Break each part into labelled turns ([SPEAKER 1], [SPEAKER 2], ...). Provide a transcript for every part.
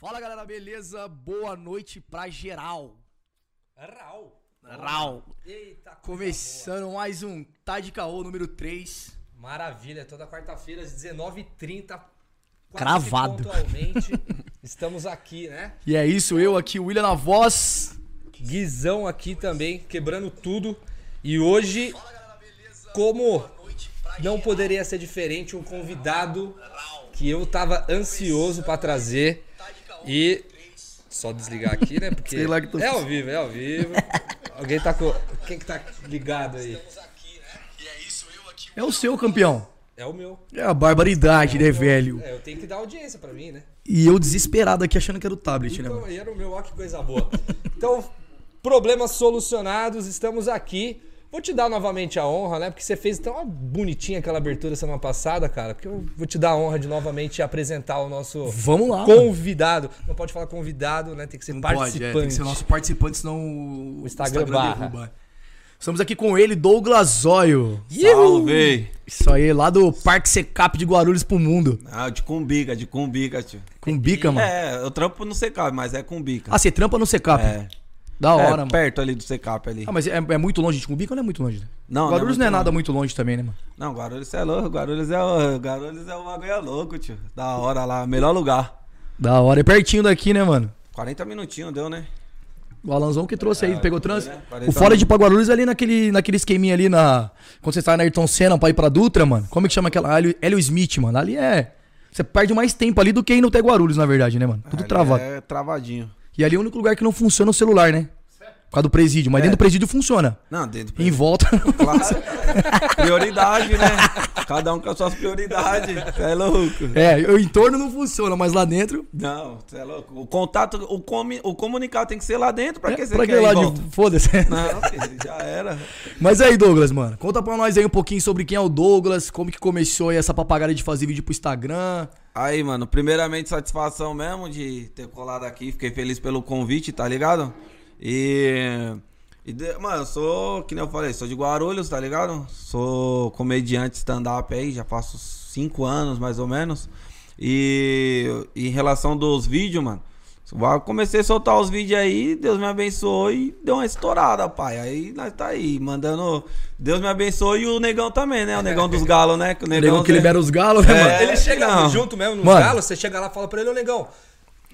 [SPEAKER 1] Fala galera, beleza? Boa noite pra geral.
[SPEAKER 2] Rau.
[SPEAKER 1] Rau.
[SPEAKER 2] Eita, coisa
[SPEAKER 1] Começando mais um Tá de Caô número 3.
[SPEAKER 2] boa. Maravilha, toda quarta-feira às 19h30. quase
[SPEAKER 1] Cravado.
[SPEAKER 2] que Pontualmente, estamos aqui, né?
[SPEAKER 1] E é isso, eu aqui, o William na voz.
[SPEAKER 2] Guizão aqui também, quebrando tudo. E hoje, como não poderia ser diferente, um convidado que eu tava ansioso pra trazer.
[SPEAKER 1] Tá
[SPEAKER 2] E. Só desligar aqui, né? Porque
[SPEAKER 1] Sei lá que tô-
[SPEAKER 2] é ao vivo, é ao vivo. Alguém tá com. Quem que tá ligado aí?
[SPEAKER 1] É o seu campeão.
[SPEAKER 2] É o meu.
[SPEAKER 1] É a barbaridade, né, velho?
[SPEAKER 2] É, eu tenho que dar audiência pra mim, né?
[SPEAKER 1] E eu desesperado aqui achando que era o tablet, né, mano?
[SPEAKER 2] Então, aí era o meu, ó, que coisa boa. Então, problemas solucionados, estamos aqui. Vou te dar novamente a honra, né? Porque você fez tão bonitinha aquela abertura semana passada, cara. Porque eu vou te dar a honra de novamente apresentar o nosso
[SPEAKER 1] Vamos lá. mano.
[SPEAKER 2] convidado. Não pode falar convidado, né? Tem que ser participante.
[SPEAKER 1] Pode, é, tem que ser nosso participante, senão o
[SPEAKER 2] Instagram barra.
[SPEAKER 1] derruba. Estamos aqui com ele, Douglas Zóio.
[SPEAKER 2] uh!
[SPEAKER 3] Salve!
[SPEAKER 1] Isso aí, lá do Parque Secap de Guarulhos pro mundo.
[SPEAKER 3] Ah, de cumbica, de cumbica, tio.
[SPEAKER 1] Com bica, mano.
[SPEAKER 3] É, eu trampo no secap, mas é cumbica.
[SPEAKER 1] Ah, você trampa no Secap?
[SPEAKER 3] É.
[SPEAKER 1] Da
[SPEAKER 3] é,
[SPEAKER 1] hora, mano.
[SPEAKER 3] perto ali do secap ali.
[SPEAKER 1] Ah, mas é, é muito longe de Cumbica ou não é muito longe? né?
[SPEAKER 3] Não,
[SPEAKER 1] Guarulhos não é,
[SPEAKER 3] muito
[SPEAKER 1] nada muito longe também, né, mano?
[SPEAKER 3] longe. Não, Guarulhos é louco, Guarulhos é o Guarulhos é o bagulho é louco, tio. Da hora lá, melhor lugar.
[SPEAKER 1] Da hora. É pertinho daqui, né, mano?
[SPEAKER 3] 40 minutinhos deu, né?
[SPEAKER 1] O Alanzão que trouxe aí, pegou trânsito.
[SPEAKER 3] né? Parece
[SPEAKER 1] O fora
[SPEAKER 3] um-
[SPEAKER 1] de ir pra Guarulhos é ali naquele, naquele esqueminha ali na. Quando você sai na Ayrton Senna pra ir pra Dutra, mano. Como é que chama aquela? Hélio, Hélio Smith, mano. Ali é. Você perde mais tempo ali do que indo até Guarulhos, na verdade, né, mano? Tudo
[SPEAKER 3] Ali
[SPEAKER 1] travado.
[SPEAKER 3] É travadinho.
[SPEAKER 1] E ali é o único lugar que não funciona o celular, né? Por causa do presídio. Mas
[SPEAKER 3] É.
[SPEAKER 1] dentro do presídio funciona.
[SPEAKER 3] Não, dentro
[SPEAKER 1] Em volta.
[SPEAKER 3] claro. Prioridade, né? Cada um com as suas prioridades. Cê é louco.
[SPEAKER 1] é, o entorno não funciona, mas lá dentro.
[SPEAKER 3] Não, você é louco. O contato, o, comi, o comunicado tem que ser lá dentro pra que
[SPEAKER 1] é,
[SPEAKER 3] você
[SPEAKER 1] pra que
[SPEAKER 3] quer ir
[SPEAKER 1] lá
[SPEAKER 3] em volta?
[SPEAKER 1] de. Foda-se.
[SPEAKER 3] Não, filho, já era.
[SPEAKER 1] Mas aí, Douglas, mano, conta pra nós aí um pouquinho sobre quem é o Douglas, como que começou aí essa papagaia de fazer vídeo pro Instagram.
[SPEAKER 3] Aí, mano, primeiramente satisfação mesmo de ter colado aqui. Fiquei feliz pelo convite, tá ligado? E. e de- mano, eu sou, que nem eu falei, sou de Guarulhos, tá ligado? Sou comediante stand-up aí, já faço cinco anos mais ou menos. E em relação dos vídeos, mano, eu comecei a soltar os vídeos aí, Deus me abençoou e deu uma estourada, pai. Aí nós tá aí, mandando. Deus me abençoou e o negão também, né? O negão dos galos, né? O
[SPEAKER 1] O negão que libera os galos, né, mano?
[SPEAKER 3] É,
[SPEAKER 2] Ele chega
[SPEAKER 3] não.
[SPEAKER 2] junto mesmo nos
[SPEAKER 1] Mano.
[SPEAKER 2] galos, você chega lá e fala pra ele, ô negão.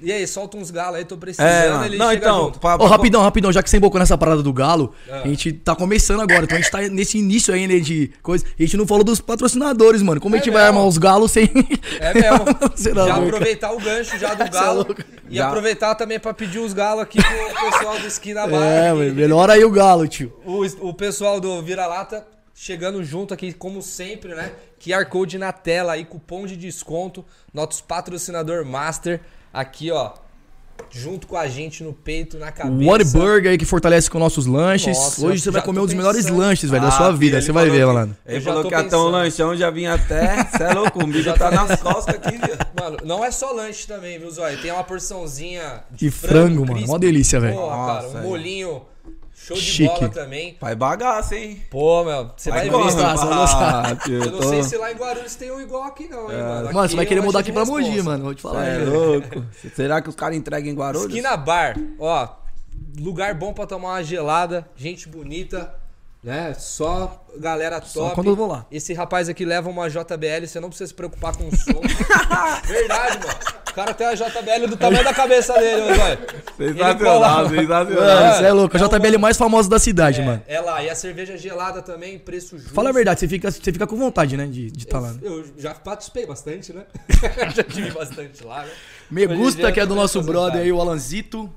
[SPEAKER 2] E aí, solta uns galos aí, tô precisando.
[SPEAKER 3] É, mano.
[SPEAKER 2] ele
[SPEAKER 3] não,
[SPEAKER 2] chega
[SPEAKER 3] então,
[SPEAKER 2] junto.
[SPEAKER 3] pra-
[SPEAKER 1] Ô,
[SPEAKER 3] pra-
[SPEAKER 1] rapidão, rapidão, já que você embocou nessa parada do galo,
[SPEAKER 3] É.
[SPEAKER 1] a gente tá começando agora, então a gente tá nesse início ainda de coisa. A gente não falou dos patrocinadores, mano. Como a
[SPEAKER 2] É
[SPEAKER 1] gente vai
[SPEAKER 2] mesmo.
[SPEAKER 1] armar os galos sem.
[SPEAKER 2] É mesmo.
[SPEAKER 1] Você não é
[SPEAKER 2] já
[SPEAKER 1] louco.
[SPEAKER 2] aproveitar o gancho já do
[SPEAKER 1] Você é
[SPEAKER 2] galo.
[SPEAKER 1] louco.
[SPEAKER 2] e
[SPEAKER 3] Já.
[SPEAKER 2] aproveitar também pra pedir os galos aqui pro pessoal do Esquina Bar.
[SPEAKER 1] É,
[SPEAKER 2] aqui.
[SPEAKER 1] velho, melhora aí o galo, tio.
[SPEAKER 2] O, es- o pessoal do Vira-Lata chegando junto aqui, como sempre, né? QR Code na tela aí, cupom de desconto. Nosso patrocinador master aqui, ó. Junto com a gente no peito, na cabeça.
[SPEAKER 1] One Burger aí que fortalece com nossos lanches.
[SPEAKER 2] Nossa,
[SPEAKER 1] Hoje
[SPEAKER 2] eu
[SPEAKER 1] você vai
[SPEAKER 2] já
[SPEAKER 1] comer
[SPEAKER 2] tô
[SPEAKER 1] um dos melhores
[SPEAKER 2] pensando.
[SPEAKER 1] lanches, velho, da
[SPEAKER 3] Ah,
[SPEAKER 1] sua
[SPEAKER 3] filho,
[SPEAKER 1] vida.
[SPEAKER 3] ele
[SPEAKER 1] você vai
[SPEAKER 3] falou
[SPEAKER 1] ver,
[SPEAKER 3] que-
[SPEAKER 1] malandão.
[SPEAKER 2] Eu
[SPEAKER 3] Ele
[SPEAKER 2] já
[SPEAKER 3] falou
[SPEAKER 2] tô
[SPEAKER 3] que até um
[SPEAKER 2] pensando.
[SPEAKER 3] lanchão já vinha até. Cê é louco, o bicho tá nas costas aqui, viu?
[SPEAKER 2] Mano, não é só lanche também, viu, Zóio? Tem uma porçãozinha
[SPEAKER 1] E frango, mano.
[SPEAKER 2] crisp.
[SPEAKER 1] Mó delícia, velho.
[SPEAKER 2] Porra, cara,
[SPEAKER 3] Nossa,
[SPEAKER 2] um
[SPEAKER 3] aí.
[SPEAKER 2] molinho show de
[SPEAKER 1] Chique.
[SPEAKER 2] bola também.
[SPEAKER 3] Vai bagaço, hein?
[SPEAKER 2] Pô, meu, você vai,
[SPEAKER 3] corre,
[SPEAKER 2] ver.
[SPEAKER 1] gostar, você vai
[SPEAKER 3] pá,
[SPEAKER 1] gostar.
[SPEAKER 3] Ah, tio,
[SPEAKER 2] Eu não sei
[SPEAKER 3] tô-
[SPEAKER 2] se lá em Guarulhos tem um igual aqui, não, hein, mano.
[SPEAKER 1] Mano, você vai querer
[SPEAKER 2] eu
[SPEAKER 1] mudar
[SPEAKER 2] acho
[SPEAKER 1] aqui pra
[SPEAKER 2] irresponsa.
[SPEAKER 1] Mogi, mano. Vou te falar.
[SPEAKER 3] Cê É
[SPEAKER 1] velho.
[SPEAKER 3] louco. Será que os caras entregam em Guarulhos?
[SPEAKER 2] Esquina Bar, ó, lugar bom pra tomar uma gelada, gente bonita, né? Só galera top.
[SPEAKER 1] quando eu vou lá.
[SPEAKER 2] Esse rapaz aqui leva uma JBL, você não precisa se preocupar com o som. Verdade, mano. O cara tem a JBL do tamanho da cabeça dele, ô, Zóio. Ele cola-
[SPEAKER 3] Sensacional, sensacional.
[SPEAKER 1] Mano, você é louco. A JBL mais famosa da cidade, mano.
[SPEAKER 2] É lá, e a cerveja gelada também, preço justo.
[SPEAKER 1] Fala a verdade, você fica, você fica com vontade, né, de estar lá. né?
[SPEAKER 2] Eu já participei bastante, né? já tive bastante lá, né?
[SPEAKER 1] Me
[SPEAKER 2] Hoje em
[SPEAKER 1] gusta
[SPEAKER 2] dia
[SPEAKER 1] que é
[SPEAKER 2] eu
[SPEAKER 1] do
[SPEAKER 2] tô
[SPEAKER 1] nosso
[SPEAKER 2] aposentado.
[SPEAKER 1] brother aí, o Alanzito.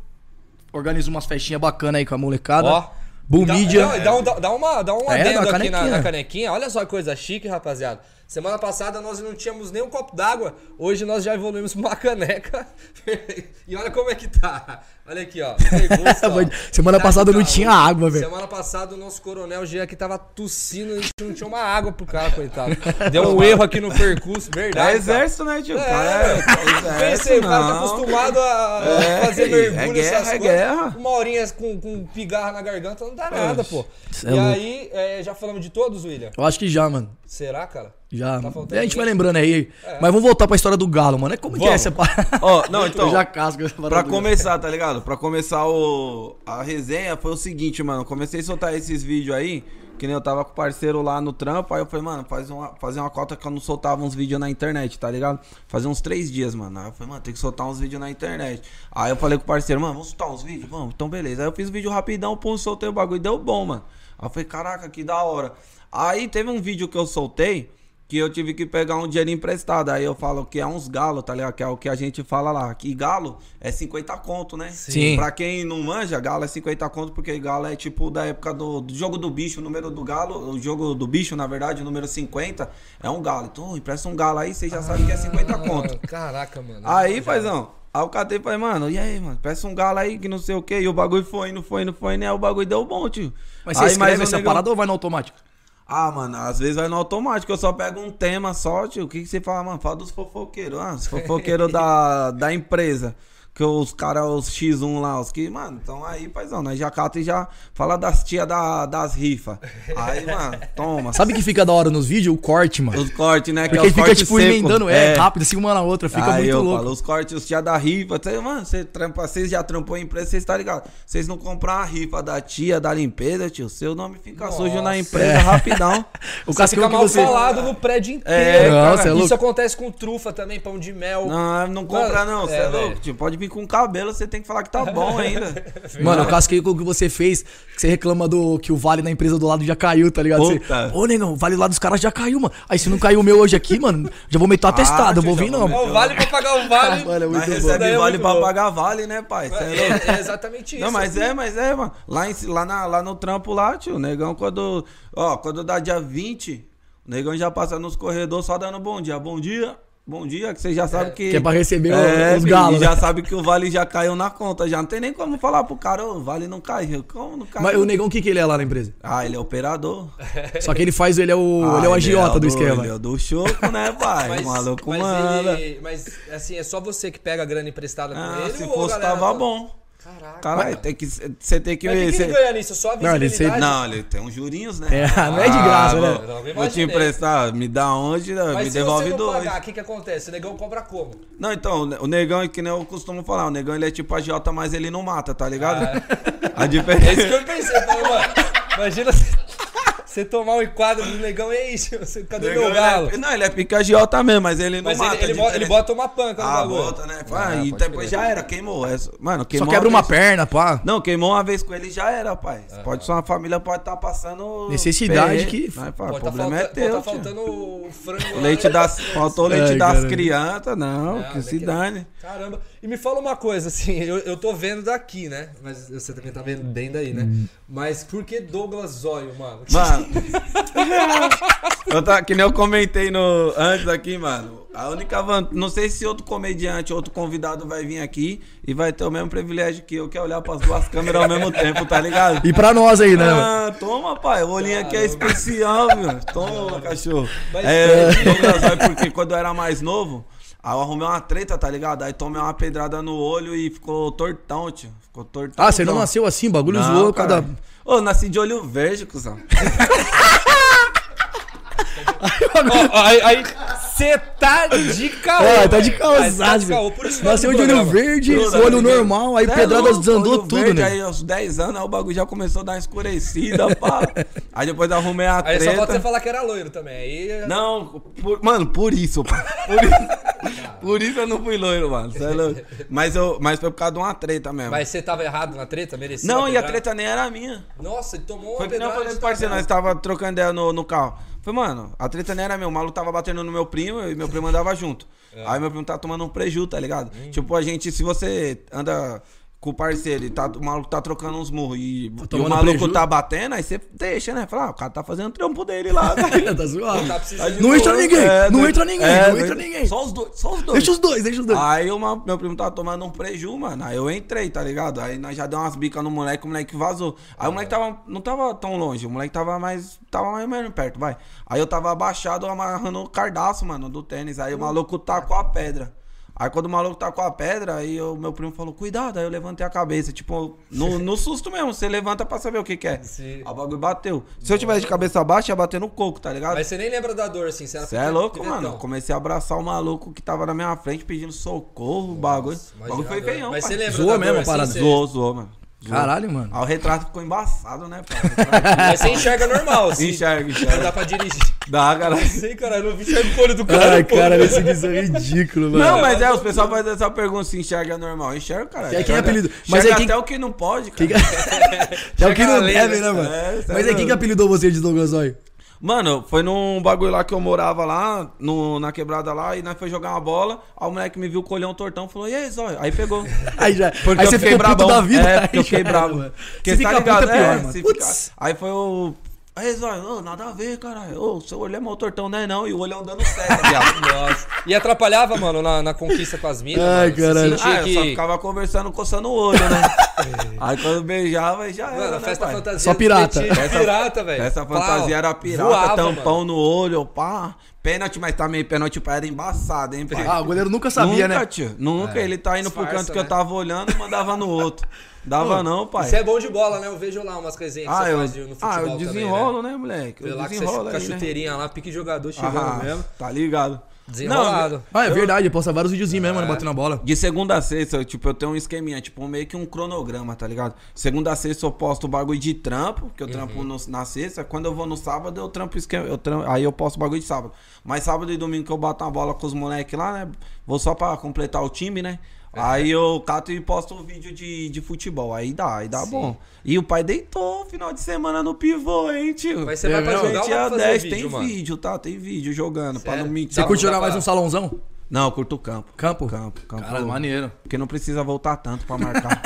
[SPEAKER 1] Organiza umas festinhas bacanas aí com a molecada.
[SPEAKER 2] Ó.
[SPEAKER 1] Bull
[SPEAKER 2] Dá-
[SPEAKER 1] Media.
[SPEAKER 2] não, Dá, um- dá, dá uma, dá um
[SPEAKER 1] É,
[SPEAKER 2] adendo
[SPEAKER 1] dá uma
[SPEAKER 2] aqui na,
[SPEAKER 1] canequinha.
[SPEAKER 2] na canequinha. Olha só que coisa chique, rapaziada. Semana passada nós não tínhamos nem um copo d'água. Hoje nós já evoluímos pra uma caneca. e olha como é que tá. Olha aqui, ó. Regusta, ó.
[SPEAKER 1] Semana
[SPEAKER 2] Tá
[SPEAKER 1] passada
[SPEAKER 2] aqui,
[SPEAKER 1] não
[SPEAKER 2] tá.
[SPEAKER 1] tinha água, velho.
[SPEAKER 2] Semana passada o nosso coronel G aqui tava tossindo e a gente não tinha uma água pro cara, coitado. Deu um erro aqui no percurso, verdade.
[SPEAKER 3] É
[SPEAKER 2] cara.
[SPEAKER 3] exército, né, tio? O
[SPEAKER 2] É,
[SPEAKER 3] cara
[SPEAKER 2] eu Pensei, o cara tá acostumado a
[SPEAKER 3] É,
[SPEAKER 2] fazer
[SPEAKER 3] filho, é
[SPEAKER 2] mergulho,
[SPEAKER 3] guerra,
[SPEAKER 2] essas
[SPEAKER 3] é
[SPEAKER 2] coisas.
[SPEAKER 3] guerra.
[SPEAKER 2] Uma horinha com, com pigarra na garganta não dá nada, pô.
[SPEAKER 1] isso
[SPEAKER 2] E
[SPEAKER 1] é louco.
[SPEAKER 2] aí, é, já falamos de todos, William?
[SPEAKER 1] Eu acho que já, mano.
[SPEAKER 2] Será, cara?
[SPEAKER 1] Já.
[SPEAKER 2] Tá
[SPEAKER 1] É,
[SPEAKER 2] faltando
[SPEAKER 1] a gente vai
[SPEAKER 2] ninguém?
[SPEAKER 1] lembrando aí. Mas vamos voltar pra história do Galo, mano. É como que é
[SPEAKER 3] É. Vamos.
[SPEAKER 1] essa parada?
[SPEAKER 3] Ó, não, então.
[SPEAKER 1] Eu já casco essa parada
[SPEAKER 3] Pra
[SPEAKER 1] do-
[SPEAKER 3] começar, tá ligado? Pra começar o, a resenha foi o seguinte, mano. eu Comecei a soltar esses vídeos aí, que nem eu tava com o parceiro lá no trampo. Aí eu falei, mano, faz uma, fazer uma cota que eu não soltava uns vídeos na internet, tá ligado? Fazia uns três dias, mano. Aí eu falei, mano, tem que soltar uns vídeos na internet. Aí eu falei com o parceiro, mano, vamos soltar uns vídeos? Vamos, então beleza. Aí eu fiz um vídeo rapidão, pô, soltei o bagulho, deu bom, mano. Aí eu falei, caraca, que da hora. Aí teve um vídeo que eu soltei que eu tive que pegar um dinheiro emprestado. Aí eu falo que é uns galo, tá ligado? Que é o que a gente fala lá. Que galo é 50 conto, né?
[SPEAKER 1] Sim.
[SPEAKER 3] Pra quem não manja, galo é 50 conto, porque galo é tipo da época do, do jogo do bicho, o número do galo, o jogo do bicho, na verdade, o número 50 é um galo. Então, empresta um galo aí, você já sabe que é 50 conto.
[SPEAKER 2] Ah, Caraca, mano.
[SPEAKER 3] Aí, paizão, aí eu catei e falei, mano, e aí, mano? Peça um galo aí, que não sei o quê. E o bagulho foi indo, foi indo, foi indo. Aí o bagulho deu bom, tio.
[SPEAKER 1] Mas você
[SPEAKER 3] aí,
[SPEAKER 1] escreve
[SPEAKER 3] um
[SPEAKER 1] essa
[SPEAKER 3] negão-
[SPEAKER 1] parada ou vai no automático?
[SPEAKER 3] ah, mano, às vezes vai no automático, eu só pego um tema só, tio. O que, que você fala, mano? Fala dos fofoqueiros. Ah, os fofoqueiros da, da empresa. Que os caras, os X1 lá, os que, mano, então aí, paizão, nós já cata e já fala das tia da, das rifas. Aí, mano, toma.
[SPEAKER 1] Sabe que fica da hora nos vídeos? O corte, mano.
[SPEAKER 3] Os cortes, né?
[SPEAKER 1] Porque
[SPEAKER 3] é os
[SPEAKER 1] fica,
[SPEAKER 3] cortes
[SPEAKER 1] tipo,
[SPEAKER 3] seco.
[SPEAKER 1] emendando, é, rápido, assim uma na outra, fica
[SPEAKER 3] Aí
[SPEAKER 1] muito
[SPEAKER 3] eu
[SPEAKER 1] louco.
[SPEAKER 3] falo, os cortes, os tia da rifa. Cê, mano, você trampa, vocês já trampou em empresa, vocês tá ligado? Vocês não comprar a rifa da tia, da limpeza, tio, seu nome fica sujo na
[SPEAKER 2] Nossa.
[SPEAKER 3] empresa rapidão.
[SPEAKER 1] o
[SPEAKER 2] Fica
[SPEAKER 1] cascão que
[SPEAKER 2] mal
[SPEAKER 1] você.
[SPEAKER 2] falado no prédio inteiro.
[SPEAKER 3] É,
[SPEAKER 2] cara.
[SPEAKER 1] nossa, é louco.
[SPEAKER 2] Isso acontece com trufa também, pão de mel.
[SPEAKER 3] Não, não compra não, você é,
[SPEAKER 2] é,
[SPEAKER 3] louco.
[SPEAKER 2] velho.
[SPEAKER 3] Tio, pode vir com cabelo, você tem que falar que tá bom ainda.
[SPEAKER 1] Mano, eu casquei com o que você fez, que você reclama do que o vale na empresa do lado já caiu, tá ligado? Você,
[SPEAKER 3] Puta.
[SPEAKER 1] Ô, negão, o vale lá dos caras já caiu, mano. Aí se não caiu o meu hoje aqui, mano, já vou meter o atestado, eu vou
[SPEAKER 3] tio,
[SPEAKER 1] vir
[SPEAKER 3] já
[SPEAKER 1] não.
[SPEAKER 3] vou
[SPEAKER 2] Ó, o vale pra pagar o vale.
[SPEAKER 1] Mano, é muito
[SPEAKER 3] Mas
[SPEAKER 1] bom.
[SPEAKER 3] recebe
[SPEAKER 2] Daí é
[SPEAKER 3] vale
[SPEAKER 2] muito
[SPEAKER 3] pra
[SPEAKER 2] bom.
[SPEAKER 3] pagar vale, né, pai? Cê é louco.
[SPEAKER 2] É, é exatamente isso.
[SPEAKER 3] Não, mas é, mas é, mano. Lá, em, lá, na, lá no trampo lá, tio, o negão quando. Ó, quando dá dia 20, o negão já passa nos corredores só dando bom dia. Bom dia, bom dia, que você já sabe que.
[SPEAKER 1] Que é pra receber o-
[SPEAKER 3] É,
[SPEAKER 1] os
[SPEAKER 3] filho,
[SPEAKER 1] galos.
[SPEAKER 3] Já
[SPEAKER 1] né?
[SPEAKER 3] sabe que o vale já caiu na conta, já não tem nem como falar pro cara, ô, o vale não caiu. Como não caiu?
[SPEAKER 1] Mas o negão, o que, que ele é lá na empresa?
[SPEAKER 3] Ah, ele é operador.
[SPEAKER 1] Só que ele faz, ele é o,
[SPEAKER 3] Ah,
[SPEAKER 1] ele é o agiota do esquema.
[SPEAKER 3] Ele é o do choco, né, pai?
[SPEAKER 2] Mas-
[SPEAKER 3] Maluco,
[SPEAKER 2] mas
[SPEAKER 3] mano.
[SPEAKER 2] ele- mas, assim, é só você que pega a grana emprestada com
[SPEAKER 3] Ah,
[SPEAKER 2] ele?
[SPEAKER 3] se
[SPEAKER 2] ou a
[SPEAKER 3] fosse,
[SPEAKER 2] galera
[SPEAKER 3] tava
[SPEAKER 2] toda?
[SPEAKER 3] bom.
[SPEAKER 2] Caraca.
[SPEAKER 3] Caralho, tem que. Você tem que.
[SPEAKER 2] Mas o que, que
[SPEAKER 3] cê-
[SPEAKER 2] ele ganha nisso? É Só a
[SPEAKER 1] Não, ele-
[SPEAKER 2] visibilidade?
[SPEAKER 3] Não, ele tem uns jurinhos, né?
[SPEAKER 1] É, não é de graça, né?
[SPEAKER 3] vou-
[SPEAKER 2] Eu não
[SPEAKER 3] Vou te
[SPEAKER 2] imaginei.
[SPEAKER 3] emprestar, me dá onde, né?
[SPEAKER 2] Mas
[SPEAKER 3] me
[SPEAKER 2] se
[SPEAKER 3] devolve
[SPEAKER 2] você não
[SPEAKER 3] dois.
[SPEAKER 2] pagar, o que que acontece? O negão cobra como?
[SPEAKER 3] Não, então, o negão é que nem eu costumo falar, o negão ele é tipo a Jota, mas ele não mata, tá ligado? A
[SPEAKER 2] É isso que
[SPEAKER 3] diferença.
[SPEAKER 2] eu pensei. eu Falei, mano, imagina você- você tomar um enquadro do negão e aí, você- cadê
[SPEAKER 3] Negão,
[SPEAKER 2] meu
[SPEAKER 3] ele é-
[SPEAKER 2] galo?
[SPEAKER 3] não, ele é pica agiota mesmo, mas ele não
[SPEAKER 2] Mas
[SPEAKER 3] mata.
[SPEAKER 2] ele, ele,
[SPEAKER 3] a
[SPEAKER 2] bota, ele
[SPEAKER 3] diferença.
[SPEAKER 2] bota uma panca no
[SPEAKER 3] Ah,
[SPEAKER 2] bagulho.
[SPEAKER 3] bota, né? Ah, e depois já era, queimou. É, só- mano,
[SPEAKER 1] Só
[SPEAKER 3] queimou.
[SPEAKER 1] quebra uma
[SPEAKER 3] vez.
[SPEAKER 1] perna, pá.
[SPEAKER 3] Não, queimou uma vez com ele já era, pai.
[SPEAKER 2] É.
[SPEAKER 3] Pode só uma família pode estar passando.
[SPEAKER 1] Necessidade
[SPEAKER 3] perrengue.
[SPEAKER 1] que-
[SPEAKER 3] Mas, pai,
[SPEAKER 2] Pode
[SPEAKER 3] o
[SPEAKER 2] tá
[SPEAKER 3] problema
[SPEAKER 2] falta-
[SPEAKER 3] é teu.
[SPEAKER 2] Pode tá
[SPEAKER 3] tio.
[SPEAKER 2] faltando o frango.
[SPEAKER 3] O
[SPEAKER 2] lá.
[SPEAKER 3] leite das. Faltou o leite
[SPEAKER 1] Ai,
[SPEAKER 3] das
[SPEAKER 1] caralho.
[SPEAKER 3] crianças, não,
[SPEAKER 2] Ah,
[SPEAKER 3] que
[SPEAKER 2] daqui
[SPEAKER 3] se
[SPEAKER 2] não.
[SPEAKER 3] dane.
[SPEAKER 2] Caramba. E me fala uma coisa, assim, eu, eu tô vendo daqui, né? Mas você também tá vendo bem daí, né? Mas por que Douglas Zóio, mano?
[SPEAKER 3] Mano. eu tava, que nem eu comentei no, antes aqui, mano. A única vantagem. Não sei se outro comediante, outro convidado vai vir aqui e vai ter o mesmo privilégio que eu, que é olhar pras duas câmeras ao mesmo tempo, tá ligado?
[SPEAKER 1] E pra nós aí, né? mano?
[SPEAKER 3] Ah, toma, pai. O olhinho aqui é especial, meu. Toma, cachorro.
[SPEAKER 2] Mas-
[SPEAKER 3] É, Douglas, é porque quando eu era mais novo, aí eu arrumei uma treta, tá ligado? Aí tomei uma pedrada no olho e ficou tortão, tio. Ficou tortão.
[SPEAKER 1] Ah, você não
[SPEAKER 3] tão.
[SPEAKER 1] nasceu assim, o bagulho
[SPEAKER 3] Não,
[SPEAKER 1] zoou
[SPEAKER 3] cara.
[SPEAKER 1] cada.
[SPEAKER 3] Ô, eu nasci de olho verde, cuzão.
[SPEAKER 2] Aí você tá de caô.
[SPEAKER 1] Ah, tá de
[SPEAKER 2] velho. Mas tá de
[SPEAKER 1] calçado.
[SPEAKER 2] caô, por isso
[SPEAKER 1] Nasceu
[SPEAKER 2] nome
[SPEAKER 1] de
[SPEAKER 2] do
[SPEAKER 1] olho
[SPEAKER 2] programa.
[SPEAKER 1] verde,
[SPEAKER 3] Tudo,
[SPEAKER 1] olho
[SPEAKER 3] né?
[SPEAKER 1] normal, aí
[SPEAKER 3] Cê é
[SPEAKER 1] pedradas
[SPEAKER 3] louco,
[SPEAKER 1] desandou
[SPEAKER 3] olho
[SPEAKER 1] tudo,
[SPEAKER 3] verde,
[SPEAKER 1] né?
[SPEAKER 3] Aí aos 10 anos, aí o bagulho já começou a dar uma escurecida, pá. Aí depois eu arrumei a
[SPEAKER 2] Aí só falta você
[SPEAKER 3] treta.
[SPEAKER 2] falar que era loiro também. Aí
[SPEAKER 3] Não, por- mano, por isso, pá. Por isso, por isso eu não fui loiro, mano. Cê é louco. Mas, eu, mas foi por causa de uma treta mesmo.
[SPEAKER 2] Mas você tava errado na treta? Merecia
[SPEAKER 3] não,
[SPEAKER 2] uma
[SPEAKER 3] e a
[SPEAKER 2] pedrada?
[SPEAKER 3] treta nem era minha.
[SPEAKER 2] Nossa, ele tomou
[SPEAKER 3] Foi
[SPEAKER 2] uma
[SPEAKER 3] que não, eu falei
[SPEAKER 2] pedrada.
[SPEAKER 3] pro parceiro, nós tava trocando ideia no, no carro. Falei, mano, a treta não era meu, o maluco tava batendo no meu primo e meu primo andava junto. Aí meu primo tá tomando um preju, tá ligado? Tipo, a gente, se você anda com o parceiro e tá, o maluco tá trocando uns murros e, e
[SPEAKER 1] tomando
[SPEAKER 3] o maluco
[SPEAKER 1] preju?
[SPEAKER 3] tá batendo, aí você deixa, né? Fala, ah, o cara tá fazendo o trampo dele lá. tá ligado?
[SPEAKER 1] tá zoado.
[SPEAKER 2] Tá precisando
[SPEAKER 1] Não
[SPEAKER 2] de
[SPEAKER 1] entra
[SPEAKER 2] novo.
[SPEAKER 1] ninguém,
[SPEAKER 3] É,
[SPEAKER 1] não
[SPEAKER 3] dois-
[SPEAKER 1] entra ninguém,
[SPEAKER 3] é,
[SPEAKER 1] não
[SPEAKER 3] dois-
[SPEAKER 1] entra ninguém.
[SPEAKER 3] Só os dois, só os dois. Ah,
[SPEAKER 1] Deixa os dois, deixa os dois.
[SPEAKER 3] Aí uma- meu primo tava tomando um preju, mano. Aí eu entrei, tá ligado? Aí nós já deu umas bicas no moleque, o moleque vazou. Aí o moleque tava, não tava tão longe, o moleque tava mais. Tava mais ou menos perto, vai.
[SPEAKER 1] Hum.
[SPEAKER 3] Aí eu tava abaixado, amarrando o cardaço, mano, do tênis. Aí o maluco tacou a pedra. Aí quando o maluco tacou a pedra, aí o meu primo falou, cuidado, aí eu levantei a cabeça, tipo, no, no susto mesmo, você levanta pra saber o que que é.
[SPEAKER 2] Sim.
[SPEAKER 3] Aí O bagulho bateu. Se eu tivesse de cabeça baixa, ia bater no coco, tá ligado?
[SPEAKER 2] Mas você nem lembra da dor, assim. Você era
[SPEAKER 3] Você é
[SPEAKER 2] pequeno-
[SPEAKER 3] louco,
[SPEAKER 2] pivetão.
[SPEAKER 3] mano. Eu Comecei a abraçar o maluco que tava na minha frente pedindo socorro, o bagulho. O
[SPEAKER 2] Imagina
[SPEAKER 3] bagulho foi
[SPEAKER 2] a dor.
[SPEAKER 3] feião,
[SPEAKER 2] Mas
[SPEAKER 3] pai.
[SPEAKER 2] você lembra
[SPEAKER 1] Zoou
[SPEAKER 2] da
[SPEAKER 1] mesmo a
[SPEAKER 2] dor, assim,
[SPEAKER 1] parada.
[SPEAKER 2] você-
[SPEAKER 3] Zoou, zoou, mano. Zoou.
[SPEAKER 1] Caralho, mano.
[SPEAKER 3] Aí o retrato ficou embaçado, né, pai? O retrato-
[SPEAKER 2] Mas você enxerga normal, assim.
[SPEAKER 3] Enxerga,
[SPEAKER 2] Não
[SPEAKER 3] enxerga.
[SPEAKER 2] dá pra dirigir.
[SPEAKER 3] Dá, assim.
[SPEAKER 2] Não
[SPEAKER 3] caralho.
[SPEAKER 2] sei, cara. Eu não vi enxerga o olho do cara.
[SPEAKER 1] Ai,
[SPEAKER 2] pô.
[SPEAKER 1] cara, esse guizão é ridículo, mano.
[SPEAKER 3] Não, mas é, os pessoal fazem essa pergunta se enxerga normal. Enxerga, caralho.
[SPEAKER 1] É, quem é apelido? Mas
[SPEAKER 3] Mas
[SPEAKER 1] é
[SPEAKER 3] enxerga
[SPEAKER 1] quem-
[SPEAKER 3] até o que não pode, cara.
[SPEAKER 1] Que é o que
[SPEAKER 2] Chega
[SPEAKER 1] não
[SPEAKER 2] além,
[SPEAKER 1] deve,
[SPEAKER 2] né?
[SPEAKER 1] né, mano?
[SPEAKER 3] É, cê é
[SPEAKER 1] Mas é quem que
[SPEAKER 3] doido.
[SPEAKER 1] apelidou você de Douglas Oi?
[SPEAKER 3] Mano, foi num bagulho lá que eu morava lá, no, na quebrada lá, e nós foi jogar uma bola, aí o moleque me viu com o olhão tortão, falou, e aí, zóio? Aí pegou.
[SPEAKER 1] Aí já.
[SPEAKER 3] Porque
[SPEAKER 1] aí
[SPEAKER 3] eu
[SPEAKER 1] você
[SPEAKER 3] fiquei
[SPEAKER 1] ficou puto
[SPEAKER 3] brabão.
[SPEAKER 1] da vida. tá
[SPEAKER 3] É,
[SPEAKER 1] aí
[SPEAKER 3] porque eu fiquei
[SPEAKER 1] já
[SPEAKER 3] bravo.
[SPEAKER 1] era, mano.
[SPEAKER 3] Porque
[SPEAKER 1] Se
[SPEAKER 3] tá
[SPEAKER 1] ficar puto
[SPEAKER 3] ligado,
[SPEAKER 1] é pior,
[SPEAKER 3] é,
[SPEAKER 1] mano.
[SPEAKER 3] se
[SPEAKER 1] Putz.
[SPEAKER 3] ficar- Aí foi o... Aí, zóio, ô, nada a ver, caralho. Ô, seu olho é mó tortão, né não? E o olhão dando certo, tá Ah, viado.
[SPEAKER 2] Nossa. E atrapalhava, mano, na, na conquista com as minas.
[SPEAKER 1] Ai, né?
[SPEAKER 2] mano.
[SPEAKER 1] caralho.
[SPEAKER 2] Você sentia
[SPEAKER 3] Ah, eu
[SPEAKER 2] que...
[SPEAKER 3] só ficava conversando, coçando o olho, né? aí quando beijava, aí já era,
[SPEAKER 2] Mano, a
[SPEAKER 3] né,
[SPEAKER 2] festa
[SPEAKER 3] pai?
[SPEAKER 2] fantasia.
[SPEAKER 1] Só pirata.
[SPEAKER 2] tinha de
[SPEAKER 3] Essa-
[SPEAKER 2] pirata, velho.
[SPEAKER 3] Essa
[SPEAKER 2] Pau.
[SPEAKER 3] fantasia era pirata,
[SPEAKER 2] Voava,
[SPEAKER 3] tampão
[SPEAKER 2] mano.
[SPEAKER 3] no olho, pá. Pênalti, mas também pênalti pai era embaçado, hein, pai?
[SPEAKER 1] Ah, o goleiro nunca sabia,
[SPEAKER 3] nunca,
[SPEAKER 1] né?
[SPEAKER 3] Tio, nunca, ele tá indo pro
[SPEAKER 2] Disfarça,
[SPEAKER 3] canto que
[SPEAKER 2] né?
[SPEAKER 3] eu tava olhando e mandava no outro. Dava não, pai.
[SPEAKER 2] Você é bom de bola, né? Eu vejo lá umas coisinhas que
[SPEAKER 3] ah,
[SPEAKER 2] você
[SPEAKER 3] eu,
[SPEAKER 2] faz de- no futebol
[SPEAKER 3] ah, eu
[SPEAKER 2] também, né?
[SPEAKER 3] desenrolo, né? moleque?
[SPEAKER 2] Vê
[SPEAKER 3] Eu
[SPEAKER 2] lá que
[SPEAKER 3] desenrolo
[SPEAKER 2] você
[SPEAKER 3] aí,
[SPEAKER 2] com a
[SPEAKER 3] né?
[SPEAKER 2] chuteirinha lá, pique jogador chegando
[SPEAKER 3] Ah,
[SPEAKER 2] mesmo.
[SPEAKER 3] tá ligado.
[SPEAKER 2] Desenrolado.
[SPEAKER 3] Não,
[SPEAKER 1] Ah, é verdade, eu posto vários videozinhos
[SPEAKER 3] É.
[SPEAKER 1] mesmo, mano, batendo a bola.
[SPEAKER 3] de segunda a sexta, tipo, eu tenho um esqueminha, tipo, meio que um cronograma, tá ligado? Segunda a sexta eu posto o bagulho de trampo, que eu
[SPEAKER 2] Uhum.
[SPEAKER 3] trampo no- na sexta. Quando eu vou no sábado, eu trampo esquema. Eu trampo, aí eu posto o bagulho de sábado. Mas sábado e domingo que eu bato uma bola com os moleques lá, né? Vou só pra completar o time, né?
[SPEAKER 2] É.
[SPEAKER 3] Aí eu cato e posto um vídeo de, de futebol. Aí dá, aí dá bom. E o pai deitou final de semana no pivô, hein, tio?
[SPEAKER 2] Mas você vai pra
[SPEAKER 1] mesmo?
[SPEAKER 2] jogar ou
[SPEAKER 3] Dia
[SPEAKER 2] vai pra fazer
[SPEAKER 3] 10,
[SPEAKER 2] vídeo,
[SPEAKER 3] tem
[SPEAKER 2] mano? é
[SPEAKER 3] vídeo, tá? Tem vídeo jogando, pra
[SPEAKER 2] Sério?
[SPEAKER 3] não mentir.
[SPEAKER 1] Você
[SPEAKER 2] Dá
[SPEAKER 1] curte
[SPEAKER 2] pra-
[SPEAKER 1] jogar
[SPEAKER 2] dá
[SPEAKER 1] mais
[SPEAKER 2] pra-
[SPEAKER 1] um salãozão?
[SPEAKER 3] Não, eu curto o campo.
[SPEAKER 1] Campo?
[SPEAKER 3] Campo, campo.
[SPEAKER 1] Caralho, maneiro.
[SPEAKER 3] Porque não precisa voltar tanto pra marcar.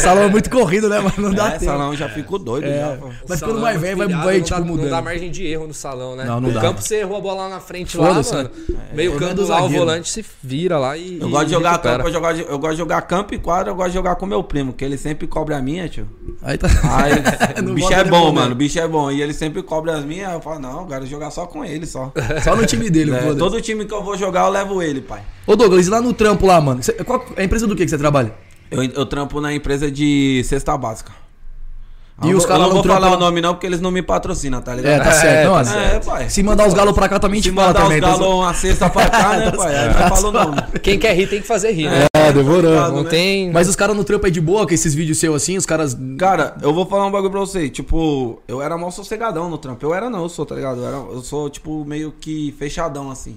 [SPEAKER 1] Salão é muito corrido, né, mano? Não dá
[SPEAKER 3] é,
[SPEAKER 1] tempo. É.
[SPEAKER 3] salão já fico doido. Já, pô.
[SPEAKER 1] Mas
[SPEAKER 2] O salão
[SPEAKER 1] quando mais
[SPEAKER 2] é
[SPEAKER 1] velho, vai,
[SPEAKER 2] muito
[SPEAKER 1] vai,
[SPEAKER 2] pilhado, não
[SPEAKER 1] tipo,
[SPEAKER 2] dá-
[SPEAKER 1] mudando.
[SPEAKER 2] Não dá margem de erro no salão, né?
[SPEAKER 1] Não, não
[SPEAKER 2] no
[SPEAKER 1] dá.
[SPEAKER 2] campo você errou a bola lá na frente lá,
[SPEAKER 1] Foda-se,
[SPEAKER 2] mano.
[SPEAKER 1] É,
[SPEAKER 2] Meio
[SPEAKER 1] é
[SPEAKER 2] campo
[SPEAKER 1] do
[SPEAKER 2] lá, o
[SPEAKER 1] zagueiro.
[SPEAKER 2] volante se vira lá e.
[SPEAKER 3] Eu gosto de
[SPEAKER 2] e
[SPEAKER 3] jogar
[SPEAKER 2] recupera.
[SPEAKER 3] campo, eu, gosto de- eu gosto de jogar campo e quadra, eu gosto de jogar com meu primo, que ele sempre cobra a minha, tio.
[SPEAKER 1] Aí tá.
[SPEAKER 3] Aí,
[SPEAKER 1] Não
[SPEAKER 3] o bicho
[SPEAKER 1] bota
[SPEAKER 3] é
[SPEAKER 1] ele
[SPEAKER 3] bom,
[SPEAKER 1] no
[SPEAKER 3] mano,
[SPEAKER 1] momento.
[SPEAKER 3] o bicho é bom. E ele sempre cobra as minhas, eu falo, não, eu quero jogar só com ele, só.
[SPEAKER 1] Só no time dele,
[SPEAKER 3] É,
[SPEAKER 1] foda-se.
[SPEAKER 3] todo time que eu vou jogar, eu levo ele, pai.
[SPEAKER 1] Ô, Douglas, e lá no trampo lá, mano? Cê, qual, é a empresa do que que você trabalha?
[SPEAKER 3] Eu, eu trampo na empresa de cesta básica.
[SPEAKER 1] E
[SPEAKER 3] eu
[SPEAKER 1] os
[SPEAKER 3] vou-
[SPEAKER 1] caras
[SPEAKER 3] eu
[SPEAKER 1] não
[SPEAKER 3] não vou falar
[SPEAKER 1] trampam-
[SPEAKER 3] o nome não, porque eles não me patrocinam, tá ligado?
[SPEAKER 1] É, tá certo. não,
[SPEAKER 3] tá
[SPEAKER 1] é-
[SPEAKER 3] certo. É, pai.
[SPEAKER 1] Se mandar os galos pra cá também, a
[SPEAKER 3] Se
[SPEAKER 1] gente fala
[SPEAKER 3] mandar
[SPEAKER 1] também.
[SPEAKER 3] os
[SPEAKER 1] tá
[SPEAKER 3] galos
[SPEAKER 1] certo?
[SPEAKER 3] uma cesta pra cá, né, pai? Aí não fala o nome.
[SPEAKER 2] Quem quer rir tem que fazer rir, né?
[SPEAKER 1] É, devorando.
[SPEAKER 3] Obrigado,
[SPEAKER 2] Não
[SPEAKER 3] né?
[SPEAKER 2] tem.
[SPEAKER 1] Mas os caras no trampo é de boa com esses vídeos seus assim, os caras.
[SPEAKER 3] Cara, eu vou falar um bagulho pra você. Tipo, eu era mal sossegadão no trampo. Eu era não, eu sou, tá ligado? Eu, era- eu sou, tipo, meio que fechadão, assim.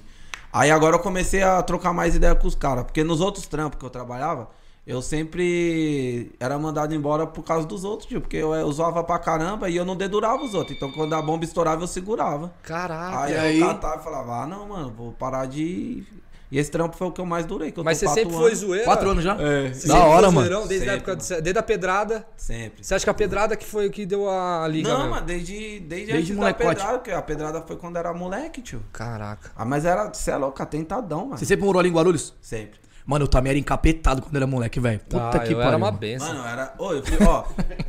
[SPEAKER 3] Aí agora eu comecei a trocar mais ideia com os caras. Porque nos outros trampos que eu trabalhava, eu sempre era mandado embora por causa dos outros, tipo. Porque eu, eu zoava pra caramba e eu não dedurava os outros. Então quando a bomba estourava, eu segurava.
[SPEAKER 2] Caraca.
[SPEAKER 3] Aí,
[SPEAKER 1] e
[SPEAKER 3] eu
[SPEAKER 1] aí?
[SPEAKER 3] catava e falava, ah, não, mano, vou parar de... E esse trampo foi o que eu mais durei. Que eu
[SPEAKER 2] Mas você
[SPEAKER 3] tô quatro
[SPEAKER 2] sempre foi
[SPEAKER 3] anos.
[SPEAKER 2] zoeira?
[SPEAKER 1] Quatro anos já?
[SPEAKER 3] É.
[SPEAKER 2] Você
[SPEAKER 1] Da
[SPEAKER 2] sempre foi
[SPEAKER 1] hora, mano.
[SPEAKER 2] zoeirão Desde a
[SPEAKER 3] Sempre,
[SPEAKER 2] época do-
[SPEAKER 3] mano.
[SPEAKER 2] desde a pedrada.
[SPEAKER 3] Sempre.
[SPEAKER 2] Você acha que a pedrada que foi o que deu a liga?
[SPEAKER 3] Não,
[SPEAKER 2] mesmo?
[SPEAKER 3] mas desde, desde,
[SPEAKER 1] Desde
[SPEAKER 3] antes da
[SPEAKER 1] molecote.
[SPEAKER 3] pedrada, porque a pedrada foi quando era moleque, tio.
[SPEAKER 2] Caraca.
[SPEAKER 3] Ah, mas era, você é louco, atentadão, mano.
[SPEAKER 1] Você sempre morou ali em Guarulhos?
[SPEAKER 3] Sempre.
[SPEAKER 1] Mano, eu também era encapetado quando era moleque, velho. Puta
[SPEAKER 2] Ah,
[SPEAKER 1] que
[SPEAKER 2] eu
[SPEAKER 1] pariu.
[SPEAKER 2] Era uma
[SPEAKER 1] mano.
[SPEAKER 2] benção.
[SPEAKER 3] Mano, era. Ô, eu fui, ó,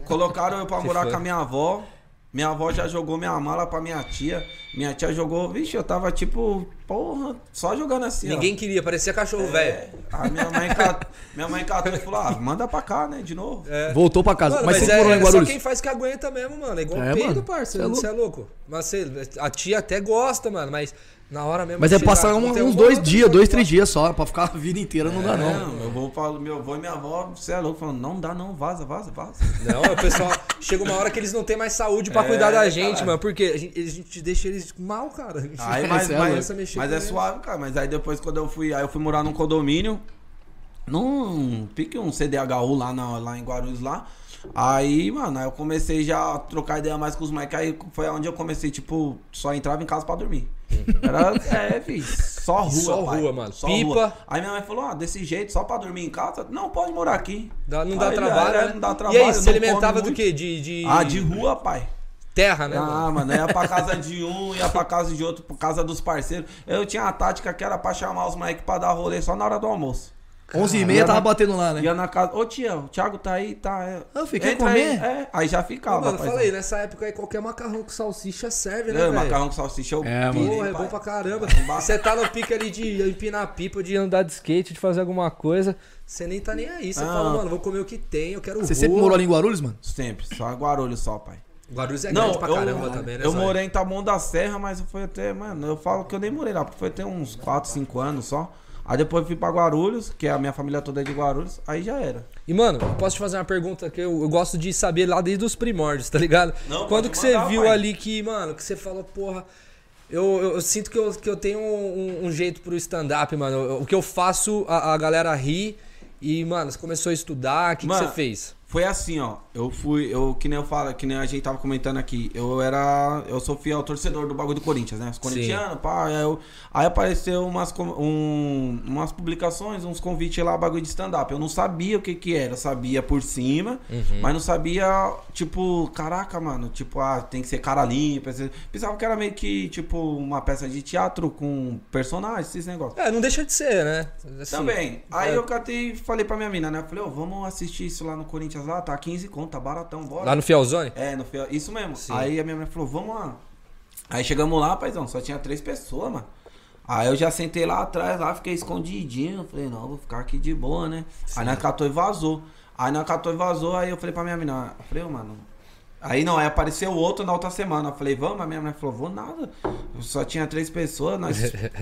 [SPEAKER 3] colocaram eu pra morar
[SPEAKER 2] foi.
[SPEAKER 3] com a minha avó. Minha avó já jogou minha mala pra minha tia. Minha tia jogou, vixe, eu tava tipo, porra, só jogando assim. ó.
[SPEAKER 2] Ninguém queria, parecia cachorro
[SPEAKER 3] É,
[SPEAKER 2] velho.
[SPEAKER 3] a minha mãe, cat- minha mãe catou e falou: ah, manda pra cá, né, de novo.
[SPEAKER 2] É.
[SPEAKER 1] Voltou pra casa.
[SPEAKER 2] Mano,
[SPEAKER 1] mas
[SPEAKER 2] mas
[SPEAKER 1] sempre
[SPEAKER 2] é,
[SPEAKER 1] morou lá em
[SPEAKER 2] é só
[SPEAKER 1] Guarulhos?
[SPEAKER 2] quem faz que aguenta mesmo, mano. É igual
[SPEAKER 1] É,
[SPEAKER 2] é, peido,
[SPEAKER 1] mano. Cê é
[SPEAKER 2] parceiro.
[SPEAKER 1] louco.
[SPEAKER 2] Você é louco. Mas cê, a tia até gosta, mano, mas na hora mesmo.
[SPEAKER 1] Mas
[SPEAKER 2] de
[SPEAKER 1] é
[SPEAKER 2] chegar,
[SPEAKER 1] passar
[SPEAKER 2] não
[SPEAKER 1] um-
[SPEAKER 2] tem
[SPEAKER 1] uns
[SPEAKER 2] um
[SPEAKER 1] dois
[SPEAKER 2] outro
[SPEAKER 1] dias,
[SPEAKER 2] que-
[SPEAKER 1] dois, três dias só. Pra ficar a vida inteira não dá, não.
[SPEAKER 3] Não, meu avô, falou- meu avô e minha avó, você é louco, falando: não dá, não, vaza, vaza, vaza.
[SPEAKER 2] Não, o pessoal chega uma hora que eles não têm mais saúde pra
[SPEAKER 3] É,
[SPEAKER 2] cuidar da gente,
[SPEAKER 3] caralho.
[SPEAKER 2] mano. Porque a gente, a gente deixa eles mal, cara.
[SPEAKER 3] Aí,
[SPEAKER 1] Isso
[SPEAKER 3] mas,
[SPEAKER 1] é
[SPEAKER 3] mas,
[SPEAKER 2] louco.
[SPEAKER 3] mas é suave, cara. Mas aí depois quando eu fui, aí eu fui morar num condomínio, num pique um CDHU lá, na, lá em Guarulhos lá. Aí, mano, aí eu comecei já a trocar ideia mais com os moleques. Aí foi onde eu comecei, tipo, só entrava em casa pra dormir. Era, é, fi, só rua,
[SPEAKER 2] Só
[SPEAKER 3] pai.
[SPEAKER 2] rua, mano.
[SPEAKER 3] Só
[SPEAKER 2] Pipa.
[SPEAKER 3] rua. Aí minha mãe falou, ah, desse jeito, só pra dormir em casa? Não, pode morar aqui.
[SPEAKER 2] Dá- não dá
[SPEAKER 3] Aí,
[SPEAKER 2] trabalho.
[SPEAKER 3] é,
[SPEAKER 2] né?
[SPEAKER 3] Não dá
[SPEAKER 2] E
[SPEAKER 3] trabalho.
[SPEAKER 2] aí, se
[SPEAKER 3] não come
[SPEAKER 2] alimentava do
[SPEAKER 3] muito.
[SPEAKER 2] quê? De, de...
[SPEAKER 3] Ah, de rua, pai.
[SPEAKER 2] terra, né? mano?
[SPEAKER 3] Ah, mano, ia pra casa de um, ia pra casa de outro, por casa dos parceiros. Eu tinha a tática que era pra chamar os moleques pra dar rolê só na hora do almoço.
[SPEAKER 1] 11 e meia
[SPEAKER 3] ia
[SPEAKER 1] tava
[SPEAKER 3] na-
[SPEAKER 1] batendo lá, né?
[SPEAKER 3] Ia na casa. Ô tia, o Thiago tá aí, tá. É.
[SPEAKER 1] Ah, eu fiquei
[SPEAKER 3] Entra
[SPEAKER 1] comer?
[SPEAKER 3] Aí, é, aí já ficava.
[SPEAKER 2] Mano, eu
[SPEAKER 3] rapaz.
[SPEAKER 2] falei, nessa época aí qualquer macarrão com salsicha serve, né,
[SPEAKER 3] É,
[SPEAKER 2] velho?
[SPEAKER 3] macarrão com salsicha eu
[SPEAKER 1] É, mano.
[SPEAKER 2] Porra, é bom pra caramba. Você tá no pique ali de empinar pipa, de andar de skate, de fazer alguma coisa. Você nem tá nem aí. Você
[SPEAKER 3] Ah.
[SPEAKER 2] fala, mano, vou comer o que tem, eu quero um
[SPEAKER 1] Você sempre morou ali em Guarulhos, mano?
[SPEAKER 3] Sempre, só Guarulhos só, pai.
[SPEAKER 2] Guarulhos é
[SPEAKER 3] Não,
[SPEAKER 2] grande pra
[SPEAKER 3] eu,
[SPEAKER 2] caramba também, né?
[SPEAKER 3] eu
[SPEAKER 2] Zóio?
[SPEAKER 3] morei em Taboão da Serra, mas foi até, mano, eu falo que eu nem morei lá, porque foi até uns 4, 5 anos só. Aí depois fui pra Guarulhos, que a minha família toda é de Guarulhos, aí já era.
[SPEAKER 2] E, mano, eu posso te fazer uma pergunta que eu, eu gosto de saber lá desde os primórdios, tá ligado?
[SPEAKER 3] Não,
[SPEAKER 2] Quando
[SPEAKER 3] pode
[SPEAKER 2] que você
[SPEAKER 3] mandar,
[SPEAKER 2] viu
[SPEAKER 3] pai.
[SPEAKER 2] ali que, mano, que você falou, porra. Eu, eu, eu sinto que eu, que eu tenho um, um jeito pro stand-up, mano. Eu- O que eu faço, a, a galera ri. E, mano, você começou a estudar, o que, que
[SPEAKER 3] Mano,
[SPEAKER 2] você fez?
[SPEAKER 3] Foi assim, ó. Eu fui, eu, que nem eu falo, que nem a gente tava comentando aqui. Eu era. Eu sou fiel torcedor do bagulho do Corinthians, né? Os corintianos, pá. Aí, eu- aí apareceu umas, com- um- umas publicações, uns convites lá, bagulho de stand-up. Eu não sabia o que que era. Eu sabia por cima, mas não sabia, tipo, caraca, mano. Tipo, ah, tem que ser cara limpa. esse- Pensava que era meio que, tipo, uma peça de teatro com personagens, esses negócios.
[SPEAKER 2] É, não deixa de ser, né? Assim,
[SPEAKER 3] Também. Tá Aí
[SPEAKER 2] é.
[SPEAKER 3] eu catei e falei pra minha mina, né? Eu Falei, ô, vamos assistir isso lá no Corinthians lá, tá 15 conto, tá baratão, bora.
[SPEAKER 2] Lá no Fielzone?
[SPEAKER 3] É, no Fiel. Isso mesmo. Aí a minha mulher falou, vamos lá. Aí chegamos lá, paizão, só tinha três pessoas, mano. Aí eu já sentei lá atrás, lá, fiquei escondidinho. Falei, não, vou ficar aqui de boa, né? Aí nós catou e vazou. Aí nós catou e vazou, aí eu falei pra minha mina, eu falei, ô, mano. Aí não, aí apareceu outro na outra semana. Eu falei, vamos, a minha mulher falou, vou nada. Eu só tinha três pessoas, nós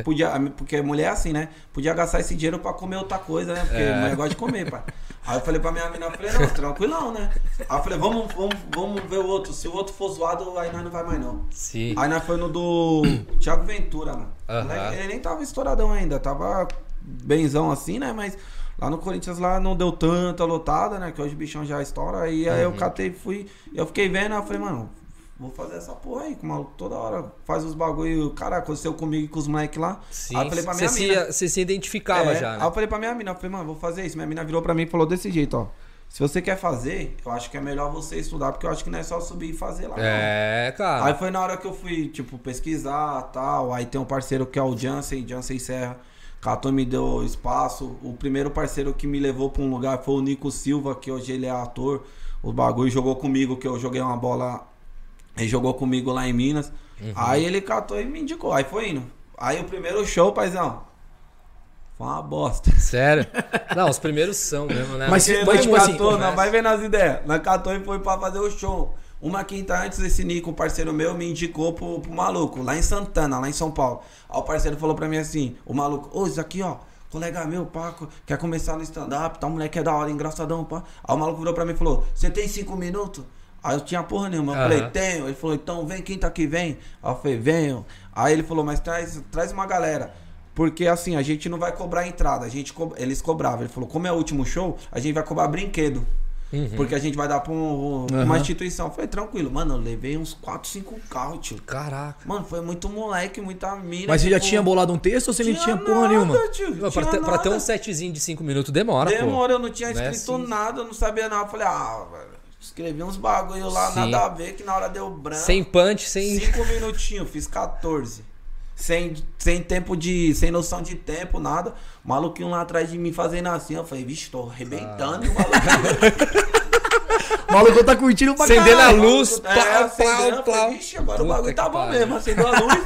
[SPEAKER 3] podia. Porque mulher é assim, né? Podia gastar esse dinheiro pra comer outra coisa, né? Porque mulher gosta de comer, pai. Aí eu falei pra minha mina, eu falei, não, tranquilão, né? Aí eu falei, vamos, vamos, vamos ver o outro. Se o outro for zoado, aí nós não vai mais, não.
[SPEAKER 2] Sim.
[SPEAKER 3] Aí nós foi no do Thiago Ventura, mano.
[SPEAKER 2] Aham.
[SPEAKER 3] Moleque, Ele nem tava estouradão ainda, tava benzão assim, né? Mas lá no Corinthians lá não deu tanta lotada, né? Que hoje o bichão já estoura. E aí eu
[SPEAKER 2] Uhum.
[SPEAKER 3] catei, fui. Eu fiquei vendo, eu falei, mano, vou fazer essa porra aí, que o maluco toda hora faz os bagulho. Cara, aconteceu comigo e com os moleques lá.
[SPEAKER 2] Sim.
[SPEAKER 3] aí eu falei pra
[SPEAKER 2] Você
[SPEAKER 3] minha
[SPEAKER 2] se,
[SPEAKER 3] mina.
[SPEAKER 2] você se identificava
[SPEAKER 3] É,
[SPEAKER 2] já, né?
[SPEAKER 3] Aí eu falei pra minha mina, eu falei, mano, vou fazer isso. Minha mina virou pra mim e falou desse jeito, ó. Se você quer fazer, eu acho que é melhor você estudar, porque eu acho que não é só subir e fazer lá. não.
[SPEAKER 2] É, cara.
[SPEAKER 3] Aí foi na hora que eu fui, tipo, pesquisar tal. Aí tem um parceiro que é o Jansen, Jansen Serra. Catou me deu espaço. O primeiro parceiro que me levou pra um lugar foi o Nico Silva, que hoje ele é ator. O bagulho jogou comigo, que eu joguei uma bola. Ele jogou comigo lá em Minas. Aí ele catou e me indicou. Aí foi indo. Aí o primeiro show, paizão. Foi uma bosta.
[SPEAKER 2] Sério? Não, os primeiros são mesmo, né?
[SPEAKER 1] Mas
[SPEAKER 3] Porque
[SPEAKER 1] mas,
[SPEAKER 3] nós
[SPEAKER 1] tipo assim,
[SPEAKER 3] catou, nós
[SPEAKER 2] conversa.
[SPEAKER 3] né? vai vendo as ideias. Nós catou e foi pra fazer o show. Uma quinta antes, esse Nico, um parceiro meu, me indicou pro, pro maluco, lá em Santana, lá em São Paulo. Aí o parceiro falou pra mim assim, o maluco, ô, isso aqui, ó, colega meu, Paco, quer começar no stand-up, tá, moleque é da hora, engraçadão, pá. Aí o maluco virou pra mim e falou, você tem cinco minutos? Aí eu tinha porra nenhuma, eu
[SPEAKER 2] Aham.
[SPEAKER 3] falei, tenho. Ele falou, então vem quinta que vem. Aí eu falei, venho. Aí ele falou, mas traz, traz uma galera. Porque assim, a gente não vai cobrar a entrada, a gente co- eles cobravam. Ele falou, como é o último show, a gente vai cobrar brinquedo.
[SPEAKER 2] Uhum.
[SPEAKER 3] Porque a gente vai dar pra, um- pra uma instituição. Foi tranquilo, mano. Eu levei uns 4, 5 carros, tio.
[SPEAKER 2] Caraca.
[SPEAKER 3] Mano, foi muito moleque, muita mina.
[SPEAKER 1] mas você já
[SPEAKER 3] tipo,
[SPEAKER 1] tinha bolado um texto ou você não tinha porra
[SPEAKER 3] nada,
[SPEAKER 1] nenhuma?
[SPEAKER 3] Tio,
[SPEAKER 2] Não,
[SPEAKER 3] tinha
[SPEAKER 2] pra, ter, pra ter
[SPEAKER 3] nada.
[SPEAKER 2] um setzinho de 5 minutos demora,
[SPEAKER 3] Demora,
[SPEAKER 2] pô.
[SPEAKER 3] eu não tinha
[SPEAKER 1] Né,
[SPEAKER 2] Não é
[SPEAKER 3] escrito
[SPEAKER 2] assim.
[SPEAKER 3] nada, eu não sabia nada. Eu falei, ah, velho, escrevi uns bagulho lá,
[SPEAKER 2] Sim.
[SPEAKER 3] nada a ver, que na hora deu branco.
[SPEAKER 2] Sem punch, sem.
[SPEAKER 3] Cinco minutinhos, fiz 14. Sem, sem tempo de. Sem noção de tempo, nada. O maluquinho lá atrás de mim fazendo assim. Eu falei, vixe, tô arrebentando. e o tá maluquinho.
[SPEAKER 1] O maluco tá curtindo pra
[SPEAKER 2] Acendendo a
[SPEAKER 1] caralho.
[SPEAKER 2] luz,
[SPEAKER 3] É,
[SPEAKER 2] plau,
[SPEAKER 3] acendendo,
[SPEAKER 2] plau,
[SPEAKER 3] eu falei,
[SPEAKER 2] plau.
[SPEAKER 3] Vixe, agora o
[SPEAKER 2] Puta
[SPEAKER 3] bagulho
[SPEAKER 2] que
[SPEAKER 3] tá bom
[SPEAKER 2] pariu.
[SPEAKER 3] mesmo. Acendeu a luz.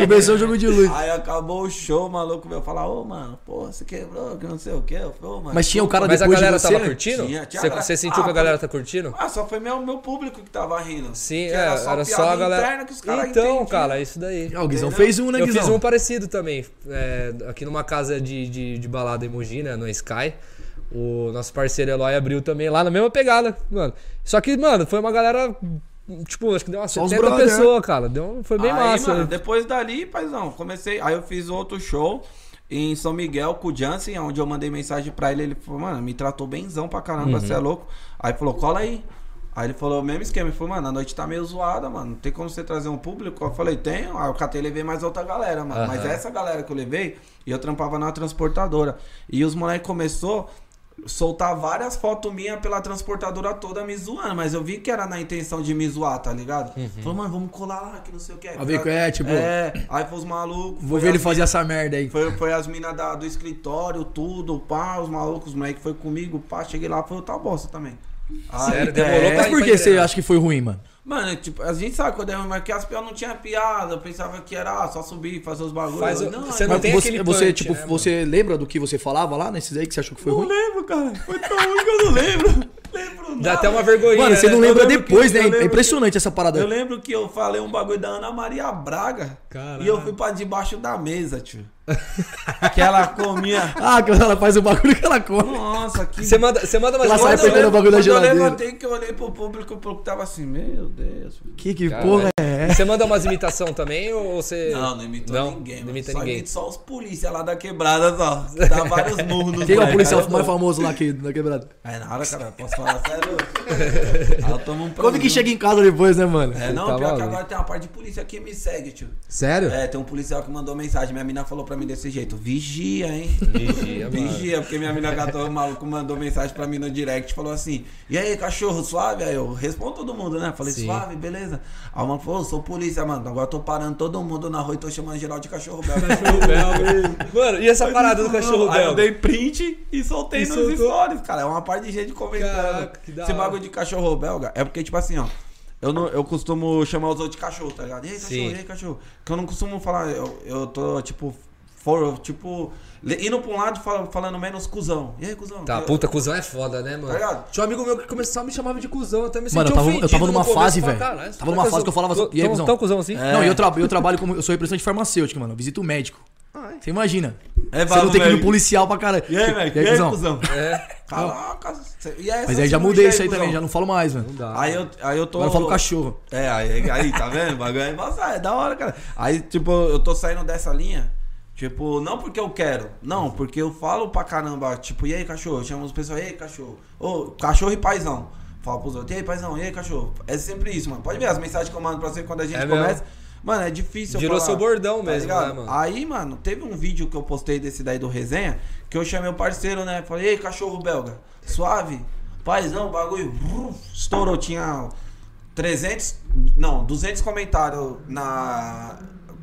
[SPEAKER 1] Começou o jogo de luz.
[SPEAKER 3] Aí acabou o show, o maluco meu falar, ô mano, porra, você quebrou, que não sei o que. Eu falei, ô, mano.
[SPEAKER 1] Mas tinha o cara
[SPEAKER 2] Mas a
[SPEAKER 1] depois
[SPEAKER 2] galera
[SPEAKER 1] de você,
[SPEAKER 2] tava
[SPEAKER 1] né?
[SPEAKER 2] curtindo?
[SPEAKER 3] Tinha- tinha
[SPEAKER 2] Você-
[SPEAKER 3] a galera-
[SPEAKER 2] Você sentiu
[SPEAKER 3] Ah,
[SPEAKER 2] que a galera tá curtindo?
[SPEAKER 3] Ah, só foi meu, meu público que tava rindo.
[SPEAKER 2] Sim,
[SPEAKER 3] Que
[SPEAKER 2] é, era só, a
[SPEAKER 3] piada
[SPEAKER 2] galera.
[SPEAKER 3] interna que os caras
[SPEAKER 2] então,
[SPEAKER 3] entendiam.
[SPEAKER 2] cara, é isso daí.
[SPEAKER 1] Ah, o Guizão fez um, né,
[SPEAKER 2] Eu
[SPEAKER 1] Guizão?
[SPEAKER 2] fiz um parecido também. é, aqui numa casa de, de, de balada em Mogi, né? No Sky. O nosso parceiro Eloy abriu também lá na mesma pegada, mano. Só que, mano, foi uma galera. Tipo, acho que deu umas
[SPEAKER 1] Só os
[SPEAKER 2] 70
[SPEAKER 1] brother. né?
[SPEAKER 2] pessoas, cara. Deu, um- foi bem
[SPEAKER 3] aí,
[SPEAKER 2] massa.
[SPEAKER 3] Mano, depois dali, paizão, comecei. Aí eu fiz outro show em São Miguel com o Jansen, onde eu mandei mensagem pra ele. Ele falou, mano, me tratou benzão pra caramba, você é louco. Aí ele falou, cola aí. Aí ele falou, o mesmo esquema. Ele falou, mano, a noite tá meio zoada, mano. Não tem como você trazer um público? Eu falei, tenho. Aí eu catei e levei mais outra galera, mano.
[SPEAKER 2] Aham.
[SPEAKER 3] Mas essa galera que eu levei, e eu trampava na transportadora. E os moleques começou. soltar várias fotos minhas pela transportadora toda me zoando, mas eu vi que era na intenção de me zoar, tá ligado? Falou, mano, vamos colar lá, que não sei o que.
[SPEAKER 1] A ver qual é, tipo-
[SPEAKER 3] É, aí foi os malucos.
[SPEAKER 1] Vou
[SPEAKER 3] foi
[SPEAKER 1] ver ele
[SPEAKER 3] as
[SPEAKER 1] fazer essa merda aí.
[SPEAKER 3] foi, foi as minas da- do escritório, tudo, pá, os malucos, os moleque foi comigo, pá, cheguei lá, foi outra bosta também. Aí, é,
[SPEAKER 2] Sério? Demorou
[SPEAKER 1] É, Mas
[SPEAKER 2] pra-
[SPEAKER 1] por que você acha que foi ruim, mano?
[SPEAKER 3] Mano, é tipo, a gente sabe quando é ruim, mas que as piadas não tinha piada, eu pensava que era ah, só subir, fazer os bagulhos.
[SPEAKER 2] Faz o-
[SPEAKER 3] não,
[SPEAKER 2] você
[SPEAKER 3] eu
[SPEAKER 2] não
[SPEAKER 1] Mas
[SPEAKER 2] tem
[SPEAKER 1] você,
[SPEAKER 2] aquele
[SPEAKER 1] você,
[SPEAKER 2] punch,
[SPEAKER 1] tipo,
[SPEAKER 2] né, mano?
[SPEAKER 1] você lembra do que você falava lá nesses aí que você achou que foi
[SPEAKER 3] não
[SPEAKER 1] ruim?
[SPEAKER 3] lembro, cara. Foi tão ruim que eu não lembro. lembro
[SPEAKER 2] Dá
[SPEAKER 3] nada.
[SPEAKER 2] até uma vergonhinha.
[SPEAKER 1] Mano, você
[SPEAKER 2] né?
[SPEAKER 1] não
[SPEAKER 3] Eu
[SPEAKER 1] lembra
[SPEAKER 3] lembro
[SPEAKER 1] depois,
[SPEAKER 3] que-
[SPEAKER 1] né?
[SPEAKER 3] eu lembro
[SPEAKER 1] É impressionante essa
[SPEAKER 3] Eu
[SPEAKER 1] parada.
[SPEAKER 3] lembro que eu falei um bagulho da Ana Maria Braga.
[SPEAKER 2] Caralho.
[SPEAKER 3] E eu fui pra debaixo da mesa, tio. que ela comia.
[SPEAKER 1] Ah, que ela faz o bagulho que ela come.
[SPEAKER 3] Nossa, que
[SPEAKER 2] Você manda, você manda umas
[SPEAKER 1] Ela sai
[SPEAKER 2] fotos,
[SPEAKER 1] apertando
[SPEAKER 2] né?
[SPEAKER 1] o bagulho da
[SPEAKER 3] Quando
[SPEAKER 1] geladeira.
[SPEAKER 3] eu levantei que eu olhei pro público, o público tava assim, meu Deus.
[SPEAKER 1] Que que
[SPEAKER 2] Caralho.
[SPEAKER 1] porra é?
[SPEAKER 2] Você manda umas imitação também ou você.
[SPEAKER 3] Não, não imitou ninguém.
[SPEAKER 2] Não
[SPEAKER 3] mano.
[SPEAKER 2] imita
[SPEAKER 3] só
[SPEAKER 2] ninguém.
[SPEAKER 3] imito só os polícia lá da quebrada, só. Dá vários murros no
[SPEAKER 1] Quem é o
[SPEAKER 3] moleque,
[SPEAKER 1] policial
[SPEAKER 3] aí eu
[SPEAKER 1] mais
[SPEAKER 3] dou.
[SPEAKER 1] famoso lá aqui na quebrada?
[SPEAKER 3] É na hora, cara, posso falar sério? Aí eu tomo um
[SPEAKER 1] Como que
[SPEAKER 3] prejuízo.
[SPEAKER 1] chega em casa depois, né, mano?
[SPEAKER 3] É, não,
[SPEAKER 2] Tá
[SPEAKER 3] pior que
[SPEAKER 2] maluco.
[SPEAKER 3] agora tem uma parte de polícia que me segue, tio.
[SPEAKER 1] Sério?
[SPEAKER 3] É, tem um policial que mandou mensagem. Minha mina falou pra mim desse jeito: vigia, hein?
[SPEAKER 2] Vigia, mano.
[SPEAKER 3] Vigia, porque minha mina catou o maluco, mandou mensagem pra mim no direct. Falou assim: E aí, cachorro, suave? Aí eu respondo todo mundo, né? Falei:
[SPEAKER 2] Sim.
[SPEAKER 3] Suave, beleza. Aí o mano falou: "Ô, Sou polícia, mano. Agora eu tô parando todo mundo na rua e tô chamando geral de cachorro belga.
[SPEAKER 2] Cachorro belga. Mano, e essa parada do cachorro
[SPEAKER 3] Aí
[SPEAKER 2] belga?
[SPEAKER 3] eu dei print e soltei
[SPEAKER 2] E
[SPEAKER 3] nos
[SPEAKER 2] soltou.
[SPEAKER 3] stories, cara. É uma parte de gente comentando.
[SPEAKER 2] Caraca, que da
[SPEAKER 3] Esse
[SPEAKER 2] hora.
[SPEAKER 3] bagulho de cachorro belga é porque, tipo assim, ó. Eu, não, eu costumo chamar os outros de cachorro, tá ligado? E aí, cachorro,
[SPEAKER 2] Sim.
[SPEAKER 3] e aí, cachorro. Que eu não costumo falar, eu, eu tô, tipo, for, tipo, le- indo pra um lado e fala- falando menos cuzão. E aí, cuzão?
[SPEAKER 2] Tá,
[SPEAKER 3] Eu-
[SPEAKER 2] puta, cuzão é foda, né, mano?
[SPEAKER 3] Tá ligado?
[SPEAKER 2] Tinha um amigo meu que começou a me chamava de cuzão, eu até me
[SPEAKER 1] Mano,
[SPEAKER 2] senti
[SPEAKER 1] eu tava, eu
[SPEAKER 2] ofendido
[SPEAKER 1] tava
[SPEAKER 2] no
[SPEAKER 1] numa
[SPEAKER 2] começo,
[SPEAKER 1] fase,
[SPEAKER 2] pra
[SPEAKER 1] velho.
[SPEAKER 2] caralho,
[SPEAKER 1] Tava numa fase que eu falava assim. E aí,
[SPEAKER 2] Tão-
[SPEAKER 1] cuzão?
[SPEAKER 2] Tão cuzão assim?
[SPEAKER 1] Não, e eu, tra- eu trabalho como. Eu sou representante farmacêutico, mano. Eu visito o médico. Você imagina. você
[SPEAKER 3] É
[SPEAKER 1] não
[SPEAKER 3] brabo,
[SPEAKER 1] tem que ir no
[SPEAKER 3] velho.
[SPEAKER 1] policial pra caralho.
[SPEAKER 3] E aí,
[SPEAKER 1] Tipo,
[SPEAKER 3] velho? E aí, cuzão?
[SPEAKER 1] É.
[SPEAKER 3] Caraca. cê- E
[SPEAKER 1] Mas
[SPEAKER 3] aí, essa
[SPEAKER 1] aí já
[SPEAKER 3] cirurgia
[SPEAKER 1] mudei isso aí também, já
[SPEAKER 3] cuzão?
[SPEAKER 1] não falo mais, mano.
[SPEAKER 2] dá.
[SPEAKER 3] Aí eu, aí eu tô.
[SPEAKER 1] Agora eu falo cachorro.
[SPEAKER 3] É, aí, aí tá vendo? O bagulho é embaçado, é da hora, cara. Aí, tipo, eu tô saindo dessa linha, tipo, não porque eu quero, não, porque eu falo pra caramba, tipo, e aí, cachorro? Eu chamo os pessoal, e aí, cachorro? Ô, cachorro e paizão. Falo pros outros, e aí, paizão, e aí, cachorro? É sempre isso, mano. Pode ver as mensagens que eu mando pra você quando a gente
[SPEAKER 2] É mesmo?
[SPEAKER 3] começa. Mano, é difícil. eu tá
[SPEAKER 2] Virou seu bordão mesmo,
[SPEAKER 3] ligado?
[SPEAKER 2] né, mano?
[SPEAKER 3] Aí, mano, teve um vídeo que eu postei desse daí do resenha, que eu chamei o parceiro, né? Falei, ei, cachorro belga, suave, paizão, bagulho, brum, estourou, tinha 300, não, 200 comentários na...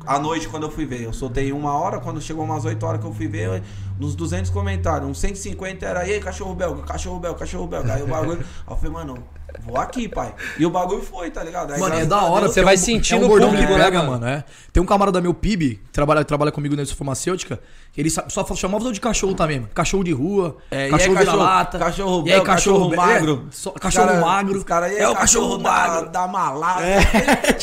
[SPEAKER 3] À noite, quando eu fui ver, eu soltei uma hora. Quando chegou umas 8 horas que eu fui ver, eu- nos 200 comentários, uns 150 era ei, cachorro belga, cachorro belga, cachorro belga. Aí o bagulho, aí eu falei, mano, vou aqui, pai. E o bagulho foi, tá ligado? Aí,
[SPEAKER 1] Mano, é
[SPEAKER 3] graças
[SPEAKER 1] da
[SPEAKER 3] a
[SPEAKER 1] hora.
[SPEAKER 2] Você
[SPEAKER 1] porque
[SPEAKER 2] vai
[SPEAKER 1] é um-
[SPEAKER 2] sentir
[SPEAKER 1] é um
[SPEAKER 2] no
[SPEAKER 1] bordão
[SPEAKER 2] público,
[SPEAKER 1] que
[SPEAKER 2] né,
[SPEAKER 1] pega,
[SPEAKER 2] mano?
[SPEAKER 1] mano. é. Tem um camarada meu, PIB, que trabalha, trabalha comigo na indústria farmacêutica, que ele sa- só fa- chamava de cachorro também, mano. Cachorro de rua,
[SPEAKER 3] É, e
[SPEAKER 1] cachorro
[SPEAKER 3] aí cachorro-
[SPEAKER 1] vira-lata.
[SPEAKER 3] cachorro
[SPEAKER 1] e aí
[SPEAKER 3] belo,
[SPEAKER 1] cachorro,
[SPEAKER 3] cachorro
[SPEAKER 1] be-
[SPEAKER 3] magro.
[SPEAKER 1] é, só- cachorro
[SPEAKER 3] Cara,
[SPEAKER 1] magro.
[SPEAKER 3] Os caras aí
[SPEAKER 1] é o cachorro magro.
[SPEAKER 3] Da, da malásia.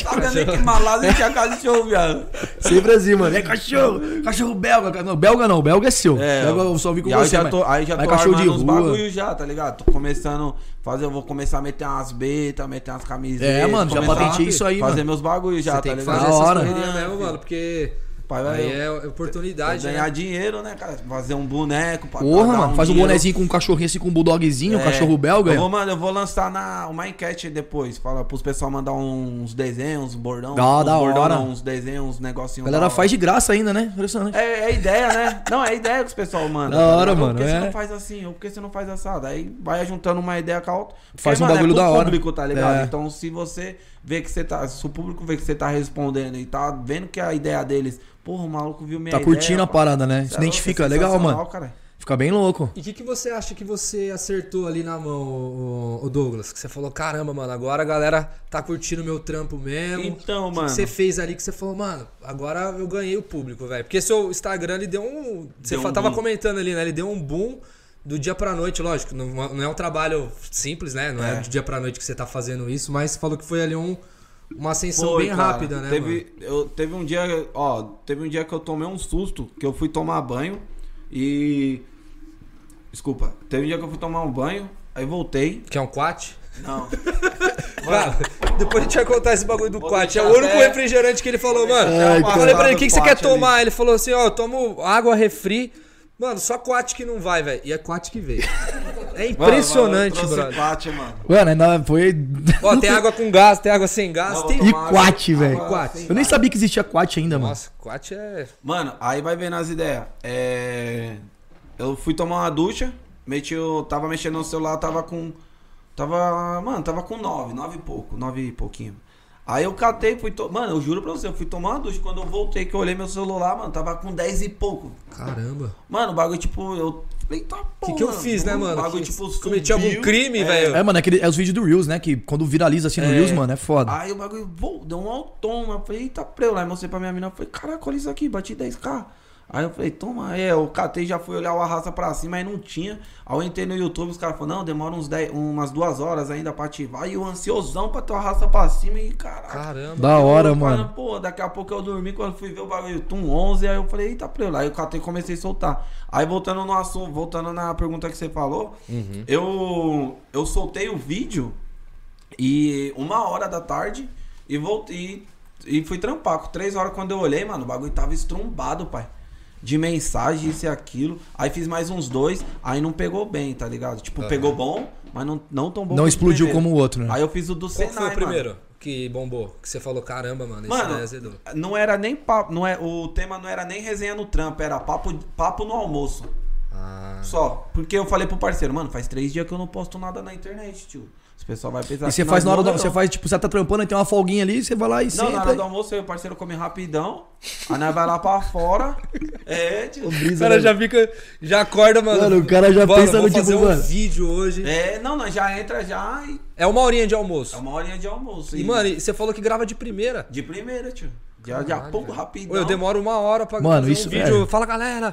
[SPEAKER 3] tá vendo aí que
[SPEAKER 1] é
[SPEAKER 3] malásia tinha cachorro, viado.
[SPEAKER 1] Sempre assim, mano. É cachorro. Cachorro belga. cara. Não, belga não. Belga é seu.
[SPEAKER 3] É,
[SPEAKER 1] belga eu só vi com
[SPEAKER 3] e
[SPEAKER 1] você,
[SPEAKER 3] aí já
[SPEAKER 1] mas-
[SPEAKER 3] tô, aí já
[SPEAKER 1] mas
[SPEAKER 3] tô
[SPEAKER 1] cachorro de
[SPEAKER 3] armando uns
[SPEAKER 1] rua.
[SPEAKER 3] bagulho já, tá ligado? Tô começando a fazer, eu vou começar a meter umas betas, meter umas camisetas.
[SPEAKER 1] É, mano, já
[SPEAKER 3] começar
[SPEAKER 1] patentei isso aí,
[SPEAKER 3] Fazer
[SPEAKER 1] mano.
[SPEAKER 3] meus bagulhos já,
[SPEAKER 2] Você
[SPEAKER 3] tá
[SPEAKER 2] tem que
[SPEAKER 3] ligado?
[SPEAKER 2] fazer
[SPEAKER 1] Da
[SPEAKER 2] essas
[SPEAKER 1] hora.
[SPEAKER 2] correrias mesmo, mano, porque
[SPEAKER 3] Pai, vai,
[SPEAKER 2] aí é
[SPEAKER 3] eu-
[SPEAKER 2] oportunidade,
[SPEAKER 3] ganhar
[SPEAKER 2] né?
[SPEAKER 3] dinheiro, né, cara? Fazer um boneco pra pra
[SPEAKER 1] Porra,
[SPEAKER 3] dar
[SPEAKER 1] mano. Faz um
[SPEAKER 3] dinheiro.
[SPEAKER 1] bonezinho com um cachorrinho assim, com um bulldogzinho, um
[SPEAKER 3] É.
[SPEAKER 1] cachorro belga.
[SPEAKER 3] Eu vou, mano, eu vou lançar na, uma enquete depois. Fala pros pessoal mandar uns desenhos, uns bordão.
[SPEAKER 1] Da-
[SPEAKER 3] uns
[SPEAKER 1] da
[SPEAKER 3] bordão,
[SPEAKER 1] hora.
[SPEAKER 3] não, uns desenhos, uns negocinhos.
[SPEAKER 1] A galera
[SPEAKER 3] da hora.
[SPEAKER 1] faz de graça ainda, né? Impressionante.
[SPEAKER 3] É, é ideia, né? Não, é ideia que os pessoal mandam.
[SPEAKER 1] Da
[SPEAKER 3] tá
[SPEAKER 1] hora,
[SPEAKER 3] ligado?
[SPEAKER 1] mano,
[SPEAKER 3] Por que
[SPEAKER 1] é.
[SPEAKER 3] você não faz assim? Ou por que você não faz assado? Aí vai juntando uma ideia com a outra. Porque,
[SPEAKER 1] Faz um
[SPEAKER 3] mano,
[SPEAKER 1] bagulho
[SPEAKER 3] é pro
[SPEAKER 1] da hora.
[SPEAKER 3] público, tá ligado?
[SPEAKER 1] É.
[SPEAKER 3] Então, se você vê que você tá... Se o público vê que você tá respondendo e tá vendo que a ideia deles... Porra, o maluco viu minha
[SPEAKER 1] Tá
[SPEAKER 3] ideia.
[SPEAKER 1] curtindo a
[SPEAKER 3] pá.
[SPEAKER 1] parada, né?
[SPEAKER 3] Cê
[SPEAKER 1] Se
[SPEAKER 3] é louco,
[SPEAKER 1] identifica.
[SPEAKER 3] é
[SPEAKER 1] Legal,
[SPEAKER 3] sensacional,
[SPEAKER 1] mano.
[SPEAKER 3] cara.
[SPEAKER 1] Fica bem louco.
[SPEAKER 2] E o que, que você acha que você acertou ali na mão, o, o- o Douglas? Que você falou, caramba, mano, agora a galera tá curtindo meu trampo mesmo.
[SPEAKER 3] Então,
[SPEAKER 2] O que
[SPEAKER 3] mano.
[SPEAKER 2] Que você fez ali que você falou, mano, agora eu ganhei o público, velho. Porque seu Instagram, ele deu um... Você
[SPEAKER 3] Deu
[SPEAKER 2] fa-
[SPEAKER 3] um
[SPEAKER 2] tava
[SPEAKER 3] boom.
[SPEAKER 2] comentando ali, né? Ele deu um boom do dia pra noite, lógico. Não, não é um trabalho simples, né? Não é.
[SPEAKER 3] É.
[SPEAKER 2] do dia pra noite que você tá fazendo isso, mas falou que foi ali um, uma ascensão
[SPEAKER 3] Foi,
[SPEAKER 2] bem
[SPEAKER 3] cara.
[SPEAKER 2] rápida, né, mano?
[SPEAKER 3] Teve, eu, teve um dia, ó, teve um dia que eu tomei um susto, que eu fui tomar banho e. Desculpa, teve um dia que eu fui tomar um banho, aí voltei.
[SPEAKER 2] Que é um quat?
[SPEAKER 3] Não.
[SPEAKER 2] Cara, depois a gente vai contar esse bagulho do
[SPEAKER 3] Vou
[SPEAKER 2] quat. É
[SPEAKER 3] deixar
[SPEAKER 2] o único
[SPEAKER 3] até-
[SPEAKER 2] refrigerante que ele falou, mano.
[SPEAKER 1] Ai,
[SPEAKER 2] eu falei pra ele, o que, que você quer
[SPEAKER 3] Quat ali."
[SPEAKER 2] tomar? Ele falou assim, ó, eu tomo água, refri. Mano, só quat que não vai, velho. E é quat que veio. É impressionante,
[SPEAKER 3] Mano, eu trouxe
[SPEAKER 2] brother.
[SPEAKER 3] empate, mano.
[SPEAKER 1] Mano, ainda foi.
[SPEAKER 2] Ó, tem água com gás, tem água sem gás,
[SPEAKER 3] Não,
[SPEAKER 2] tem...
[SPEAKER 3] vou
[SPEAKER 1] E
[SPEAKER 3] tomar
[SPEAKER 1] quate,
[SPEAKER 3] água-
[SPEAKER 1] velho.
[SPEAKER 3] água
[SPEAKER 2] Quate.
[SPEAKER 3] sem
[SPEAKER 1] Eu nem
[SPEAKER 3] gás.
[SPEAKER 1] sabia que existia quat ainda, mano.
[SPEAKER 2] Nossa, quat é...
[SPEAKER 3] Mano, aí vai vendo as ideias. É, Eu fui tomar uma ducha, Meti o- tava mexendo no celular, tava com. Tava. Mano, tava com nove, nove e pouco, nove e pouquinho. Aí eu catei, fui. To... Mano, eu juro pra você, eu fui tomar uma ducha. Quando eu voltei, que eu olhei meu celular, mano, tava com dez e pouco.
[SPEAKER 2] Caramba.
[SPEAKER 3] Mano, o bagulho, tipo, eu. Eita, porra.
[SPEAKER 2] O que, que eu fiz, né, mano?
[SPEAKER 3] O bagulho,
[SPEAKER 2] Que-
[SPEAKER 3] tipo,
[SPEAKER 2] cometi
[SPEAKER 3] subiu.
[SPEAKER 2] algum crime, velho?
[SPEAKER 1] É, mano, aquele, é os vídeos do Reels, né? Que quando viraliza assim no Reels, mano, é foda.
[SPEAKER 3] Aí o bagulho vou, deu um automa. Eu falei, eita, preu. Aí mostrei pra minha mina. Eu falei, caraca, olha isso aqui, bati 10k. Aí eu falei, toma, é, eu catei, já fui olhar o arrasta pra cima, aí não tinha. Aí eu entrei no YouTube, os caras falaram, não, demora uns 10, umas duas horas ainda pra ativar. E eu ansiosão pra ter o arrasta pra cima e caraca.
[SPEAKER 2] Caramba.
[SPEAKER 1] da hora,
[SPEAKER 3] Eu falando,
[SPEAKER 1] mano.
[SPEAKER 3] Pô, daqui a pouco eu dormi, quando fui ver o bagulho, tum 11, aí eu falei, eita, preu. Aí eu catei e comecei a soltar. Aí voltando no assunto, voltando na pergunta que você falou,
[SPEAKER 1] Uhum.
[SPEAKER 3] eu, eu soltei o vídeo e uma hora da tarde e voltei e fui trampar. Com três horas quando eu olhei, mano, o bagulho tava estrumbado, pai. De mensagem, isso e aquilo. Aí fiz mais uns dois, aí não pegou bem, tá ligado? Tipo, pegou bom, mas não, não tão bom
[SPEAKER 1] Não
[SPEAKER 3] quanto o
[SPEAKER 1] explodiu
[SPEAKER 3] primeiro.
[SPEAKER 1] como o outro, né?
[SPEAKER 3] Aí eu fiz o do
[SPEAKER 2] Qual
[SPEAKER 3] Senai,
[SPEAKER 2] que foi o
[SPEAKER 3] mano.
[SPEAKER 2] primeiro que bombou? Que você falou, caramba, mano, esse
[SPEAKER 3] Mano,
[SPEAKER 2] daí é azedou.
[SPEAKER 3] não era nem papo, não é, o tema não era nem resenha no trampo, era papo, papo no almoço.
[SPEAKER 2] Ah.
[SPEAKER 3] Só. Porque eu falei pro parceiro, mano, faz três dias que eu não posto nada na internet, tio. Esse pessoal vai pensar
[SPEAKER 1] E você
[SPEAKER 3] que
[SPEAKER 1] faz na
[SPEAKER 3] nós
[SPEAKER 1] hora
[SPEAKER 3] não
[SPEAKER 1] da.
[SPEAKER 3] olhamos.
[SPEAKER 1] Você faz, tipo, você tá trampando, aí tem uma folguinha ali, você vai lá e
[SPEAKER 3] Não, na hora do
[SPEAKER 1] senta.
[SPEAKER 3] almoço aí o parceiro come rapidão, aí nós vai lá pra fora. É, tio.
[SPEAKER 2] O cara já fica, já acorda, mano.
[SPEAKER 1] Mano, o cara já
[SPEAKER 2] Bora,
[SPEAKER 1] pensa
[SPEAKER 2] vou
[SPEAKER 1] no
[SPEAKER 2] fazer
[SPEAKER 1] tipo,
[SPEAKER 2] um
[SPEAKER 1] mano.
[SPEAKER 2] vídeo hoje. É.
[SPEAKER 3] É, não, nós já entra já e
[SPEAKER 2] uma horinha de
[SPEAKER 3] é
[SPEAKER 2] almoço.
[SPEAKER 3] uma horinha de almoço.
[SPEAKER 2] E, mano, e você falou que grava de primeira.
[SPEAKER 3] de primeira, tio. Já, já pouco rapidão.
[SPEAKER 2] Ô, eu demoro uma hora pra
[SPEAKER 1] Mano,
[SPEAKER 2] fazer
[SPEAKER 1] isso,
[SPEAKER 2] um vídeo.
[SPEAKER 1] é.
[SPEAKER 2] Fala, galera.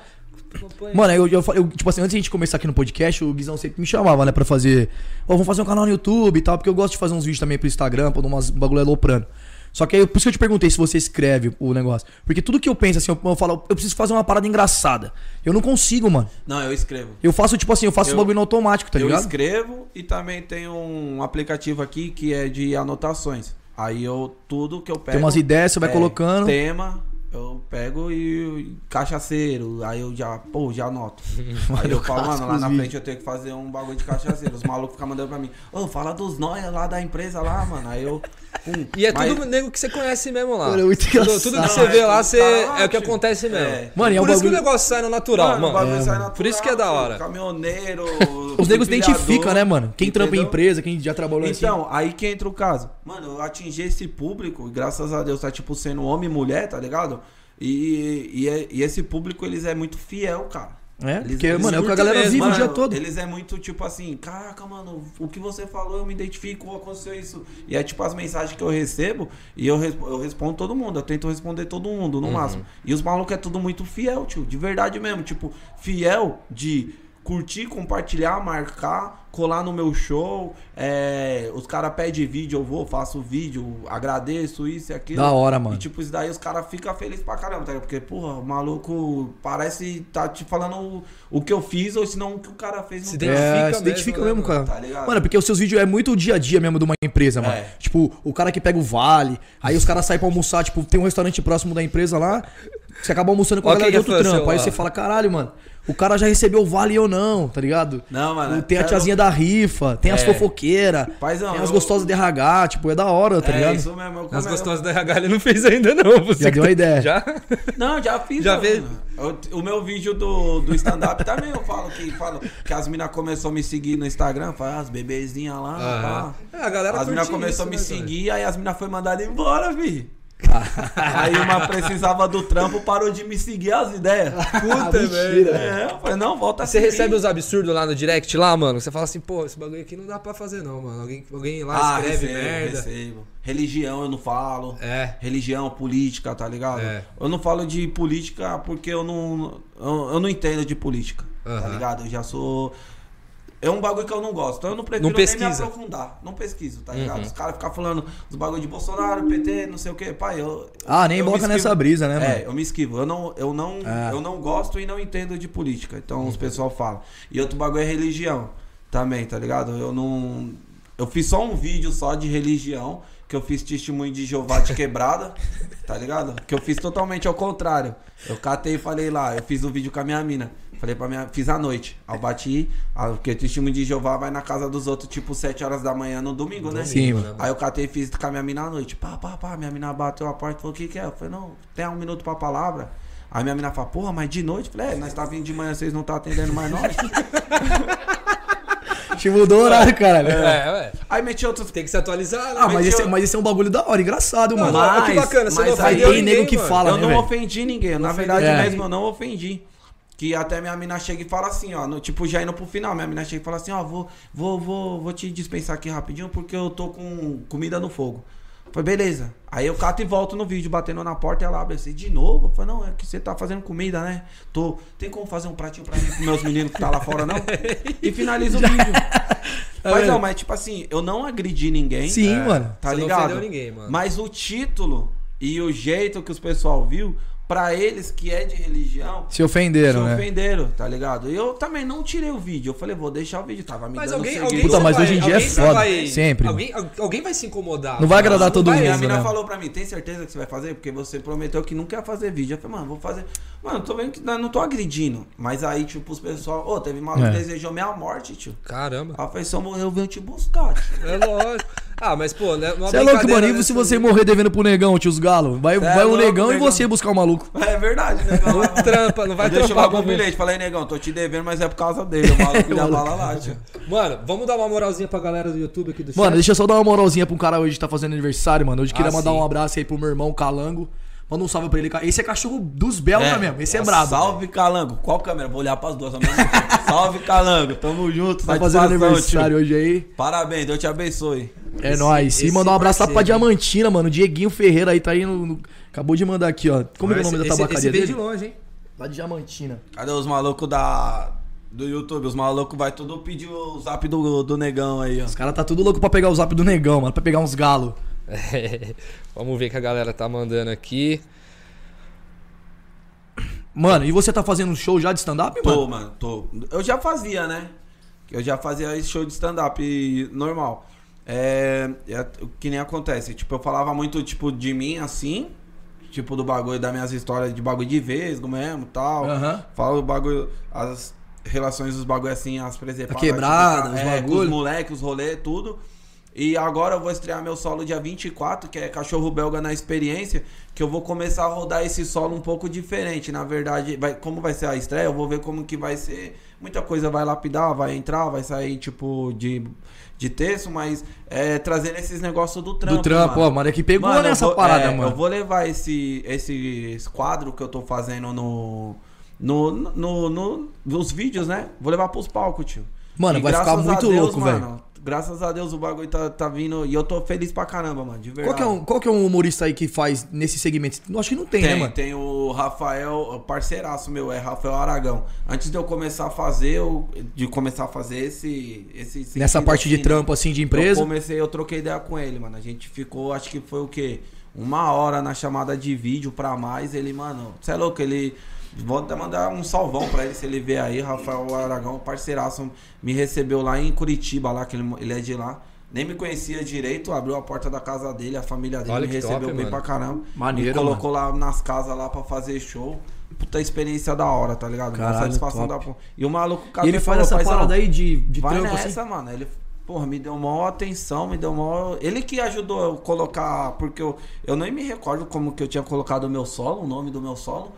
[SPEAKER 2] Acompanha.
[SPEAKER 1] Mano, eu, eu, eu, tipo assim, antes da gente começar aqui no podcast, o Guizão sempre me chamava, né, pra fazer. Ó, vamos fazer um canal no YouTube e tal, porque eu gosto de fazer uns vídeos também pro Instagram, pra dar umas bagulho aloprando. Só que aí, por isso que eu te perguntei se você escreve o negócio. Porque tudo que eu penso, assim, eu, eu falo, eu preciso fazer uma parada engraçada. Eu não consigo, mano.
[SPEAKER 3] Não, eu escrevo.
[SPEAKER 1] Eu faço, tipo assim, eu faço
[SPEAKER 3] Eu-
[SPEAKER 1] o bagulho no automático, tá
[SPEAKER 3] eu
[SPEAKER 1] ligado?
[SPEAKER 3] escrevo e também tem um aplicativo aqui que é de anotações. Aí eu tudo que eu pego. é
[SPEAKER 1] umas ideias, você vai colocando.
[SPEAKER 3] Tema, eu pego e cachaceiro. Aí eu já, pô, já anoto. aí eu falo, mano,
[SPEAKER 1] clássico
[SPEAKER 3] lá
[SPEAKER 1] os
[SPEAKER 3] na
[SPEAKER 1] vídeos.
[SPEAKER 3] frente eu tenho que fazer um bagulho de cachaceiro. Os malucos ficam mandando pra mim, ô, fala dos nós lá da empresa lá, mano. Aí eu. pum,
[SPEAKER 2] E é
[SPEAKER 3] mas-
[SPEAKER 2] tudo nego que você conhece mesmo lá.
[SPEAKER 1] Mano, é muito
[SPEAKER 2] tudo,
[SPEAKER 1] engraçado.
[SPEAKER 2] tudo que você
[SPEAKER 3] Não, é
[SPEAKER 2] vê lá
[SPEAKER 3] tudo
[SPEAKER 2] você, é o que
[SPEAKER 3] caótico.
[SPEAKER 2] acontece mesmo.
[SPEAKER 3] É.
[SPEAKER 1] Mano, e é um
[SPEAKER 2] Por isso que o
[SPEAKER 1] bagulho-
[SPEAKER 2] negócio sai no natural,
[SPEAKER 3] o
[SPEAKER 2] mano.
[SPEAKER 3] bagulho sai
[SPEAKER 2] Por isso que é da
[SPEAKER 3] natural,
[SPEAKER 2] hora.
[SPEAKER 3] Caminhoneiro.
[SPEAKER 1] Os negros identificam,
[SPEAKER 3] empilhador,
[SPEAKER 1] né, mano? Quem trampa em
[SPEAKER 3] entendeu?
[SPEAKER 1] empresa, quem já trabalhou assim.
[SPEAKER 3] Então, aí que entra o caso. Mano, eu atingi esse público, e graças a Deus, tá tipo sendo homem e mulher, tá ligado? E, e, é- e esse público, eles é muito fiel, cara.
[SPEAKER 1] É,
[SPEAKER 3] Eles-
[SPEAKER 1] porque,
[SPEAKER 3] eles
[SPEAKER 1] mano, é o que a
[SPEAKER 2] curtem
[SPEAKER 1] galera
[SPEAKER 2] mesmo,
[SPEAKER 1] vive
[SPEAKER 3] mano,
[SPEAKER 1] o dia todo.
[SPEAKER 3] Eles é muito tipo assim, caraca, mano, o que você falou, eu me identifico, aconteceu isso. E é tipo as mensagens que eu recebo e eu, resp- eu respondo todo mundo, eu tento responder todo mundo, no
[SPEAKER 1] Uhum.
[SPEAKER 3] máximo. E os malucos é tudo muito fiel, tio, de verdade mesmo. Tipo, fiel de curtir, compartilhar, marcar, colar no meu show. é, os caras pedem vídeo, eu vou, faço vídeo, agradeço isso e aquilo.
[SPEAKER 1] Da hora, mano.
[SPEAKER 3] E, tipo, isso daí os caras ficam felizes pra caramba, tá ligado? Porque, porra, o maluco parece tá te falando o, o que eu fiz ou senão o que o cara fez no
[SPEAKER 2] Se
[SPEAKER 3] trampo.
[SPEAKER 2] identifica
[SPEAKER 1] É,
[SPEAKER 2] mesmo,
[SPEAKER 1] se identifica
[SPEAKER 2] né,
[SPEAKER 1] mesmo,
[SPEAKER 2] mano?
[SPEAKER 1] cara.
[SPEAKER 3] Tá ligado?
[SPEAKER 1] mano, porque os seus vídeos é muito o dia a dia mesmo de uma empresa, mano.
[SPEAKER 3] É.
[SPEAKER 1] Tipo, o cara que pega o vale, aí os caras saem pra almoçar, tipo, tem um restaurante próximo da empresa lá, você acaba almoçando com a
[SPEAKER 2] Olha
[SPEAKER 1] galera de
[SPEAKER 2] quem que
[SPEAKER 1] outro
[SPEAKER 2] foi o seu,
[SPEAKER 1] trampo. Aí
[SPEAKER 2] ó.
[SPEAKER 1] você fala, caralho, mano, o cara já recebeu o vale e eu não, tá ligado?
[SPEAKER 3] Não, mano,
[SPEAKER 1] Tem a
[SPEAKER 3] eu-
[SPEAKER 1] tiazinha da rifa, tem as
[SPEAKER 3] É.
[SPEAKER 1] fofoqueiras,
[SPEAKER 3] Paizão,
[SPEAKER 1] tem as
[SPEAKER 3] eu-
[SPEAKER 1] gostosas de RH, tipo, é da hora, tá
[SPEAKER 3] É
[SPEAKER 1] ligado?
[SPEAKER 3] isso mesmo. Eu
[SPEAKER 2] As
[SPEAKER 3] come-
[SPEAKER 2] gostosas da RH ele não fez ainda, não. Você
[SPEAKER 1] Já
[SPEAKER 2] que
[SPEAKER 1] deu
[SPEAKER 2] tá-
[SPEAKER 1] a ideia.
[SPEAKER 2] Já?
[SPEAKER 3] Não, já fiz.
[SPEAKER 2] Já
[SPEAKER 3] mano.
[SPEAKER 2] fez?
[SPEAKER 3] Eu- o meu vídeo do, do stand-up também eu falo que, falo que as minas começaram a me seguir no Instagram, faz as bebezinhas lá.
[SPEAKER 2] Aham.
[SPEAKER 3] pá.
[SPEAKER 2] É, a galera
[SPEAKER 3] As minas
[SPEAKER 2] curte isso,
[SPEAKER 3] começaram a me
[SPEAKER 2] né,
[SPEAKER 3] seguir, aí as minas foram mandadas embora, vi. aí uma precisava do trampo, parou de me seguir as ideias.
[SPEAKER 2] Puta,
[SPEAKER 1] Mentira.
[SPEAKER 2] velho.
[SPEAKER 3] É, eu falei, não, volta a
[SPEAKER 2] Você
[SPEAKER 3] seguir.
[SPEAKER 2] recebe os absurdos lá no direct, lá, mano. Você fala assim, pô, esse bagulho aqui não dá pra fazer, não, mano. Alguém, alguém lá
[SPEAKER 3] Ah,
[SPEAKER 2] escreve
[SPEAKER 3] recebo,
[SPEAKER 2] merda.
[SPEAKER 3] recebo. Religião eu não falo.
[SPEAKER 2] É.
[SPEAKER 3] Religião, política, tá ligado?
[SPEAKER 2] É.
[SPEAKER 3] Eu não falo de política porque eu não. Eu, eu não entendo de política. Tá
[SPEAKER 2] Aham.
[SPEAKER 3] ligado? Eu já sou. É um bagulho que eu não gosto. Então eu não prefiro
[SPEAKER 2] Não
[SPEAKER 3] nem me
[SPEAKER 2] pesquisa. Uhum.
[SPEAKER 3] aprofundar. Não pesquiso, tá ligado? Os caras ficam falando dos bagulho de Bolsonaro, PT, não sei o quê. Pai, eu.
[SPEAKER 1] Ah, nem
[SPEAKER 3] eu me
[SPEAKER 1] boca
[SPEAKER 3] esquivo.
[SPEAKER 1] nessa brisa, né, mano?
[SPEAKER 3] É, eu me esquivo. Eu não, eu não,
[SPEAKER 1] Ah.
[SPEAKER 3] eu não gosto e não entendo de política. Então os pessoal falam. E outro bagulho é religião também, tá ligado? Eu não. Eu fiz só um vídeo só de religião, que eu fiz testemunho de Jeová de quebrada, tá ligado? Que eu fiz totalmente ao contrário. Eu catei e falei lá, eu fiz o vídeo com a minha mina. Falei pra minha. Fiz à noite. Aí eu bati, aí, porque testemunho de Jeová vai na casa dos outros, tipo, 7 horas da manhã no domingo, né?
[SPEAKER 1] Sim, mano.
[SPEAKER 3] Aí eu catei e fiz com a minha mina à noite. Pá, pá, pá. Minha mina bateu a porta e falou: O que, que é? Eu falei: Não, tem um minuto pra palavra. Aí minha mina fala, porra, mas de noite? Eu Falei, é, nós tá vindo de manhã, vocês não tá atendendo mais nós.
[SPEAKER 1] Te Tipo, mudou o horário, caralho.
[SPEAKER 2] É, ué.
[SPEAKER 3] Aí meti outro.
[SPEAKER 2] Tem que se atualizar, né?
[SPEAKER 1] Ah, mas esse, mas esse é um bagulho da hora, engraçado, mano.
[SPEAKER 2] Não, olha que bacana, você
[SPEAKER 3] mas
[SPEAKER 2] não
[SPEAKER 3] aí
[SPEAKER 2] ofendeu
[SPEAKER 1] tem nego
[SPEAKER 2] ninguém,
[SPEAKER 1] que
[SPEAKER 2] mano.
[SPEAKER 1] fala,
[SPEAKER 3] eu
[SPEAKER 1] né,
[SPEAKER 3] não
[SPEAKER 1] velho?
[SPEAKER 3] ofendi ninguém. Na verdade,
[SPEAKER 1] ofendeu.
[SPEAKER 3] mesmo eu não ofendi. Que até minha mina chega e fala assim, ó. no- tipo, já indo pro final. Minha mina chega e fala assim, ó, vou, vou, vou, vou te dispensar aqui rapidinho porque eu tô com comida no fogo. Foi beleza. Aí eu cato e volto no vídeo, batendo na porta e ela abre assim, de novo? Eu falei, não, é que você tá fazendo comida, né? Tô. Tem como fazer um pratinho pra mim com meus meninos que tá lá fora, não? E finaliza o vídeo. Mas não, mas tipo assim, eu não agredi ninguém.
[SPEAKER 1] Sim, mano.
[SPEAKER 3] Tá
[SPEAKER 2] Você não
[SPEAKER 3] ligado?
[SPEAKER 2] ofendeu ninguém, mano.
[SPEAKER 3] Mas o título e o jeito que os pessoal viu, pra eles que é de religião,
[SPEAKER 1] Se
[SPEAKER 3] se
[SPEAKER 1] ofenderam, né?
[SPEAKER 3] ofenderam, tá ligado? Eu também não tirei o vídeo. Eu falei, vou deixar o vídeo. Tava me
[SPEAKER 2] Mas
[SPEAKER 3] dando
[SPEAKER 2] alguém,
[SPEAKER 3] seguidor.
[SPEAKER 2] alguém
[SPEAKER 1] Puta,
[SPEAKER 2] você
[SPEAKER 1] mas hoje em dia é
[SPEAKER 2] alguém você
[SPEAKER 1] foda, sempre.
[SPEAKER 2] Alguém, al- alguém vai se incomodar.
[SPEAKER 1] Não vai
[SPEAKER 2] mano.
[SPEAKER 1] agradar todo
[SPEAKER 2] vai,
[SPEAKER 1] mundo,
[SPEAKER 3] Aí a mina
[SPEAKER 1] né?
[SPEAKER 3] falou pra mim, tem certeza que você vai fazer? Porque você prometeu que não quer fazer vídeo. Eu falei, mano, vou fazer. Mano, tô vendo que não não tô agredindo. Mas aí, tipo, os pessoal, ô, teve maluco
[SPEAKER 1] É.
[SPEAKER 3] que desejou minha morte, tio.
[SPEAKER 2] Caramba.
[SPEAKER 3] Ela falou, se eu morrer, eu venho te buscar, tio.
[SPEAKER 2] É lógico. Ah, mas pô, né, uma
[SPEAKER 1] Você é louco,
[SPEAKER 2] brincadeira
[SPEAKER 1] mano. E
[SPEAKER 2] dessa-
[SPEAKER 1] se você morrer devendo pro negão, tio os galo? Vai,
[SPEAKER 3] é
[SPEAKER 1] vai o
[SPEAKER 3] louco,
[SPEAKER 1] negão e
[SPEAKER 3] negão.
[SPEAKER 1] você buscar o maluco.
[SPEAKER 3] É verdade, né? Não
[SPEAKER 2] Trampa, não vai
[SPEAKER 3] Vai deixa eu
[SPEAKER 2] trampar
[SPEAKER 3] lá
[SPEAKER 2] pra
[SPEAKER 3] com o
[SPEAKER 2] mim.
[SPEAKER 3] bilhete. Falei, negão, tô te devendo, mas é por causa dele. O maluco da bala lá, tio.
[SPEAKER 2] Mano, vamos dar uma moralzinha pra galera do YouTube aqui do
[SPEAKER 1] Mano,
[SPEAKER 2] chat.
[SPEAKER 1] deixa eu só dar uma moralzinha pra um cara hoje que tá fazendo aniversário, mano. Hoje queria
[SPEAKER 2] Ah,
[SPEAKER 1] mandar
[SPEAKER 2] sim.
[SPEAKER 1] um abraço aí pro meu irmão Calango. Manda um salve pra ele. Ca- Esse é cachorro dos belgas mesmo. Esse é brabo.
[SPEAKER 3] Salve, Calango. Qual câmera? Vou olhar pras duas ao mesmo tempo. Salve, Calango. Tamo junto.
[SPEAKER 1] Tá fazendo
[SPEAKER 3] satisfação,
[SPEAKER 1] aniversário hoje aí.
[SPEAKER 3] tio. Parabéns, Deus te abençoe.
[SPEAKER 1] É
[SPEAKER 2] Esse-
[SPEAKER 1] nóis. E
[SPEAKER 2] esse
[SPEAKER 1] mandar um abraço lá pra
[SPEAKER 2] parceiro.
[SPEAKER 1] Diamantina, mano. Dieguinho Ferreira aí tá aí no. no- Acabou de mandar aqui, ó. Como é que é o
[SPEAKER 2] Esse-
[SPEAKER 1] nome da
[SPEAKER 2] esse-
[SPEAKER 1] tabacaria
[SPEAKER 2] esse veio de
[SPEAKER 1] dele?
[SPEAKER 2] longe, hein?
[SPEAKER 1] Lá de Diamantina.
[SPEAKER 3] Cadê os malucos da... do YouTube? Os malucos vai tudo pedir o zap do, do negão aí, ó.
[SPEAKER 1] Os caras tá tudo louco pra pegar o zap do negão, mano. Pra pegar uns galo.
[SPEAKER 2] Vamos ver o que a galera tá mandando aqui.
[SPEAKER 1] Mano, e você tá fazendo um show já de stand-up, mano?
[SPEAKER 3] Tô, mano, tô. Eu já fazia, né? Eu já fazia esse show de stand-up e- normal. É, é o que nem acontece. Tipo, eu falava muito, tipo, de mim assim. Tipo, do bagulho, das minhas histórias de bagulho de vesgo mesmo tal.
[SPEAKER 1] Aham.
[SPEAKER 3] Falo o bagulho, as relações dos bagulho assim, as preservadas.
[SPEAKER 1] quebrada, os
[SPEAKER 3] é, com
[SPEAKER 1] bagulho.
[SPEAKER 3] Os moleques, os rolê, tudo. E agora eu vou estrear meu solo dia 24, que é Cachorro Belga na Experiência, que eu vou começar a rodar esse solo um pouco diferente. Na verdade, vai, como vai ser a estreia, eu vou ver como que vai ser. Muita coisa vai lapidar, vai entrar, vai sair, tipo, de, de texto, mas é, trazendo esses negócios do trampo.
[SPEAKER 1] do trampo,
[SPEAKER 3] mano.
[SPEAKER 1] ó, mano. É que pegou
[SPEAKER 3] Mano, eu
[SPEAKER 1] nessa
[SPEAKER 3] vou-
[SPEAKER 1] parada,
[SPEAKER 3] é,
[SPEAKER 1] mano.
[SPEAKER 3] Eu vou levar esse, esse quadro que eu tô fazendo no. No, no, no- nos vídeos, né? Vou levar pros palcos, tio.
[SPEAKER 1] Mano, vai ficar
[SPEAKER 3] graças a
[SPEAKER 1] muito
[SPEAKER 3] Deus,
[SPEAKER 1] louco,
[SPEAKER 3] mano,
[SPEAKER 1] velho.
[SPEAKER 3] Graças a Deus o bagulho tá, tá vindo. E eu tô feliz pra caramba, mano. De
[SPEAKER 1] Qual
[SPEAKER 3] verdade.
[SPEAKER 1] que, é um, qual que é um humorista aí que faz nesse segmento? Eu Acho que não tem, né,
[SPEAKER 3] Tem,
[SPEAKER 1] mano?
[SPEAKER 3] tem o Rafael, parceiraço meu, é Rafael Aragão. Antes de eu começar a fazer, eu- de começar a fazer esse. esse
[SPEAKER 1] Nessa
[SPEAKER 3] sentido
[SPEAKER 1] parte de
[SPEAKER 3] assim, né?
[SPEAKER 1] trampo, assim, de empresa.
[SPEAKER 3] Eu comecei, eu troquei ideia com ele, mano. A gente ficou, acho que foi o quê? Uma hora na chamada de vídeo pra mais. Ele, mano, você é louco, ele. Vou até mandar um salvão pra ele se ele ver aí. Rafael Aragão, parceiraço, me recebeu lá em Curitiba, lá, que ele, ele é de lá. Nem me conhecia direito, abriu a porta da casa dele, a família dele
[SPEAKER 2] Olha
[SPEAKER 3] me
[SPEAKER 2] que top,
[SPEAKER 3] recebeu bem
[SPEAKER 2] mano.
[SPEAKER 3] pra caramba.
[SPEAKER 1] Maneiro,
[SPEAKER 3] me colocou lá nas casas lá pra fazer show. Puta experiência da hora, tá ligado?
[SPEAKER 1] Caralho,
[SPEAKER 3] Uma satisfação
[SPEAKER 1] top.
[SPEAKER 3] da porra. E o maluco
[SPEAKER 1] E
[SPEAKER 3] cagou
[SPEAKER 1] ele
[SPEAKER 3] e
[SPEAKER 1] faz
[SPEAKER 3] falou,
[SPEAKER 1] essa
[SPEAKER 3] "Paizão,
[SPEAKER 1] parada aí de, de
[SPEAKER 3] Vai
[SPEAKER 1] trampo, assim.
[SPEAKER 3] nessa, mano. Ele, porra, me deu maior atenção, me deu maior. Ele que ajudou eu colocar. Porque eu, eu nem me recordo como que eu tinha colocado o meu solo, o nome do meu solo.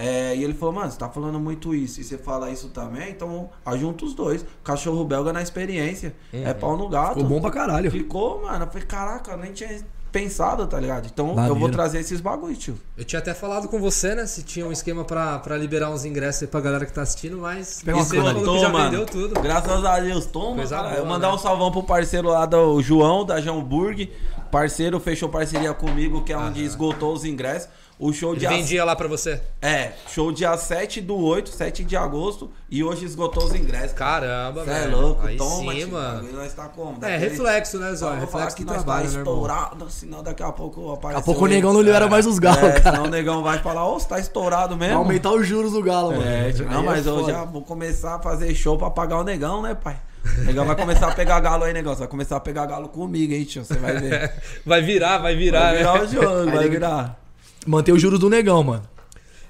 [SPEAKER 3] É, e ele falou, mano, você tá falando muito isso. E você fala isso também, então ajunta os dois. Cachorro belga na experiência. É pau no gato.
[SPEAKER 1] Ficou bom pra caralho.
[SPEAKER 3] Ficou, mano. Eu falei, caraca, eu nem tinha pensado, tá ligado? Então
[SPEAKER 1] Maneiro.
[SPEAKER 3] eu vou trazer esses bagulho, tio.
[SPEAKER 2] Eu tinha até falado com você, né? Se tinha um esquema pra, pra liberar uns ingressos aí pra galera que tá assistindo, mas
[SPEAKER 1] Pega uma
[SPEAKER 2] você falou
[SPEAKER 3] Tô,
[SPEAKER 2] que já
[SPEAKER 3] mano.
[SPEAKER 2] vendeu tudo.
[SPEAKER 3] Graças a Deus, toma.
[SPEAKER 2] Coisa
[SPEAKER 3] cara.
[SPEAKER 2] boa,
[SPEAKER 3] eu mandar
[SPEAKER 2] né?
[SPEAKER 3] um salvão pro parceiro lá do João, da Jamburg. Parceiro fechou parceria comigo, que é onde esgotou os ingressos. O show
[SPEAKER 2] Ele
[SPEAKER 3] dia.
[SPEAKER 2] vendia lá pra você.
[SPEAKER 3] É, show dia 7 do 8, 7 de agosto. E hoje esgotou os ingressos.
[SPEAKER 2] Caramba,
[SPEAKER 3] Cê
[SPEAKER 2] velho.
[SPEAKER 3] é louco,
[SPEAKER 2] aí
[SPEAKER 3] toma.
[SPEAKER 2] sim,
[SPEAKER 3] tio.
[SPEAKER 2] mano.
[SPEAKER 3] Aí Nós tá como?
[SPEAKER 2] É,
[SPEAKER 3] Daquele-
[SPEAKER 2] reflexo, né,
[SPEAKER 3] Só
[SPEAKER 2] Zó?
[SPEAKER 3] vou falar
[SPEAKER 2] Reflexo
[SPEAKER 3] que
[SPEAKER 2] do
[SPEAKER 3] nós
[SPEAKER 2] trabalho,
[SPEAKER 3] tá
[SPEAKER 2] né, irmão?
[SPEAKER 3] estourado, senão daqui a pouco aparece.
[SPEAKER 1] Daqui a pouco o negão não libera mais os galos,
[SPEAKER 3] É,
[SPEAKER 1] cara.
[SPEAKER 3] senão o negão vai falar, ô, você tá estourado
[SPEAKER 1] Vai
[SPEAKER 3] mesmo.
[SPEAKER 1] aumentar os juros do galo, mano.
[SPEAKER 3] É, tipo, não,
[SPEAKER 1] Aí é
[SPEAKER 3] mas eu
[SPEAKER 1] foda.
[SPEAKER 3] já vou começar a fazer show pra pagar o negão, né, pai? O negão vai começar a pegar galo aí, negão. Você vai começar a pegar galo comigo, hein, tio? Você vai ver.
[SPEAKER 2] Vai virar, vai virar,
[SPEAKER 3] Vai
[SPEAKER 2] né?
[SPEAKER 3] virar o jogo, vai virar.
[SPEAKER 1] Manter os juros do negão, mano.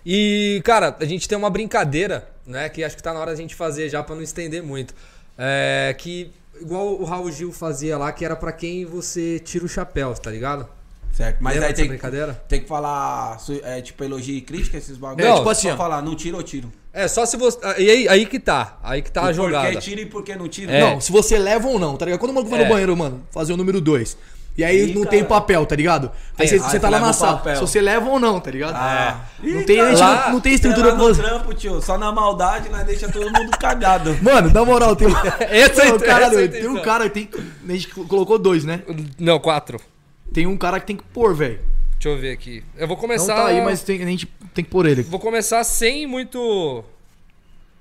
[SPEAKER 2] E, cara, a gente tem uma brincadeira, né? Que acho que tá na hora da gente fazer já pra não estender muito. É, que igual o Raul Gil fazia lá, que era pra quem você tira o chapéu, tá ligado?
[SPEAKER 3] Certo, mas
[SPEAKER 2] Lembra
[SPEAKER 3] aí
[SPEAKER 2] dessa
[SPEAKER 3] tem,
[SPEAKER 2] brincadeira?
[SPEAKER 3] tem que falar, su- é, tipo, elogio e crítica, esses bagulhos.
[SPEAKER 2] Não, tipo
[SPEAKER 1] assim, ó.
[SPEAKER 3] Só falar, não tira ou tiro.
[SPEAKER 2] É, só se você. ah, E aí, aí que tá. Aí que tá a jogada.
[SPEAKER 3] Porque tira e porque não tira.
[SPEAKER 2] É.
[SPEAKER 1] Não, se você leva ou não, tá ligado? Quando o maluco vai
[SPEAKER 2] É.
[SPEAKER 1] no banheiro, mano, fazer o número 2. E aí
[SPEAKER 3] Ih,
[SPEAKER 1] não tem
[SPEAKER 3] cara.
[SPEAKER 1] papel, tá ligado? Aí você
[SPEAKER 2] Tem.
[SPEAKER 1] você tá
[SPEAKER 3] Ah, você
[SPEAKER 1] lá
[SPEAKER 3] leva
[SPEAKER 1] na
[SPEAKER 3] o
[SPEAKER 1] sala.
[SPEAKER 3] papel.
[SPEAKER 1] Se você leva ou não, tá ligado?
[SPEAKER 3] Ah.
[SPEAKER 1] Não
[SPEAKER 3] Ih,
[SPEAKER 1] tem, a gente
[SPEAKER 2] lá,
[SPEAKER 1] não, não tem
[SPEAKER 3] Sei
[SPEAKER 1] estrutura
[SPEAKER 3] lá
[SPEAKER 1] pra
[SPEAKER 3] no
[SPEAKER 1] você.
[SPEAKER 3] trampo, tio. Só na maldade, nós deixa todo mundo cagado.
[SPEAKER 1] Mano, na moral, tem um.
[SPEAKER 2] Essa é a
[SPEAKER 1] Mano, caralho,
[SPEAKER 2] intenção.
[SPEAKER 1] tem um cara, tem. A gente colocou dois, né?
[SPEAKER 2] Não, quatro.
[SPEAKER 1] Tem um cara que tem que pôr, velho.
[SPEAKER 2] Deixa eu ver aqui. Eu vou
[SPEAKER 1] Não
[SPEAKER 2] começar.
[SPEAKER 1] tá aí, mas tem, a gente tem que pôr ele.
[SPEAKER 2] Vou começar sem muito.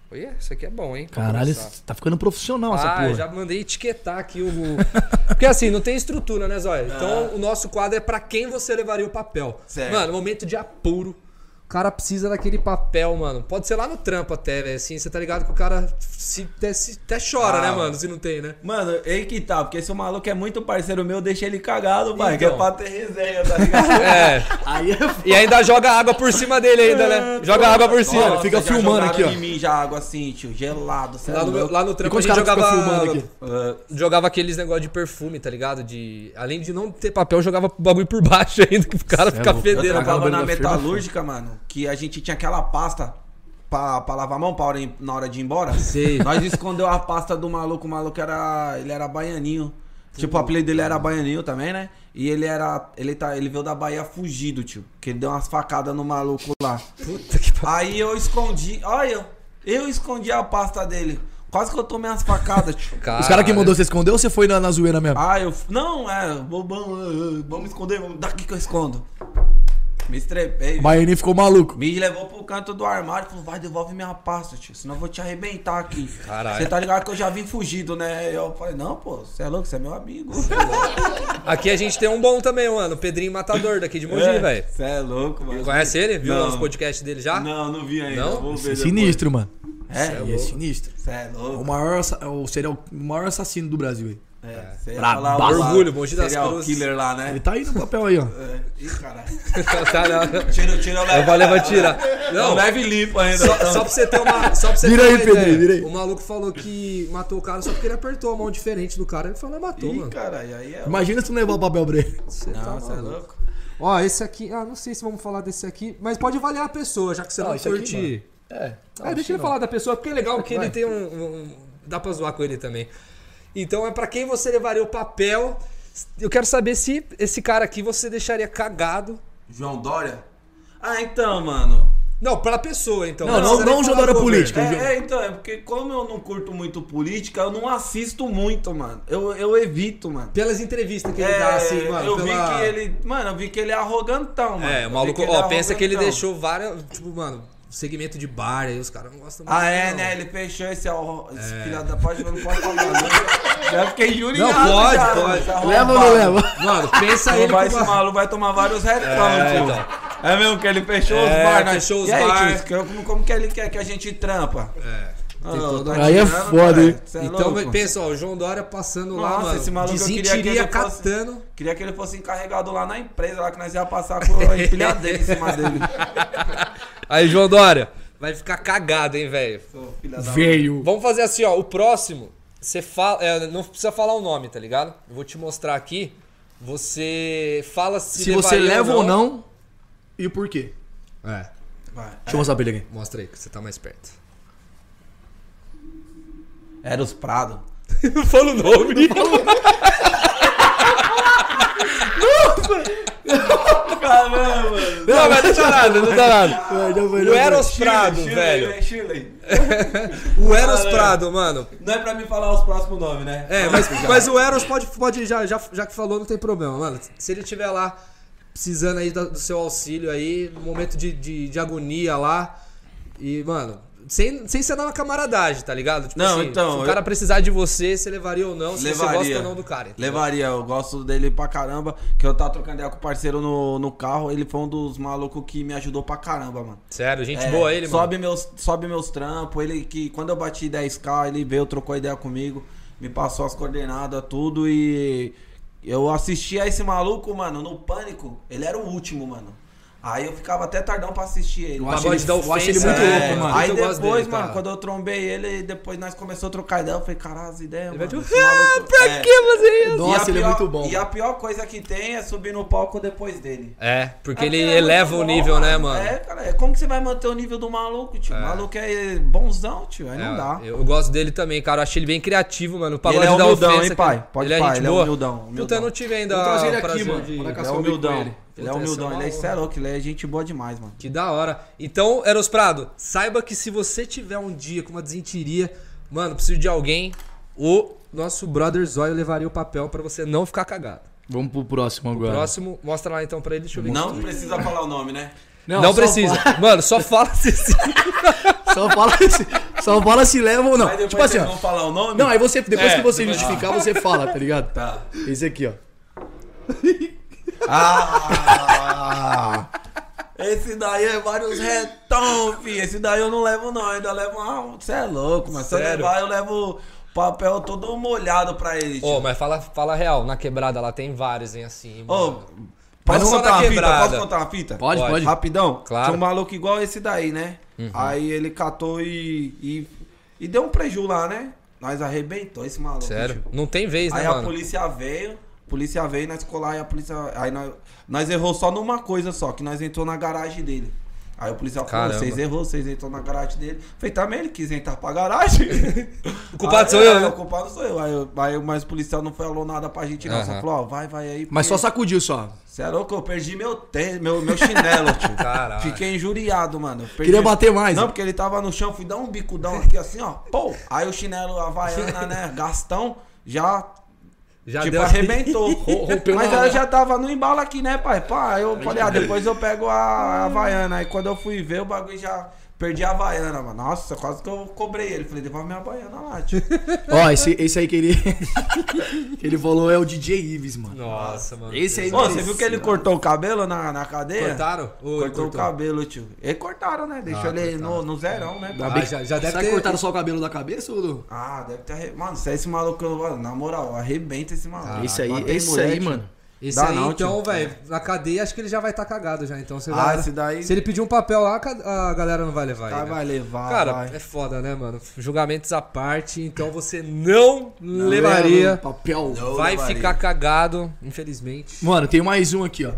[SPEAKER 2] Olha, isso aqui é bom, hein? pra
[SPEAKER 1] Caralho,
[SPEAKER 2] começar.
[SPEAKER 1] tá ficando profissional essa
[SPEAKER 2] Ah,
[SPEAKER 1] porra.
[SPEAKER 2] eu já mandei etiquetar aqui o. Porque assim, não tem estrutura, né, Zóia? Então o nosso quadro é pra quem você levaria o papel.
[SPEAKER 3] Ah. Certo.
[SPEAKER 2] Mano, momento de apuro. O cara precisa daquele papel, mano. Pode ser lá no trampo até, velho. Assim, você tá ligado que o cara se, até, se- até chora,
[SPEAKER 3] Ah,
[SPEAKER 2] né, mano?
[SPEAKER 3] mano.
[SPEAKER 2] Se não tem, né?
[SPEAKER 3] Mano, aí que tá, porque esse maluco é muito parceiro meu, deixa ele cagado, pai, que
[SPEAKER 2] Então.
[SPEAKER 3] é pra ter resenha, tá ligado?
[SPEAKER 2] É.
[SPEAKER 1] Aí é
[SPEAKER 2] E ainda joga água por cima dele ainda,
[SPEAKER 3] É,
[SPEAKER 2] né? Joga água por cima.
[SPEAKER 1] Nossa, fica
[SPEAKER 3] já
[SPEAKER 1] filmando
[SPEAKER 3] jogaram
[SPEAKER 1] aqui, ó.
[SPEAKER 3] em mim já água assim, tio, gelado, cê é
[SPEAKER 2] Lá no, meu-
[SPEAKER 3] louco.
[SPEAKER 2] lá no
[SPEAKER 1] E
[SPEAKER 2] trampo a
[SPEAKER 1] quantos
[SPEAKER 2] gente
[SPEAKER 1] caras que ficam
[SPEAKER 2] jogava,
[SPEAKER 1] filmando aqui?
[SPEAKER 3] Ah,
[SPEAKER 2] jogava aqueles negócios de perfume, tá ligado? De, além de não ter papel, jogava bagulho por baixo ainda, que o cara
[SPEAKER 1] Cê é
[SPEAKER 2] fica
[SPEAKER 1] louco.
[SPEAKER 3] Eu
[SPEAKER 2] fedendo.
[SPEAKER 1] Era
[SPEAKER 3] trabalhava
[SPEAKER 1] barulho
[SPEAKER 3] na
[SPEAKER 1] da
[SPEAKER 2] é
[SPEAKER 1] firma,
[SPEAKER 3] metalúrgica, mano, que a gente tinha aquela pasta pra, pra lavar a mão pra hora, ir- na hora de ir embora.
[SPEAKER 2] Sei.
[SPEAKER 3] Nós escondeu a pasta do maluco, o maluco era. Ele era baianinho. Tipo, o apelido dele era baianinho também, né? E ele era. Ele, tá, ele veio da Bahia fugido, tio. Que ele deu umas facadas no maluco lá.
[SPEAKER 2] Puta que pariu.
[SPEAKER 3] Aí eu escondi. Olha, eu escondi a pasta dele. Quase que eu tomei umas facadas, tio.
[SPEAKER 1] Os caras que mandou você esconder ou você foi na, na zoeira mesmo?
[SPEAKER 3] Ah, eu. Não, é, bobão, é, é, vamos esconder, vamos. Daqui que eu escondo. Me estrepei.
[SPEAKER 1] O Baianinho ficou maluco.
[SPEAKER 3] Me levou pro canto do armário e falou: vai, devolve minha pasta, tio, senão eu vou te arrebentar aqui.
[SPEAKER 2] Caralho.
[SPEAKER 3] Você tá ligado que eu já vim fugido, né? Eu falei: não, pô, você é louco, você é meu amigo.
[SPEAKER 2] Aqui a gente tem um bom também, mano. O Pedrinho Matador daqui de Mogi,
[SPEAKER 3] É,
[SPEAKER 2] velho.
[SPEAKER 3] Você é louco, mano.
[SPEAKER 2] Conhece ele? Viu
[SPEAKER 3] Não.
[SPEAKER 2] os podcasts dele já?
[SPEAKER 3] Não, não vi ainda.
[SPEAKER 2] Não?
[SPEAKER 3] Vou ver
[SPEAKER 1] É
[SPEAKER 3] depois.
[SPEAKER 1] sinistro, mano.
[SPEAKER 3] É,
[SPEAKER 1] E é sinistro.
[SPEAKER 3] você é
[SPEAKER 1] O
[SPEAKER 3] louco.
[SPEAKER 1] maior, assa- é o serial, o maior assassino do Brasil aí.
[SPEAKER 3] É, você ia
[SPEAKER 1] Brabo.
[SPEAKER 3] falar o-
[SPEAKER 2] Orgulho, Mogi das
[SPEAKER 3] serial
[SPEAKER 2] Cruzes.
[SPEAKER 3] killer lá, né?
[SPEAKER 1] Ele tá aí no papel aí, ó.
[SPEAKER 3] É. Ih, caralho.
[SPEAKER 2] Tá, não.
[SPEAKER 3] Tira, tira, É
[SPEAKER 2] Eu vou levar tirar.
[SPEAKER 3] Não,
[SPEAKER 2] Não,
[SPEAKER 3] leve limpo ainda.
[SPEAKER 2] Só, só pra você ter uma. Só pra você
[SPEAKER 1] Vira
[SPEAKER 2] ter
[SPEAKER 1] aí,
[SPEAKER 2] uma
[SPEAKER 1] Pedrinho,
[SPEAKER 2] ideia.
[SPEAKER 1] vira aí.
[SPEAKER 2] O maluco falou que matou o cara só porque ele apertou a mão diferente do cara. Ele falou, matou,
[SPEAKER 3] Ih,
[SPEAKER 2] mano.
[SPEAKER 3] caralho, aí é.
[SPEAKER 1] Imagina se não levar o papel pra ele.
[SPEAKER 2] Você tá
[SPEAKER 3] Não, você é
[SPEAKER 2] maluco.
[SPEAKER 3] louco.
[SPEAKER 2] Ó, esse aqui. Ah, não sei se vamos falar desse aqui. Mas pode avaliar a pessoa, já que você
[SPEAKER 1] Não,
[SPEAKER 2] não,
[SPEAKER 1] esse aqui,
[SPEAKER 2] curte.
[SPEAKER 1] mano. É.
[SPEAKER 2] Ah, deixa ele falar da pessoa, porque é legal que
[SPEAKER 1] Vai.
[SPEAKER 2] ele tem um, um- Dá pra zoar com ele também. Então é pra quem você levaria o papel. Eu quero saber se esse cara aqui você deixaria cagado.
[SPEAKER 3] João Dória? Ah, então, mano.
[SPEAKER 2] Não, pra pessoa, então.
[SPEAKER 1] Não, não-
[SPEAKER 2] precisa nem
[SPEAKER 1] não
[SPEAKER 2] falar
[SPEAKER 1] jogadora
[SPEAKER 2] do governo.
[SPEAKER 1] política.
[SPEAKER 3] É, é, então, é porque como eu não curto muito política, eu não assisto muito, mano. Eu, eu evito, mano.
[SPEAKER 2] Pelas entrevistas que ele
[SPEAKER 3] É,
[SPEAKER 2] dá, assim, mano.
[SPEAKER 3] eu
[SPEAKER 2] pela-
[SPEAKER 3] vi que ele. Mano, eu vi que ele é arrogantão, mano.
[SPEAKER 2] É,
[SPEAKER 3] Eu
[SPEAKER 2] o
[SPEAKER 3] vi
[SPEAKER 2] maluco,
[SPEAKER 3] que ele é
[SPEAKER 2] ó, pensa que ele
[SPEAKER 3] arrogantão.
[SPEAKER 2] deixou várias. Tipo, mano, segmento de bar, aí os caras não gostam muito.
[SPEAKER 3] Ah,
[SPEAKER 2] não.
[SPEAKER 3] é,
[SPEAKER 2] É.
[SPEAKER 3] né? Ele fechou esse, arro- esse filho da pode, eu não posso falar. né? Já fiquei juriado.
[SPEAKER 2] Não, pode,
[SPEAKER 3] já,
[SPEAKER 2] pode.
[SPEAKER 3] esse arrombado.
[SPEAKER 1] Leva ou não leva?
[SPEAKER 2] Mano, pensa
[SPEAKER 3] Não
[SPEAKER 2] ele
[SPEAKER 3] vai,
[SPEAKER 2] com
[SPEAKER 3] esse
[SPEAKER 2] uma-
[SPEAKER 3] maluco vai tomar vários retão,
[SPEAKER 2] É,
[SPEAKER 3] tio.
[SPEAKER 2] então.
[SPEAKER 3] É mesmo que ele fechou
[SPEAKER 2] É,
[SPEAKER 3] os bar, né?
[SPEAKER 2] fechou os
[SPEAKER 3] e aí,
[SPEAKER 2] bar.
[SPEAKER 3] tio, como, como que ele quer que a gente trampa?
[SPEAKER 2] É.
[SPEAKER 3] Ah,
[SPEAKER 2] Tem toda-
[SPEAKER 3] tá
[SPEAKER 1] Aí é
[SPEAKER 3] tirando,
[SPEAKER 1] foda,
[SPEAKER 3] cara.
[SPEAKER 1] hein?
[SPEAKER 3] Cê é
[SPEAKER 2] Então,
[SPEAKER 3] louco.
[SPEAKER 2] pensa, ó, o João Dória passando lá,
[SPEAKER 3] Nossa,
[SPEAKER 2] mano.
[SPEAKER 3] esse maluco eu queria que
[SPEAKER 2] desentiria
[SPEAKER 3] ele fosse-
[SPEAKER 2] catando.
[SPEAKER 3] Queria que ele fosse encarregado lá na empresa, lá que nós ia passar com a empilhadeira em cima dele.
[SPEAKER 2] Aí, João Dória, vai ficar cagado, hein, velho.
[SPEAKER 3] Ô, filha da-
[SPEAKER 1] Veio.
[SPEAKER 2] Vamos fazer assim, ó. O próximo, você fala. é, não precisa falar o nome, tá ligado? Eu vou te mostrar aqui. Você fala se.
[SPEAKER 1] Se você
[SPEAKER 2] levaria
[SPEAKER 1] leva ou não, e o porquê.
[SPEAKER 2] É.
[SPEAKER 3] Vai.
[SPEAKER 1] Deixa eu mostrar pra ele aqui.
[SPEAKER 2] Mostra aí que você tá mais perto.
[SPEAKER 3] Era os Prado.
[SPEAKER 2] Não fala o nome.
[SPEAKER 3] Caramba!
[SPEAKER 2] Não, mas não dá nada, não dá nada.
[SPEAKER 1] Vai, já foi, já
[SPEAKER 2] O
[SPEAKER 1] foi.
[SPEAKER 2] Eros Prado, velho. O Eros Prado, mano.
[SPEAKER 3] Não é pra mim falar os próximos nomes, né?
[SPEAKER 2] É, mas, mas o Eros pode, pode já, já, já que falou, não tem problema, mano. Se ele tiver lá precisando aí da- do seu auxílio aí, no momento de, de, de agonia lá, e, mano, sem, sem ser na camaradagem, tá ligado? Tipo
[SPEAKER 3] Não,
[SPEAKER 2] assim,
[SPEAKER 3] então,
[SPEAKER 2] Se o
[SPEAKER 3] eu-
[SPEAKER 2] cara precisar de você, você levaria ou não, se você gosta
[SPEAKER 3] Levaria.
[SPEAKER 2] ou não do cara. entendeu?
[SPEAKER 3] Levaria, eu gosto dele pra caramba. Que eu tava trocando ideia com o parceiro no, no carro. Ele foi um dos malucos que me ajudou pra caramba, mano.
[SPEAKER 2] Sério, gente
[SPEAKER 3] É,
[SPEAKER 2] boa ele, mano.
[SPEAKER 3] sobe Meus, sobe meus trampos. Ele que, quando eu bati 10k, ele veio, trocou ideia comigo, me passou as coordenadas, tudo. E eu assisti a esse maluco, mano, no pânico. Ele era o último, mano. Aí eu ficava até tardão pra assistir ele.
[SPEAKER 2] acho Pagode da
[SPEAKER 1] eu acho ele
[SPEAKER 2] ofensa,
[SPEAKER 1] um muito
[SPEAKER 2] é.
[SPEAKER 1] louco, mano.
[SPEAKER 3] Aí
[SPEAKER 2] Eu gosto
[SPEAKER 3] depois,
[SPEAKER 2] dele, tá.
[SPEAKER 3] mano,
[SPEAKER 2] cara.
[SPEAKER 3] quando eu trombei ele, depois nós começamos a trocar ideia, eu falei, caralho, as ideias,
[SPEAKER 2] Ele vai tipo,
[SPEAKER 3] mano. esse maluco-
[SPEAKER 2] pra
[SPEAKER 3] é.
[SPEAKER 2] que fazer isso?
[SPEAKER 1] Nossa,
[SPEAKER 3] E a
[SPEAKER 1] ele é
[SPEAKER 3] pior-
[SPEAKER 1] muito bom.
[SPEAKER 3] E a pior coisa que tem é subir no palco depois dele.
[SPEAKER 2] É, porque ele
[SPEAKER 3] Aquilo é
[SPEAKER 2] eleva o
[SPEAKER 3] muito bom,
[SPEAKER 2] nível, né, mano?
[SPEAKER 3] É, cara, é como que você vai manter o nível do maluco, tio? O maluco é bonzão, tio, aí não
[SPEAKER 2] É,
[SPEAKER 3] dá.
[SPEAKER 2] Eu gosto dele também, cara. Eu achei ele bem criativo, mano. O pagode
[SPEAKER 3] Ele é
[SPEAKER 2] da
[SPEAKER 3] humildão,
[SPEAKER 2] ofensa,
[SPEAKER 3] hein, pai?
[SPEAKER 2] cara.
[SPEAKER 3] Pode
[SPEAKER 2] ele é
[SPEAKER 3] pai,
[SPEAKER 2] gente
[SPEAKER 3] ele é
[SPEAKER 2] boa.
[SPEAKER 3] humildão,
[SPEAKER 2] Puta,
[SPEAKER 3] humildão.
[SPEAKER 2] não tive ainda.
[SPEAKER 1] Vou trazer ele aqui,
[SPEAKER 2] prazer
[SPEAKER 1] mano, pra
[SPEAKER 3] Ele
[SPEAKER 1] cá.
[SPEAKER 3] é
[SPEAKER 1] Caçou o bico com
[SPEAKER 3] humildão.
[SPEAKER 1] ele.
[SPEAKER 3] Ele é
[SPEAKER 2] Puta,
[SPEAKER 3] humildão,
[SPEAKER 2] essa é
[SPEAKER 3] ele
[SPEAKER 2] uma
[SPEAKER 3] é cê é louco, ele é gente boa demais, mano.
[SPEAKER 2] Que da hora. Então, Erosprado, saiba que se você tiver um dia com uma desentiria, mano, preciso de alguém, o nosso brother Zóio levaria o papel pra você não ficar cagado.
[SPEAKER 1] Vamos pro próximo agora.
[SPEAKER 2] Próximo, mostra lá então pra ele, deixa eu ver.
[SPEAKER 3] Não precisa falar o nome, né?
[SPEAKER 2] Não,
[SPEAKER 1] só
[SPEAKER 2] precisa.
[SPEAKER 1] fala-
[SPEAKER 2] Mano, só fala se se-
[SPEAKER 1] Só fala, se, só fala se leva ou não.
[SPEAKER 3] Aí depois
[SPEAKER 1] Tipo assim,
[SPEAKER 3] vocês
[SPEAKER 1] ó.
[SPEAKER 3] vão falar o nome?
[SPEAKER 1] Não, aí você, depois
[SPEAKER 2] É,
[SPEAKER 1] que você
[SPEAKER 2] depois-
[SPEAKER 1] justificar, você fala, tá ligado?
[SPEAKER 3] Tá.
[SPEAKER 1] Esse aqui, ó.
[SPEAKER 3] Ah! Esse daí é vários retão, fi. Esse daí eu não levo, não. Eu ainda levo. Ah, você é louco, mas se eu
[SPEAKER 2] Sério?
[SPEAKER 3] levar, eu levo papel todo molhado pra ele.
[SPEAKER 2] Ô,
[SPEAKER 3] Tipo.
[SPEAKER 2] mas fala, fala real, na quebrada lá tem vários, hein, assim.
[SPEAKER 3] Ô,
[SPEAKER 2] mano. Mas não
[SPEAKER 3] posso
[SPEAKER 2] só
[SPEAKER 3] contar
[SPEAKER 2] na
[SPEAKER 3] uma fita?
[SPEAKER 2] quebrada.
[SPEAKER 3] Posso contar uma fita?
[SPEAKER 1] Pode,
[SPEAKER 2] Pode.
[SPEAKER 1] pode.
[SPEAKER 3] Rapidão.
[SPEAKER 2] Claro. Uhum.
[SPEAKER 3] Tinha um maluco igual esse daí, né? Aí ele catou e, e. e deu um preju lá, né? Nós arrebentou esse maluco.
[SPEAKER 2] Sério,
[SPEAKER 3] tio.
[SPEAKER 2] não tem vez, né,
[SPEAKER 3] Aí a
[SPEAKER 2] mano?
[SPEAKER 3] polícia veio, a polícia veio, nós colar e a polícia. Aí nós, nós errou só numa coisa só, que nós entrou na garagem dele. Aí o policial falou,
[SPEAKER 2] Caramba.
[SPEAKER 3] vocês errou, vocês entrou na garagem dele. Falei, também ele quis entrar pra garagem. o
[SPEAKER 2] culpado sou eu, né?
[SPEAKER 3] O culpado sou eu. Aí, eu- aí, mas o policial não falou nada pra gente, não.
[SPEAKER 2] Aham.
[SPEAKER 3] Só falou, ó, vai, vai aí.
[SPEAKER 1] Mas só
[SPEAKER 3] porque-
[SPEAKER 1] sacudiu só.
[SPEAKER 3] Cê é louco, eu perdi meu tênis, meu, meu chinelo, tio.
[SPEAKER 2] Caralho.
[SPEAKER 3] Fiquei injuriado, mano. Eu perdi-
[SPEAKER 1] Queria bater mais.
[SPEAKER 3] Não, porque ele tava no chão, fui dar um bicudão aqui assim, ó. Pô, aí o chinelo Havaiana, né? Gastão, já,
[SPEAKER 2] Já
[SPEAKER 3] tipo,
[SPEAKER 2] deu
[SPEAKER 3] arrebentou.
[SPEAKER 1] rompeu
[SPEAKER 3] Mas
[SPEAKER 1] na-
[SPEAKER 3] ela já tava no embalo aqui, né, pai? Pá, aí eu falei, ah, depois eu pego a Havaiana. Aí quando eu fui ver, o bagulho já... Perdi a Havaiana, mano. Nossa, quase que eu cobrei ele. Falei, devolve minha Havaiana lá, tio.
[SPEAKER 1] Ó, esse, esse aí que ele. que ele falou é o DJ Ives, mano.
[SPEAKER 2] Nossa, mano.
[SPEAKER 1] Esse aí
[SPEAKER 3] Ô, você viu que ele cortou o cabelo na, na cadeia?
[SPEAKER 2] Cortaram? Ô, ele
[SPEAKER 3] É. Cortou, o cabelo, tio. E cortaram, né? Deixou ele no, no zerão, né?
[SPEAKER 2] Ah, já, já deve
[SPEAKER 1] Será
[SPEAKER 2] ter...
[SPEAKER 1] que cortaram só o cabelo da cabeça, ou não?
[SPEAKER 3] Ah, deve ter. Arre... Mano, se é esse maluco, eu- mano, na moral, arrebenta esse maluco.
[SPEAKER 2] Ah,
[SPEAKER 1] esse
[SPEAKER 2] tá
[SPEAKER 1] aí,
[SPEAKER 3] Bateu em
[SPEAKER 1] esse
[SPEAKER 3] mulher,
[SPEAKER 1] aí,
[SPEAKER 3] tio.
[SPEAKER 1] mano.
[SPEAKER 2] Esse
[SPEAKER 3] Dá
[SPEAKER 2] aí,
[SPEAKER 3] não,
[SPEAKER 2] então,
[SPEAKER 3] tio. É.
[SPEAKER 2] velho, na cadeia acho que ele já vai estar cagado já, então. Você
[SPEAKER 3] Ah,
[SPEAKER 2] vai...
[SPEAKER 3] esse daí-
[SPEAKER 2] Se ele pedir um papel lá, a ca- a galera não vai levar
[SPEAKER 3] Tá,
[SPEAKER 2] ele. né?
[SPEAKER 3] vai levar.
[SPEAKER 2] Cara,
[SPEAKER 3] vai.
[SPEAKER 2] é foda, né, mano? Julgamentos à parte, então você não, levaria.
[SPEAKER 1] Tá Papel.
[SPEAKER 2] vai
[SPEAKER 3] levaria.
[SPEAKER 2] ficar cagado, infelizmente.
[SPEAKER 1] Mano, tem mais um aqui, ó.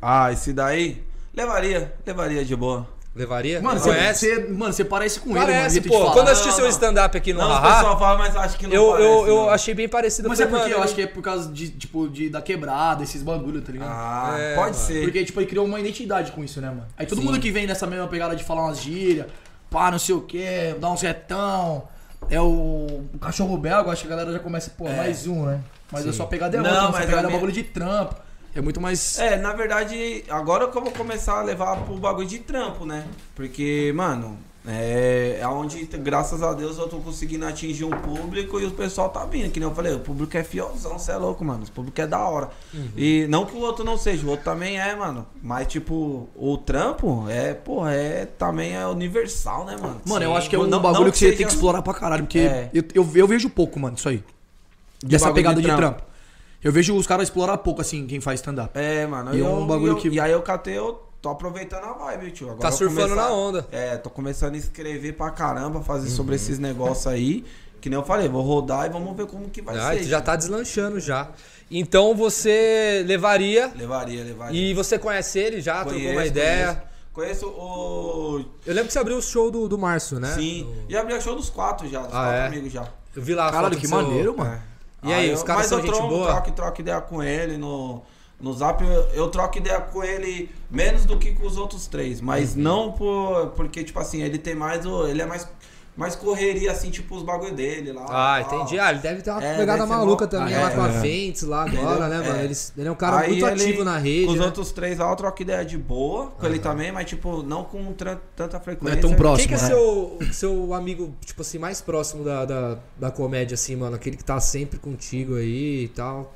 [SPEAKER 3] Ah, esse daí. Levaria, levaria de boa.
[SPEAKER 2] Levaria?
[SPEAKER 1] Mano,
[SPEAKER 2] Não
[SPEAKER 1] você,
[SPEAKER 3] é
[SPEAKER 2] conhece?
[SPEAKER 1] você, mano, você parece
[SPEAKER 3] um
[SPEAKER 1] com ele, mano.
[SPEAKER 2] Parece,
[SPEAKER 1] jeito de
[SPEAKER 2] pô.
[SPEAKER 1] falar.
[SPEAKER 2] Quando eu
[SPEAKER 3] Não,
[SPEAKER 2] assisti
[SPEAKER 3] não,
[SPEAKER 2] seu
[SPEAKER 3] não.
[SPEAKER 2] stand-up aqui no
[SPEAKER 3] Não, o
[SPEAKER 2] Haha,
[SPEAKER 3] pessoal fala, mas acho que não
[SPEAKER 2] eu,
[SPEAKER 3] parece,
[SPEAKER 2] eu, eu
[SPEAKER 3] não.
[SPEAKER 2] achei bem parecido.
[SPEAKER 1] Mas é
[SPEAKER 2] falei,
[SPEAKER 1] porque eu
[SPEAKER 2] mano,
[SPEAKER 1] acho que é por causa de, tipo, de, da quebrada, esses bagulho, tá ligado?
[SPEAKER 3] Ah,
[SPEAKER 2] É,
[SPEAKER 3] pode
[SPEAKER 2] mano.
[SPEAKER 3] ser.
[SPEAKER 1] Porque, tipo, ele criou uma identidade com isso, né, mano? Aí todo mundo que vem nessa mesma pegada de falar umas gírias, pá, não sei o quê, dá uns retão, é o, o cachorro belga, acho que a galera já começa, pô, mais um, né? Mas eu só pegada é
[SPEAKER 3] Não,
[SPEAKER 1] outra, essa
[SPEAKER 3] mas a
[SPEAKER 1] pegada é
[SPEAKER 3] minha-
[SPEAKER 1] bagulho de trampo. É muito mais...
[SPEAKER 3] É, na verdade, agora que eu vou começar a levar pro bagulho de trampo, né? Porque, mano, é, é onde, graças a Deus, eu tô conseguindo atingir um público e o pessoal tá vindo. Que nem eu falei, o público é fielzão, você é louco, mano. O público é da hora.
[SPEAKER 1] Uhum.
[SPEAKER 3] E não que o outro não seja, o outro também é, mano. Mas, tipo, o trampo é, porra, é, também é universal, né, mano?
[SPEAKER 1] Mano, eu
[SPEAKER 3] Sim.
[SPEAKER 1] acho que é um
[SPEAKER 3] Não-
[SPEAKER 1] bagulho
[SPEAKER 3] não
[SPEAKER 1] que você
[SPEAKER 3] seja-
[SPEAKER 1] tem que explorar pra caralho, porque
[SPEAKER 3] É.
[SPEAKER 1] eu, eu, eu vejo pouco, mano, isso aí. Dessa
[SPEAKER 3] bagulho
[SPEAKER 1] pegada de
[SPEAKER 3] de
[SPEAKER 1] trampo.
[SPEAKER 3] trampo.
[SPEAKER 1] Eu vejo os caras explorar pouco, assim, quem faz stand-up.
[SPEAKER 3] É, mano.
[SPEAKER 1] E é
[SPEAKER 3] eu,
[SPEAKER 1] um bagulho
[SPEAKER 3] eu-
[SPEAKER 1] que-
[SPEAKER 3] E aí eu catei, eu tô aproveitando a vibe, tio. Agora
[SPEAKER 2] Tá
[SPEAKER 3] eu
[SPEAKER 2] surfando
[SPEAKER 3] começar-
[SPEAKER 2] na onda.
[SPEAKER 3] É, tô começando a escrever pra caramba, fazer
[SPEAKER 1] Uhum.
[SPEAKER 3] sobre esses negócios aí. Que nem eu falei, vou rodar e vamos ver como que tipo. vai
[SPEAKER 2] Ah,
[SPEAKER 3] ser.
[SPEAKER 2] tu já
[SPEAKER 3] tio.
[SPEAKER 2] tá deslanchando já. Então você levaria.
[SPEAKER 3] Levaria, levaria.
[SPEAKER 2] E você conhece ele já? trocou uma
[SPEAKER 3] Conheço,
[SPEAKER 2] ideia?
[SPEAKER 3] Conheço, conheço o...
[SPEAKER 2] Eu lembro que você abriu o show do, do Márcio, né?
[SPEAKER 3] Sim. Já abri a show dos quatro já, dos
[SPEAKER 2] Ah,
[SPEAKER 3] quatro
[SPEAKER 2] é?
[SPEAKER 3] amigos já.
[SPEAKER 2] Eu vi lá a
[SPEAKER 1] Caralho,
[SPEAKER 2] foto
[SPEAKER 1] que
[SPEAKER 2] do seu-
[SPEAKER 1] maneiro, mano.
[SPEAKER 2] E aí,
[SPEAKER 3] É. Ah, eu-
[SPEAKER 2] os caras
[SPEAKER 3] mas
[SPEAKER 2] são
[SPEAKER 3] eu
[SPEAKER 2] gente
[SPEAKER 3] troco,
[SPEAKER 2] boa?
[SPEAKER 3] Troco, troco ideia com ele no, no zap. Eu, eu troco ideia com ele menos do que com os outros três. Mas
[SPEAKER 2] Uhum.
[SPEAKER 3] não por, porque, tipo assim, ele tem mais. o- Ele é mais, mais correria, assim, tipo, os bagulho dele lá.
[SPEAKER 2] Ah,
[SPEAKER 3] tal.
[SPEAKER 2] entendi. Ah, ele deve ter uma
[SPEAKER 3] É,
[SPEAKER 2] pegada
[SPEAKER 3] deve ser
[SPEAKER 2] maluca
[SPEAKER 3] mó-
[SPEAKER 2] também
[SPEAKER 3] Ah,
[SPEAKER 2] lá
[SPEAKER 3] é,
[SPEAKER 2] com a
[SPEAKER 3] é.
[SPEAKER 2] Fentes lá agora, né, mano?
[SPEAKER 3] É.
[SPEAKER 2] Ele, ele é um cara
[SPEAKER 3] Aí
[SPEAKER 2] muito
[SPEAKER 3] ele-
[SPEAKER 2] ativo na rede.
[SPEAKER 3] Com os
[SPEAKER 2] né?
[SPEAKER 3] outros três lá, eu troco ideia de boa com ele também, mas, tipo, não com tran- tanta frequência.
[SPEAKER 1] tão próximo.
[SPEAKER 2] Quem que é
[SPEAKER 1] né?
[SPEAKER 2] seu, seu amigo, tipo assim, mais próximo da, da, da comédia, assim, mano? Aquele que tá sempre contigo aí e tal.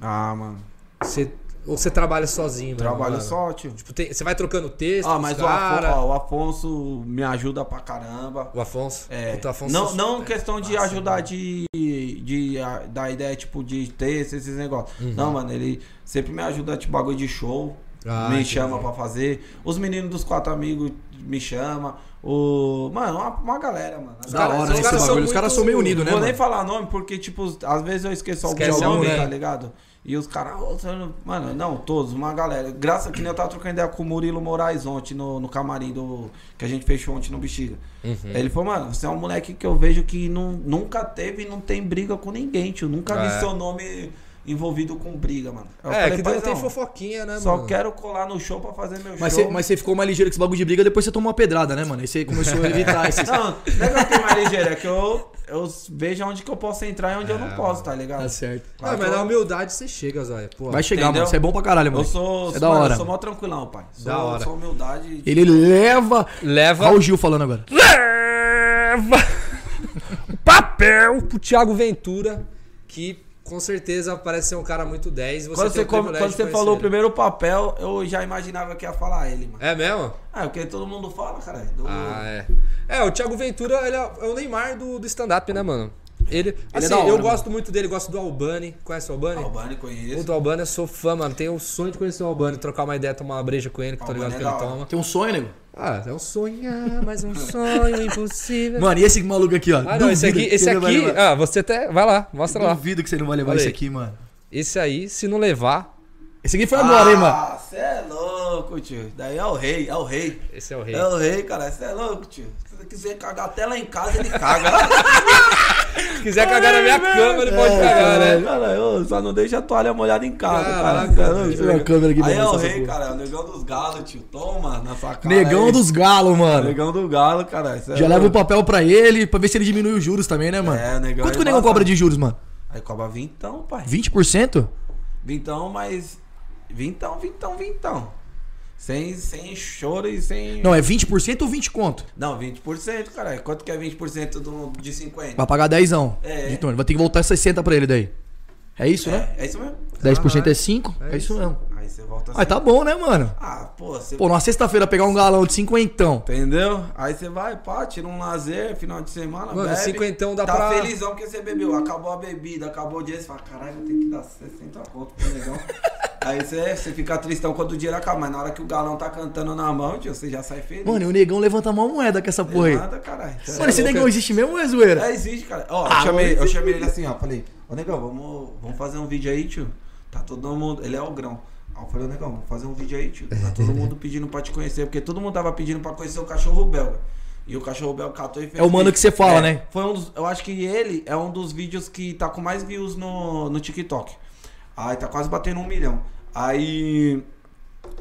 [SPEAKER 3] Ah, mano.
[SPEAKER 2] Você, ou você trabalha sozinho, mesmo,
[SPEAKER 3] Trabalho
[SPEAKER 2] mano?
[SPEAKER 3] só, tio.
[SPEAKER 2] Tipo, tem- você vai trocando texto,
[SPEAKER 3] Ah, mas o Afonso,
[SPEAKER 2] cara.
[SPEAKER 3] ó, o Afonso me ajuda pra caramba.
[SPEAKER 2] O Afonso?
[SPEAKER 3] É,
[SPEAKER 2] Puta, Afonso
[SPEAKER 3] não, não questão de
[SPEAKER 2] massa,
[SPEAKER 3] ajudar de, de a,
[SPEAKER 2] Uhum.
[SPEAKER 3] dar ideia tipo de texto, esses negócios. Não, mano, ele sempre me ajuda tipo bagulho de show.
[SPEAKER 2] Ah,
[SPEAKER 3] me
[SPEAKER 2] entendi.
[SPEAKER 3] chama pra fazer. Os meninos dos quatro amigos me chamam. O... Mano, uma, uma galera, mano.
[SPEAKER 1] Da hora né, esse bagulho. Os caras são meio unidos, né,
[SPEAKER 3] Vou nem
[SPEAKER 1] mano?
[SPEAKER 3] falar nome, porque, tipo, às vezes eu esqueço algum
[SPEAKER 2] Esquece um, né?
[SPEAKER 3] nome,
[SPEAKER 2] alguém.
[SPEAKER 3] tá ligado? E os caras, "Ô, você não-" mano, não, todos, uma galera. Graças a que nem eu tava trocando ideia com o Murilo Moraes ontem no, no camarim do. Que a gente fechou ontem no Bexiga.
[SPEAKER 2] Uhum.
[SPEAKER 3] Aí Ele falou, mano, você é um moleque que eu vejo que não, nunca teve e não tem briga com ninguém, tio. Nunca
[SPEAKER 2] É.
[SPEAKER 3] vi seu nome envolvido com briga, mano. Eu
[SPEAKER 2] É,
[SPEAKER 3] falei,
[SPEAKER 2] que não
[SPEAKER 3] "Paizão,
[SPEAKER 2] tem fofoquinha, né,
[SPEAKER 3] Só
[SPEAKER 2] mano?
[SPEAKER 3] quero colar no show pra fazer meu
[SPEAKER 1] Mas
[SPEAKER 3] show.
[SPEAKER 1] você, mas você ficou mais ligeiro com esse bagulho de briga, depois você tomou uma pedrada, né, mano? Aí você começou a evitar esses.
[SPEAKER 3] Não, não é que eu fiquei mais ligeiro, é que eu, eu vejo onde que eu posso entrar e onde eu
[SPEAKER 2] É,
[SPEAKER 3] não posso, tá ligado?
[SPEAKER 1] Tá certo.
[SPEAKER 3] Claro
[SPEAKER 2] Ah,
[SPEAKER 3] que
[SPEAKER 2] mas
[SPEAKER 3] eu-
[SPEAKER 2] na humildade você chega, Zóia. Pô,
[SPEAKER 1] Vai chegar,
[SPEAKER 3] Entendeu?
[SPEAKER 1] mano. Você é bom pra caralho, mano.
[SPEAKER 3] Eu sou,
[SPEAKER 1] Você é da
[SPEAKER 3] mano,
[SPEAKER 1] hora.
[SPEAKER 3] eu sou mó tranquilão, pai. Sou,
[SPEAKER 2] Da hora.
[SPEAKER 3] sou humildade.
[SPEAKER 1] Ele leva.
[SPEAKER 2] leva.
[SPEAKER 1] Olha o Gil falando agora.
[SPEAKER 2] leva o papel pro Thiago Ventura, que com certeza parece ser um cara muito 10. Você tem
[SPEAKER 3] quando você,
[SPEAKER 2] o
[SPEAKER 3] come-
[SPEAKER 2] privilégio
[SPEAKER 3] quando
[SPEAKER 2] de
[SPEAKER 3] você
[SPEAKER 2] conhecer
[SPEAKER 3] falou o
[SPEAKER 2] ele.
[SPEAKER 3] primeiro papel, eu já imaginava que ia falar ele, mano.
[SPEAKER 2] É mesmo?
[SPEAKER 3] Ah, porque todo mundo fala, cara. do-
[SPEAKER 2] Ah, é. É, o Thiago Ventura ele é é o Neymar do, do stand-up, né, mano? Ele,
[SPEAKER 1] é
[SPEAKER 2] assim,
[SPEAKER 1] da hora,
[SPEAKER 2] eu
[SPEAKER 1] mano.
[SPEAKER 2] gosto muito dele, gosto do Albani. Conhece o Albani?
[SPEAKER 3] Albani
[SPEAKER 2] O
[SPEAKER 3] conheço.
[SPEAKER 2] do Albani, eu sou fã, mano. Tenho o sonho de conhecer o Albani, trocar uma ideia, tomar uma breja com ele, que eu tô
[SPEAKER 3] Albani
[SPEAKER 2] ligado
[SPEAKER 3] é
[SPEAKER 2] que
[SPEAKER 3] da
[SPEAKER 2] ele
[SPEAKER 3] hora.
[SPEAKER 2] toma.
[SPEAKER 1] Tem um sonho, nego.
[SPEAKER 2] Ah, é um sonhar, mas um sonho impossível.
[SPEAKER 1] Mano, e esse maluco aqui, ó?
[SPEAKER 2] ah, não, esse
[SPEAKER 1] Duvido
[SPEAKER 2] aqui,
[SPEAKER 1] que
[SPEAKER 2] esse
[SPEAKER 1] você não vai
[SPEAKER 2] aqui.
[SPEAKER 1] levar.
[SPEAKER 2] Ah, você até. Vai lá, mostra lá.
[SPEAKER 1] Duvido que você não vai levar
[SPEAKER 2] Olha
[SPEAKER 1] esse
[SPEAKER 2] aí.
[SPEAKER 1] aqui, mano.
[SPEAKER 2] Esse aí, se não levar,
[SPEAKER 1] Esse aqui foi agora, hein, mano?
[SPEAKER 3] Ah, você é louco, tio. Daí é o rei, é o rei.
[SPEAKER 2] esse é o rei.
[SPEAKER 3] É o rei, cara. Você é louco, tio. Se você quiser cagar até lá em casa, ele caga.
[SPEAKER 2] Se quiser cagar na minha cama, ele pode cagar,
[SPEAKER 3] É,
[SPEAKER 2] né?
[SPEAKER 3] cara, eu só não deixa a toalha molhada em casa,
[SPEAKER 2] Caraca,
[SPEAKER 3] cara. é
[SPEAKER 1] deixa eu ver a câmera aqui
[SPEAKER 3] Aí é
[SPEAKER 1] pra ver
[SPEAKER 3] o
[SPEAKER 1] essa
[SPEAKER 3] rei,
[SPEAKER 1] porra.
[SPEAKER 3] cara. O negão dos galos, tio. Toma na sua cara.
[SPEAKER 1] Negão
[SPEAKER 3] aí.
[SPEAKER 1] dos galos, mano.
[SPEAKER 3] Negão do galo, cara. Isso é
[SPEAKER 1] Já leva o
[SPEAKER 3] louco.
[SPEAKER 1] papel pra ele, pra ver se ele diminui os juros também, né, mano?
[SPEAKER 3] É, o negão
[SPEAKER 1] Quanto
[SPEAKER 3] é
[SPEAKER 1] que o negão
[SPEAKER 3] embaçado.
[SPEAKER 1] cobra de juros, mano?
[SPEAKER 3] Aí cobra vintão, pai.
[SPEAKER 1] 20%?
[SPEAKER 3] Vintão, mas. Vintão, vintão, vintão. Sem, sem choro e sem.
[SPEAKER 1] Não, é 20% ou 20 conto?
[SPEAKER 3] Não, 20%, cara. Quanto que é 20% do, de 50?
[SPEAKER 1] Vai pagar 10
[SPEAKER 3] É.
[SPEAKER 1] de turno. Vai ter que voltar 60 pra ele daí. É isso, né?
[SPEAKER 3] É, é isso mesmo.
[SPEAKER 1] 10% é 5? É, isso mesmo.
[SPEAKER 3] Aí você volta assim.
[SPEAKER 1] Mas tá bom, né, mano?
[SPEAKER 3] Ah, pô, você.
[SPEAKER 1] Pô, numa sexta-feira pegar um galão de 50 então.
[SPEAKER 3] Entendeu? Aí você vai, pá, tira um lazer, final de semana,
[SPEAKER 2] Mano,
[SPEAKER 3] bebe.
[SPEAKER 2] cinquentão dá
[SPEAKER 3] tá
[SPEAKER 2] pra-
[SPEAKER 3] felizão porque você bebeu. Acabou a bebida, acabou o dia, você fala, caralho, eu tenho que dar 60 conto pro negão. Aí você, você fica tristão quando o dinheiro acaba. Mas na hora que o galão tá cantando na mão, tio, você já sai feliz.
[SPEAKER 1] Mano, e o negão levanta a mão moeda com essa porra aí.
[SPEAKER 3] É Nada, caralho.
[SPEAKER 1] Mano, esse negão existe mesmo ou é zoeira?
[SPEAKER 3] É, existe, cara. Ó,
[SPEAKER 1] Ah,
[SPEAKER 3] eu, chamei,
[SPEAKER 1] mas-
[SPEAKER 3] eu chamei ele assim, ó. Falei, ô negão, vamos, vamos fazer um vídeo aí, tio. Tá todo mundo. Ele é o grão. Aí eu falei, ô negão, vamos fazer um vídeo aí, tio. Tá todo mundo pedindo pra te conhecer, porque todo mundo tava pedindo pra conhecer o cachorro belga. E o cachorro belga catou e
[SPEAKER 1] É
[SPEAKER 3] fez.
[SPEAKER 1] o mano que você fala,
[SPEAKER 3] É,
[SPEAKER 1] né?
[SPEAKER 3] Foi um dos, eu acho que ele é um dos vídeos que tá com mais views no, no TikTok. Aí tá quase batendo um milhão. Aí.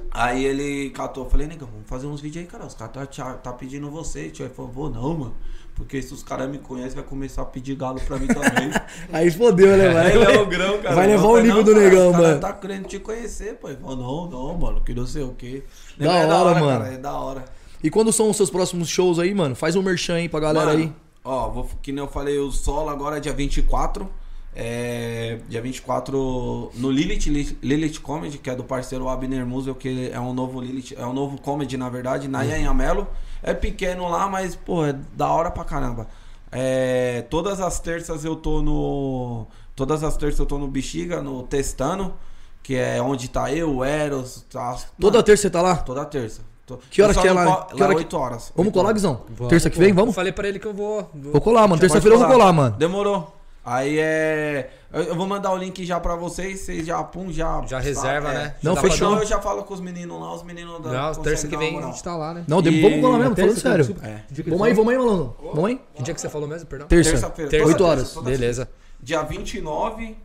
[SPEAKER 3] Aí ele catou, eu falei, negão, vamos fazer uns vídeos aí, cara. Os caras tá, te- tá pedindo você, tio. Ele falou, vou não, mano. Porque se os caras me conhecem, vai começar a pedir galo pra mim também.
[SPEAKER 1] Aí fodeu, né, mano?
[SPEAKER 3] Ele é o grão, cara.
[SPEAKER 1] Vai levar o
[SPEAKER 3] Não,
[SPEAKER 1] nível do
[SPEAKER 3] cara,
[SPEAKER 1] negão,
[SPEAKER 3] os cara
[SPEAKER 1] mano.
[SPEAKER 3] tá querendo te conhecer, pô. Ele falou, não, não, mano, que não sei o quê.
[SPEAKER 1] Da
[SPEAKER 3] Negão é
[SPEAKER 1] hora,
[SPEAKER 3] cara,
[SPEAKER 1] mano.
[SPEAKER 3] é da hora.
[SPEAKER 1] E quando são os seus próximos shows aí, mano? Faz um merchan aí pra galera
[SPEAKER 3] Mano,
[SPEAKER 1] aí.
[SPEAKER 3] Ó, vou, que nem eu falei, o solo agora é dia 24. É, dia 24 no Lilith, Lilith, Lilith Comedy, que é do parceiro Abner Musel, que é um novo Lilith, é um novo comedy, na verdade, na
[SPEAKER 1] Uhum.
[SPEAKER 3] Yanhamelo. É pequeno lá, mas, pô, é da hora pra caramba. É, todas as terças eu tô no. Todas as terças eu tô no Bexiga, no Testando, que é onde tá eu, o Eros. Tá,
[SPEAKER 1] Toda terça você tá lá?
[SPEAKER 3] toda terça. Tô-
[SPEAKER 1] Que horas
[SPEAKER 3] eu só
[SPEAKER 1] que é
[SPEAKER 3] não
[SPEAKER 1] lá?
[SPEAKER 3] po-
[SPEAKER 1] Que
[SPEAKER 3] Lá
[SPEAKER 1] hora que-
[SPEAKER 3] 8 horas.
[SPEAKER 1] Vamos
[SPEAKER 3] oito horas.
[SPEAKER 1] colar, Guizão? Terça que vem,
[SPEAKER 2] Eu
[SPEAKER 1] vamos?
[SPEAKER 2] falei pra ele que eu vou. vou-
[SPEAKER 1] Vou colar, mano.
[SPEAKER 3] Já
[SPEAKER 1] Terça-feira eu
[SPEAKER 3] pode
[SPEAKER 1] vou colar, mano.
[SPEAKER 3] Demorou. Aí é. Eu eu vou mandar o link já pra vocês, vocês já, pum, já.
[SPEAKER 2] Já reserva,
[SPEAKER 3] é.
[SPEAKER 2] né?
[SPEAKER 1] Não,
[SPEAKER 2] Dá pra
[SPEAKER 1] fechou.
[SPEAKER 3] Então
[SPEAKER 2] dar
[SPEAKER 3] eu já falo com os meninos lá, os meninos da.
[SPEAKER 2] uma- Não,
[SPEAKER 3] conseguem
[SPEAKER 2] terça que
[SPEAKER 3] dar
[SPEAKER 2] vem
[SPEAKER 3] uma
[SPEAKER 2] a
[SPEAKER 3] moral.
[SPEAKER 2] gente tá lá, né?
[SPEAKER 1] Não,
[SPEAKER 3] E-
[SPEAKER 1] vamos colar mesmo, falando
[SPEAKER 2] Terça,
[SPEAKER 1] sério.
[SPEAKER 2] super-
[SPEAKER 3] É.
[SPEAKER 2] Que dia que
[SPEAKER 1] Vamos
[SPEAKER 2] eu
[SPEAKER 1] aí,
[SPEAKER 2] tô?
[SPEAKER 1] vamos aí, malandro. Vamos aí?
[SPEAKER 2] Que dia que você falou mesmo, perdão?
[SPEAKER 1] Terça.
[SPEAKER 3] Terça-feira.
[SPEAKER 2] Terça.
[SPEAKER 3] toda
[SPEAKER 1] Oito horas.
[SPEAKER 3] terça, toda
[SPEAKER 2] Beleza.
[SPEAKER 3] Dia 29.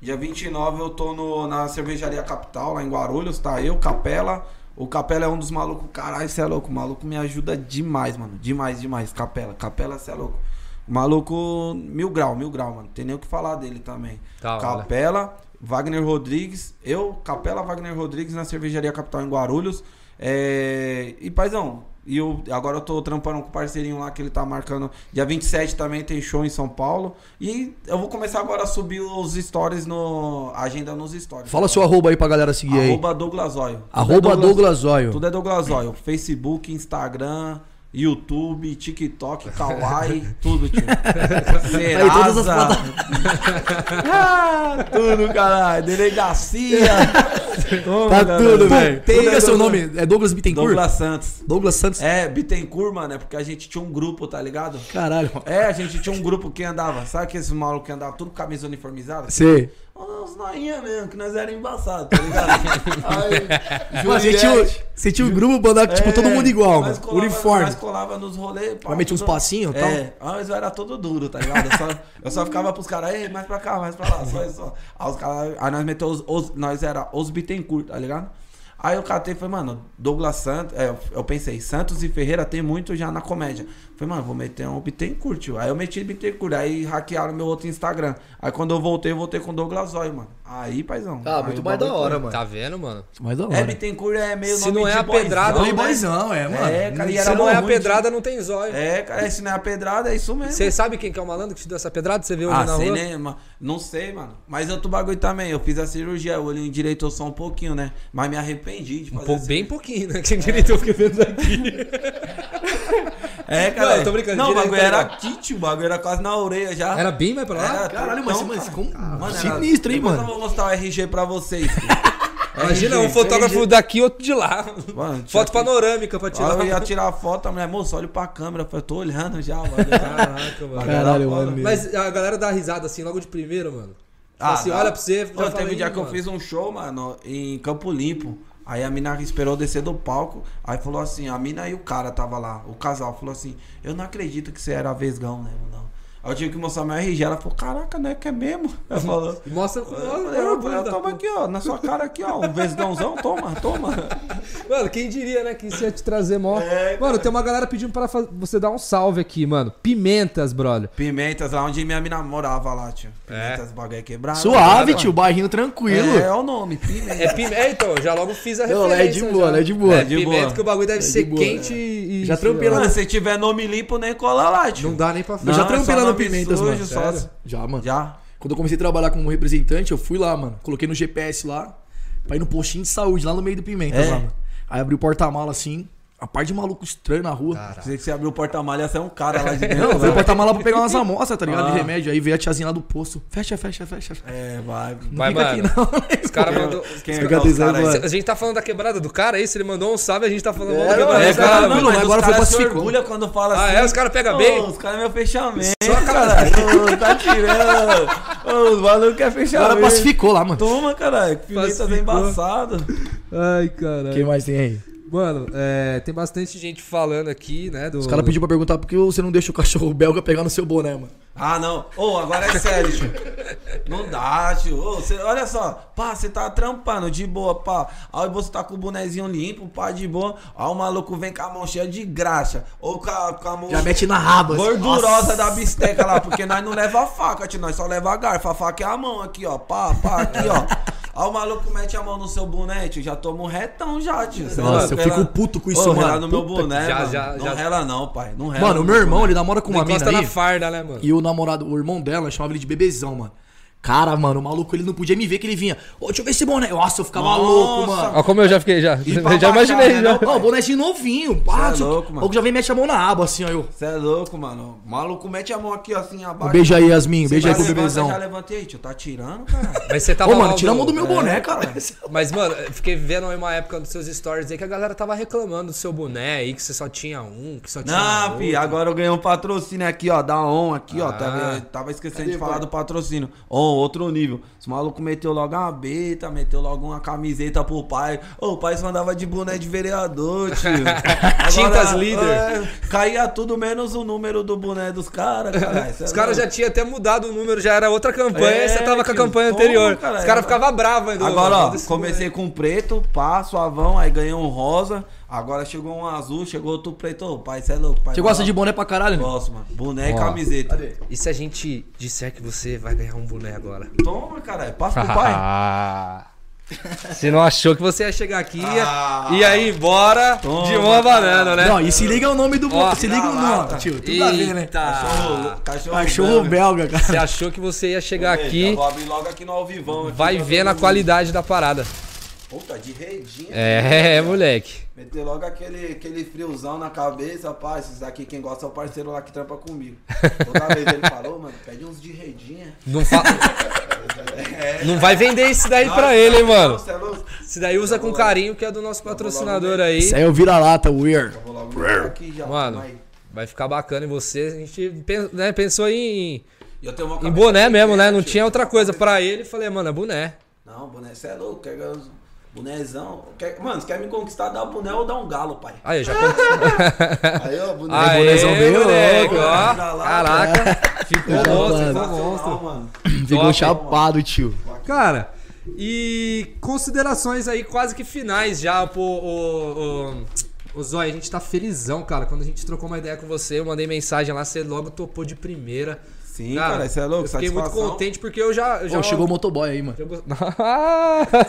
[SPEAKER 3] Dia 29 eu tô no, na cervejaria capital, lá em Guarulhos, tá? Eu, Capela. O Capela é um dos malucos. Caralho, você é louco. O maluco me ajuda demais, mano. Demais, demais. Capela. Capela, você é louco. O maluco, mil grau, mil grau, mano. Tem nem o que falar dele também.
[SPEAKER 2] Da hora.
[SPEAKER 3] Capela, Wagner Rodrigues. Eu, Capela, Wagner Rodrigues na cervejaria capital em Guarulhos. É, E, paizão, e eu, agora eu tô trampando com o parceirinho lá que ele tá marcando. Dia 27 também tem show em São Paulo. E eu vou começar agora a subir os stories no. a Agenda nos stories.
[SPEAKER 1] Fala seu arroba aí pra galera seguir aí.
[SPEAKER 3] Arroba Douglas Oil.
[SPEAKER 1] Arroba
[SPEAKER 3] Tudo é
[SPEAKER 1] Douglas Oil.
[SPEAKER 3] Tudo é Douglas Oil. Facebook, Instagram, YouTube, TikTok, Kawaii, tudo, tio.
[SPEAKER 1] Aí, todas as
[SPEAKER 3] Serasa. Ah, tudo, caralho. Delegacia. é
[SPEAKER 1] Tá tudo, velho.
[SPEAKER 3] Tem
[SPEAKER 1] Como é que é seu
[SPEAKER 3] Douglas-
[SPEAKER 1] nome? É Douglas Bittencourt?
[SPEAKER 3] Douglas Santos.
[SPEAKER 1] Douglas Santos.
[SPEAKER 3] É, Bittencourt, mano, é porque a gente tinha um grupo, tá ligado?
[SPEAKER 1] Caralho, mano.
[SPEAKER 3] É, a gente tinha um grupo que andava, sabe que esses malucos que andavam tudo com camisa uniformizada?
[SPEAKER 1] Sei.
[SPEAKER 3] Os noinha mesmo, que nós era embaçados, tá ligado?
[SPEAKER 4] Ai,
[SPEAKER 1] Mano, você
[SPEAKER 4] Juliette.
[SPEAKER 1] tinha, você tinha um grupo, mano, tipo, todo mundo igual,
[SPEAKER 3] É. Nós
[SPEAKER 1] mano.
[SPEAKER 3] colava-
[SPEAKER 1] Uniforme.
[SPEAKER 3] Nós colava nos rolês. pá,
[SPEAKER 1] Mas metia uns
[SPEAKER 3] tudo-
[SPEAKER 1] passinhos e tal?
[SPEAKER 3] É, ah, mas eu era todo duro, tá ligado? Eu só, eu só ficava pros caras, ei, mais pra cá, mais pra lá, só isso. só." Aí, os caras- aí nós meteu os, os- nós era os Bittencourt, tá ligado? Aí eu catei e falei, mano, Douglas Santos, é, eu- eu pensei, Santos e Ferreira tem muito já na comédia. Falei, mano, vou meter um Bittencourt, tio. Aí eu meti Bittencourt, aí hackearam meu outro Instagram. Aí quando eu voltei, eu voltei com Douglas Zóio, mano. Aí, paizão.
[SPEAKER 4] Ah,
[SPEAKER 3] aí
[SPEAKER 4] muito
[SPEAKER 3] o
[SPEAKER 4] mais da
[SPEAKER 3] bagulho
[SPEAKER 4] hora, mano.
[SPEAKER 2] Tá vendo, mano?
[SPEAKER 1] Mas da
[SPEAKER 3] foi.
[SPEAKER 1] hora.
[SPEAKER 3] É, Bittencourt é meio
[SPEAKER 2] Se
[SPEAKER 3] nome
[SPEAKER 2] não é
[SPEAKER 3] de
[SPEAKER 2] a
[SPEAKER 3] boyzão,
[SPEAKER 2] pedrada, não
[SPEAKER 3] né?
[SPEAKER 1] Playboyzão, é, mano.
[SPEAKER 3] É, cara, e
[SPEAKER 2] Se
[SPEAKER 3] era
[SPEAKER 2] não
[SPEAKER 3] bom,
[SPEAKER 2] é a
[SPEAKER 3] ruim, tio.
[SPEAKER 2] pedrada, não tem zóio.
[SPEAKER 3] É, cara, se não é a pedrada, é isso mesmo.
[SPEAKER 2] Você sabe quem que é o malandro que te deu essa pedrada? Você viu ele
[SPEAKER 3] Ah,
[SPEAKER 2] na
[SPEAKER 3] sei
[SPEAKER 2] rua?
[SPEAKER 3] nem, ma- não sei, mano. Mas outro bagulho também, eu fiz a cirurgia, o olho endireitou só um pouquinho, né? Mas me arrependi de fazer
[SPEAKER 2] Pô,
[SPEAKER 3] a
[SPEAKER 2] Um bem pouquinho, né? Quem direito eu fiquei vendo aqui.
[SPEAKER 3] cirurgia. É, cara.
[SPEAKER 2] Não, eu tô brincando,
[SPEAKER 3] Não, o
[SPEAKER 2] direito,
[SPEAKER 3] bagulho
[SPEAKER 2] tá
[SPEAKER 3] era
[SPEAKER 2] ligado?
[SPEAKER 3] aqui, tio, o bagulho era quase na orelha já.
[SPEAKER 2] Era bem mais pra lá?
[SPEAKER 3] Era
[SPEAKER 1] Caralho, mas,
[SPEAKER 3] tortão,
[SPEAKER 1] mas
[SPEAKER 3] cara.
[SPEAKER 1] como.
[SPEAKER 3] Mano, era-
[SPEAKER 1] sinistro, hein,
[SPEAKER 3] Depois
[SPEAKER 1] mano.
[SPEAKER 3] Eu vou mostrar o RG pra vocês. filho.
[SPEAKER 2] Imagina um
[SPEAKER 3] RG,
[SPEAKER 2] fotógrafo
[SPEAKER 3] RG.
[SPEAKER 2] daqui outro de lá.
[SPEAKER 3] Mano, tinha
[SPEAKER 2] Foto
[SPEAKER 3] que-
[SPEAKER 2] panorâmica pra tirar.
[SPEAKER 3] Aí Eu ia tirar a foto, a mulher, moço, olha pra câmera. Eu falei, tô olhando já, mano.
[SPEAKER 2] Caraca, mano.
[SPEAKER 1] Caralho,
[SPEAKER 3] Era foda.
[SPEAKER 1] mano.
[SPEAKER 2] Mas a galera dá risada assim logo de primeiro, mano. Ah, assim,
[SPEAKER 3] dá.
[SPEAKER 2] olha pra você.
[SPEAKER 3] Ô, teve um dia que eu fiz um show, mano, em Campo Limpo. Aí a mina esperou descer do palco. Aí falou assim: a mina e o cara tava lá, o casal. Falou assim: eu não acredito que você era vesgão, né? Não. Aí eu tive que mostrar meu RG. Ela falou: caraca, né? Que é mesmo? Ela falou.
[SPEAKER 2] Mostra.
[SPEAKER 3] Eu falei, "Eu- eu-
[SPEAKER 2] tá
[SPEAKER 3] toma aqui, ó, na sua cara aqui, ó, um vesgãozão, toma, toma.
[SPEAKER 2] Mano, quem diria, né, que isso ia te trazer mó. mano, tem uma galera pedindo pra fa- você dar um salve aqui, mano. Pimentas, brother.
[SPEAKER 3] Pimentas, lá onde minha mina morava lá, tio.
[SPEAKER 2] É.
[SPEAKER 3] Pimentas, bagulho é quebrado.
[SPEAKER 1] Suave, tio, bairrinho tranquilo.
[SPEAKER 3] É, é o nome, Pimentas.
[SPEAKER 2] É pimenta. É, então, eu já logo fiz a
[SPEAKER 1] Não,
[SPEAKER 2] referência.
[SPEAKER 1] é de boa,
[SPEAKER 2] já.
[SPEAKER 1] é de boa.
[SPEAKER 2] É
[SPEAKER 1] É de
[SPEAKER 2] pimenta
[SPEAKER 3] boa.
[SPEAKER 2] que o bagulho deve
[SPEAKER 1] de
[SPEAKER 2] ser
[SPEAKER 1] boa.
[SPEAKER 2] quente e.
[SPEAKER 1] Já
[SPEAKER 2] e-
[SPEAKER 1] trampei lá.
[SPEAKER 3] Mano, se tiver nome limpo, nem cola lá, tio.
[SPEAKER 2] Não dá nem pra
[SPEAKER 1] Eu já
[SPEAKER 3] Não, é
[SPEAKER 1] trampei
[SPEAKER 3] só
[SPEAKER 1] lá no
[SPEAKER 3] nome
[SPEAKER 1] Pimentas,
[SPEAKER 3] sujo,
[SPEAKER 1] mano.
[SPEAKER 3] só-
[SPEAKER 1] Sério? Já, mano.
[SPEAKER 3] Já.
[SPEAKER 1] Quando eu comecei a trabalhar como representante, eu fui lá, mano. Coloquei no GPS lá, pra ir no postinho de saúde, lá no meio do Pimentas,
[SPEAKER 3] É?
[SPEAKER 1] lá, mano. Aí abri o porta-mala assim, a parte de maluco estranho na rua.
[SPEAKER 3] Tá. Pensei que você abriu o porta-malha, você é um cara lá de dentro.
[SPEAKER 1] Não, eu
[SPEAKER 3] né?
[SPEAKER 1] fui no porta-mala pra pegar umas amostras, tá ligado?
[SPEAKER 3] Ah.
[SPEAKER 1] De remédio. Aí veio a tiazinha lá do posto. Fecha, fecha, fecha.
[SPEAKER 3] É, vai. é
[SPEAKER 1] Não
[SPEAKER 2] Vai,
[SPEAKER 1] fica
[SPEAKER 2] mano.
[SPEAKER 1] aqui, não. né,
[SPEAKER 2] Os caras mandou.
[SPEAKER 3] Quem
[SPEAKER 1] Fica
[SPEAKER 3] os
[SPEAKER 1] desenho,
[SPEAKER 3] caras-
[SPEAKER 1] mano.
[SPEAKER 2] A gente tá falando da quebrada do cara, é isso? Ele mandou um salve, a gente tá falando mal da
[SPEAKER 3] É,
[SPEAKER 2] quebrada
[SPEAKER 3] mano,
[SPEAKER 2] do
[SPEAKER 3] os
[SPEAKER 2] cara,
[SPEAKER 3] caras
[SPEAKER 1] não,
[SPEAKER 2] mano.
[SPEAKER 1] mas
[SPEAKER 3] mas
[SPEAKER 1] agora
[SPEAKER 3] os
[SPEAKER 1] foi
[SPEAKER 3] caras se
[SPEAKER 1] pacificou.
[SPEAKER 3] orgulha quando fala
[SPEAKER 2] Ah,
[SPEAKER 3] assim.
[SPEAKER 2] é? Os caras pegam
[SPEAKER 3] "Ô,
[SPEAKER 2] bem?"
[SPEAKER 3] Os caras é meu fechamento,
[SPEAKER 2] Só,
[SPEAKER 3] caralho. Ô, tá tirando. Ô, Os malucos é fechamento.
[SPEAKER 1] Agora pacificou lá, mano.
[SPEAKER 3] Toma, caralho. que Pimentas é
[SPEAKER 2] Pacificou.
[SPEAKER 3] embaçado.
[SPEAKER 2] Ai, caralho.
[SPEAKER 1] Quem mais tem aí?
[SPEAKER 2] Mano, é, tem bastante gente falando aqui, né? Do...
[SPEAKER 1] Os caras pediu pra perguntar por que você não deixa o cachorro belga pegar no seu boné, mano.
[SPEAKER 3] Ah, não. Ô, agora é sério, tio. Não dá, tio. Ô, cê- olha só. Pá, você tá trampando de boa, pá. Aí você tá com o bonezinho limpo, pá, de boa. Aí o maluco vem com a mão cheia de graxa. Ou com a, com a mão
[SPEAKER 1] Já mete na raba. assim.
[SPEAKER 3] gordurosa da bisteca lá, porque nós não leva a faca, tio. Nós só leva a garfo. A faca é a mão aqui, ó. Pá, pá, aqui, ó. Aí o maluco mete a mão no seu boné, tio. Já toma um retão já, tio. Cê
[SPEAKER 1] Nossa,
[SPEAKER 3] não
[SPEAKER 1] eu fico puto com isso,
[SPEAKER 3] Ô,
[SPEAKER 1] mano.
[SPEAKER 3] rela no meu
[SPEAKER 1] Puta que-
[SPEAKER 3] boné,
[SPEAKER 2] Já,
[SPEAKER 3] mano.
[SPEAKER 2] já,
[SPEAKER 3] não
[SPEAKER 2] já.
[SPEAKER 3] rela não, pai. Não rela.
[SPEAKER 1] Mano, o
[SPEAKER 3] no
[SPEAKER 1] meu irmão,
[SPEAKER 3] boné.
[SPEAKER 1] ele namora com
[SPEAKER 2] Não
[SPEAKER 1] uma mina
[SPEAKER 2] encosta na
[SPEAKER 1] aí.
[SPEAKER 2] farda, né, mano?
[SPEAKER 1] E o namorado, o irmão dela, chamava ele de bebezão, mano. Cara, mano, o maluco, ele não podia me ver que ele vinha. Ô, deixa eu ver esse boné. Nossa, eu ficava
[SPEAKER 3] Nossa,
[SPEAKER 1] louco, mano.
[SPEAKER 2] Ó, como eu já fiquei, já.
[SPEAKER 3] E pra baixar, né, não?
[SPEAKER 1] Não, o bonézinho novinho, pá.
[SPEAKER 3] Cê é
[SPEAKER 1] só-
[SPEAKER 3] louco, mano.
[SPEAKER 1] O que já vem e mete a mão na aba, assim, ó. Eu.
[SPEAKER 3] Você é louco, mano. O maluco mete a mão aqui, assim, abaixo.
[SPEAKER 1] Um beijo aí, Yasmin. Um
[SPEAKER 3] Cê
[SPEAKER 1] beijo aí
[SPEAKER 3] já
[SPEAKER 1] pro
[SPEAKER 3] levanta,
[SPEAKER 1] bebezão.
[SPEAKER 3] Já levantei, tio. Tá tirando, cara.
[SPEAKER 2] Mas você tava
[SPEAKER 1] Ô, mano,
[SPEAKER 2] lá,
[SPEAKER 1] tira a mão do
[SPEAKER 2] Bruno.
[SPEAKER 1] meu boné, cara.
[SPEAKER 2] Mas, mano, eu fiquei vendo aí uma época dos seus stories aí que a galera tava reclamando do seu boné aí, que você só tinha um, que só tinha
[SPEAKER 3] Não,
[SPEAKER 2] outro.
[SPEAKER 3] fi, agora eu ganhei um patrocínio aqui, ó, da ON aqui, ó.
[SPEAKER 2] Ah.
[SPEAKER 3] Tava, eu tava esquecendo de falar do patrocínio. ON, outro nível. Os malucos meteu logo uma beta, meteu logo uma camiseta pro pai. Ô, o pai só andava de boné de vereador, tio. Agora,
[SPEAKER 2] Tintas líder.
[SPEAKER 3] é, caía tudo menos o número do boné dos caras, caralho. Cê é
[SPEAKER 2] Os caras já
[SPEAKER 3] louco.
[SPEAKER 2] tinham até mudado o número, já era outra campanha,
[SPEAKER 3] É,
[SPEAKER 2] você tava com a
[SPEAKER 3] tio,
[SPEAKER 2] campanha
[SPEAKER 3] toma,
[SPEAKER 2] anterior.
[SPEAKER 3] caralho.
[SPEAKER 2] Os caras ficavam bravos ainda.
[SPEAKER 3] Agora,
[SPEAKER 2] mano,
[SPEAKER 3] ó,
[SPEAKER 2] desse
[SPEAKER 3] comecei com preto, pá, suavão, aí ganhei um rosa. Agora chegou um azul, chegou outro preto. Ô, pai, cê é louco, pai.
[SPEAKER 1] Você gosta de boné pra caralho, né?
[SPEAKER 3] Gosto, mano. Boné e
[SPEAKER 2] assim. Ó.
[SPEAKER 3] camiseta.
[SPEAKER 2] boné. E se a gente disser que você vai ganhar um boné agora?
[SPEAKER 3] Toma, caralho. Passa pro pai.
[SPEAKER 2] Você não achou que você ia chegar aqui ia-
[SPEAKER 3] Ah.
[SPEAKER 2] e aí, bora
[SPEAKER 3] Toma,
[SPEAKER 2] de uma
[SPEAKER 3] cara.
[SPEAKER 2] banana, né?
[SPEAKER 1] Não, e se liga o nome do
[SPEAKER 2] Ó,
[SPEAKER 1] boné. Se liga o
[SPEAKER 3] na
[SPEAKER 1] nome,
[SPEAKER 3] lata.
[SPEAKER 1] tio. Tudo a ver, né?
[SPEAKER 3] É
[SPEAKER 2] Eita!
[SPEAKER 3] cachorro,
[SPEAKER 1] Cachorro
[SPEAKER 3] belga.
[SPEAKER 1] belga,
[SPEAKER 2] Você
[SPEAKER 1] cara.
[SPEAKER 2] achou que você ia chegar
[SPEAKER 3] Eita,
[SPEAKER 2] aqui,
[SPEAKER 3] Vou abrir logo aqui no ao vivão. aqui,
[SPEAKER 2] vai
[SPEAKER 3] pra
[SPEAKER 2] ver
[SPEAKER 3] todo
[SPEAKER 2] na
[SPEAKER 3] mundo.
[SPEAKER 2] qualidade da parada.
[SPEAKER 3] Puta, de redinha.
[SPEAKER 2] É, moleque.
[SPEAKER 3] Meter logo aquele, aquele friozão na cabeça, pá. Esses aqui, quem gosta é o parceiro lá que trampa comigo. Toda vez ele falou, mano, pede uns de redinha.
[SPEAKER 2] Não, fa- não vai vender esse daí pra ele, hein, mano.
[SPEAKER 3] Nossa, é louco.
[SPEAKER 2] Esse daí usa com carinho, que é do nosso patrocinador aí.
[SPEAKER 3] um
[SPEAKER 1] Isso aí é o vira-lata, Weird.
[SPEAKER 3] Vou logo meter aqui já.
[SPEAKER 2] Mano,
[SPEAKER 3] vai.
[SPEAKER 2] vai ficar bacana em você. A gente pen- né, pensou em,
[SPEAKER 3] E eu tenho uma
[SPEAKER 2] em
[SPEAKER 3] cabeça
[SPEAKER 2] boné
[SPEAKER 3] pequena,
[SPEAKER 2] mesmo, né? Não
[SPEAKER 3] tio.
[SPEAKER 2] tinha outra coisa pra ele. Falei, mano, é boné.
[SPEAKER 3] Não, boné, você é louco. Quer ganhar uns bonézão? Quer... Mano, você quer me conquistar, dá um boné ou dá um galo, pai.
[SPEAKER 2] Aí, já comprei.
[SPEAKER 3] Aí, ó, boné.
[SPEAKER 1] bonézão
[SPEAKER 2] Aê,
[SPEAKER 1] bem
[SPEAKER 2] moleque,
[SPEAKER 1] louco.
[SPEAKER 2] ó.
[SPEAKER 3] Vira lá,
[SPEAKER 2] Caraca, ficou
[SPEAKER 1] Tá
[SPEAKER 2] monstro, ficou
[SPEAKER 1] bom.
[SPEAKER 2] monstro.
[SPEAKER 3] Sensacional, é mano.
[SPEAKER 1] Ficou
[SPEAKER 2] Top.
[SPEAKER 1] chapado, tio.
[SPEAKER 2] Cara, e considerações aí quase que finais já, pô, o, o, o Zói, a gente tá felizão, cara. Quando a gente trocou uma ideia com você, eu mandei mensagem lá, você logo topou de primeira.
[SPEAKER 3] Sim, cara, isso é louco,
[SPEAKER 2] Eu fiquei
[SPEAKER 3] satisfação.
[SPEAKER 2] muito contente porque eu já. eu já
[SPEAKER 1] Ó, chegou o motoboy aí, mano.
[SPEAKER 2] já gost- Nossa!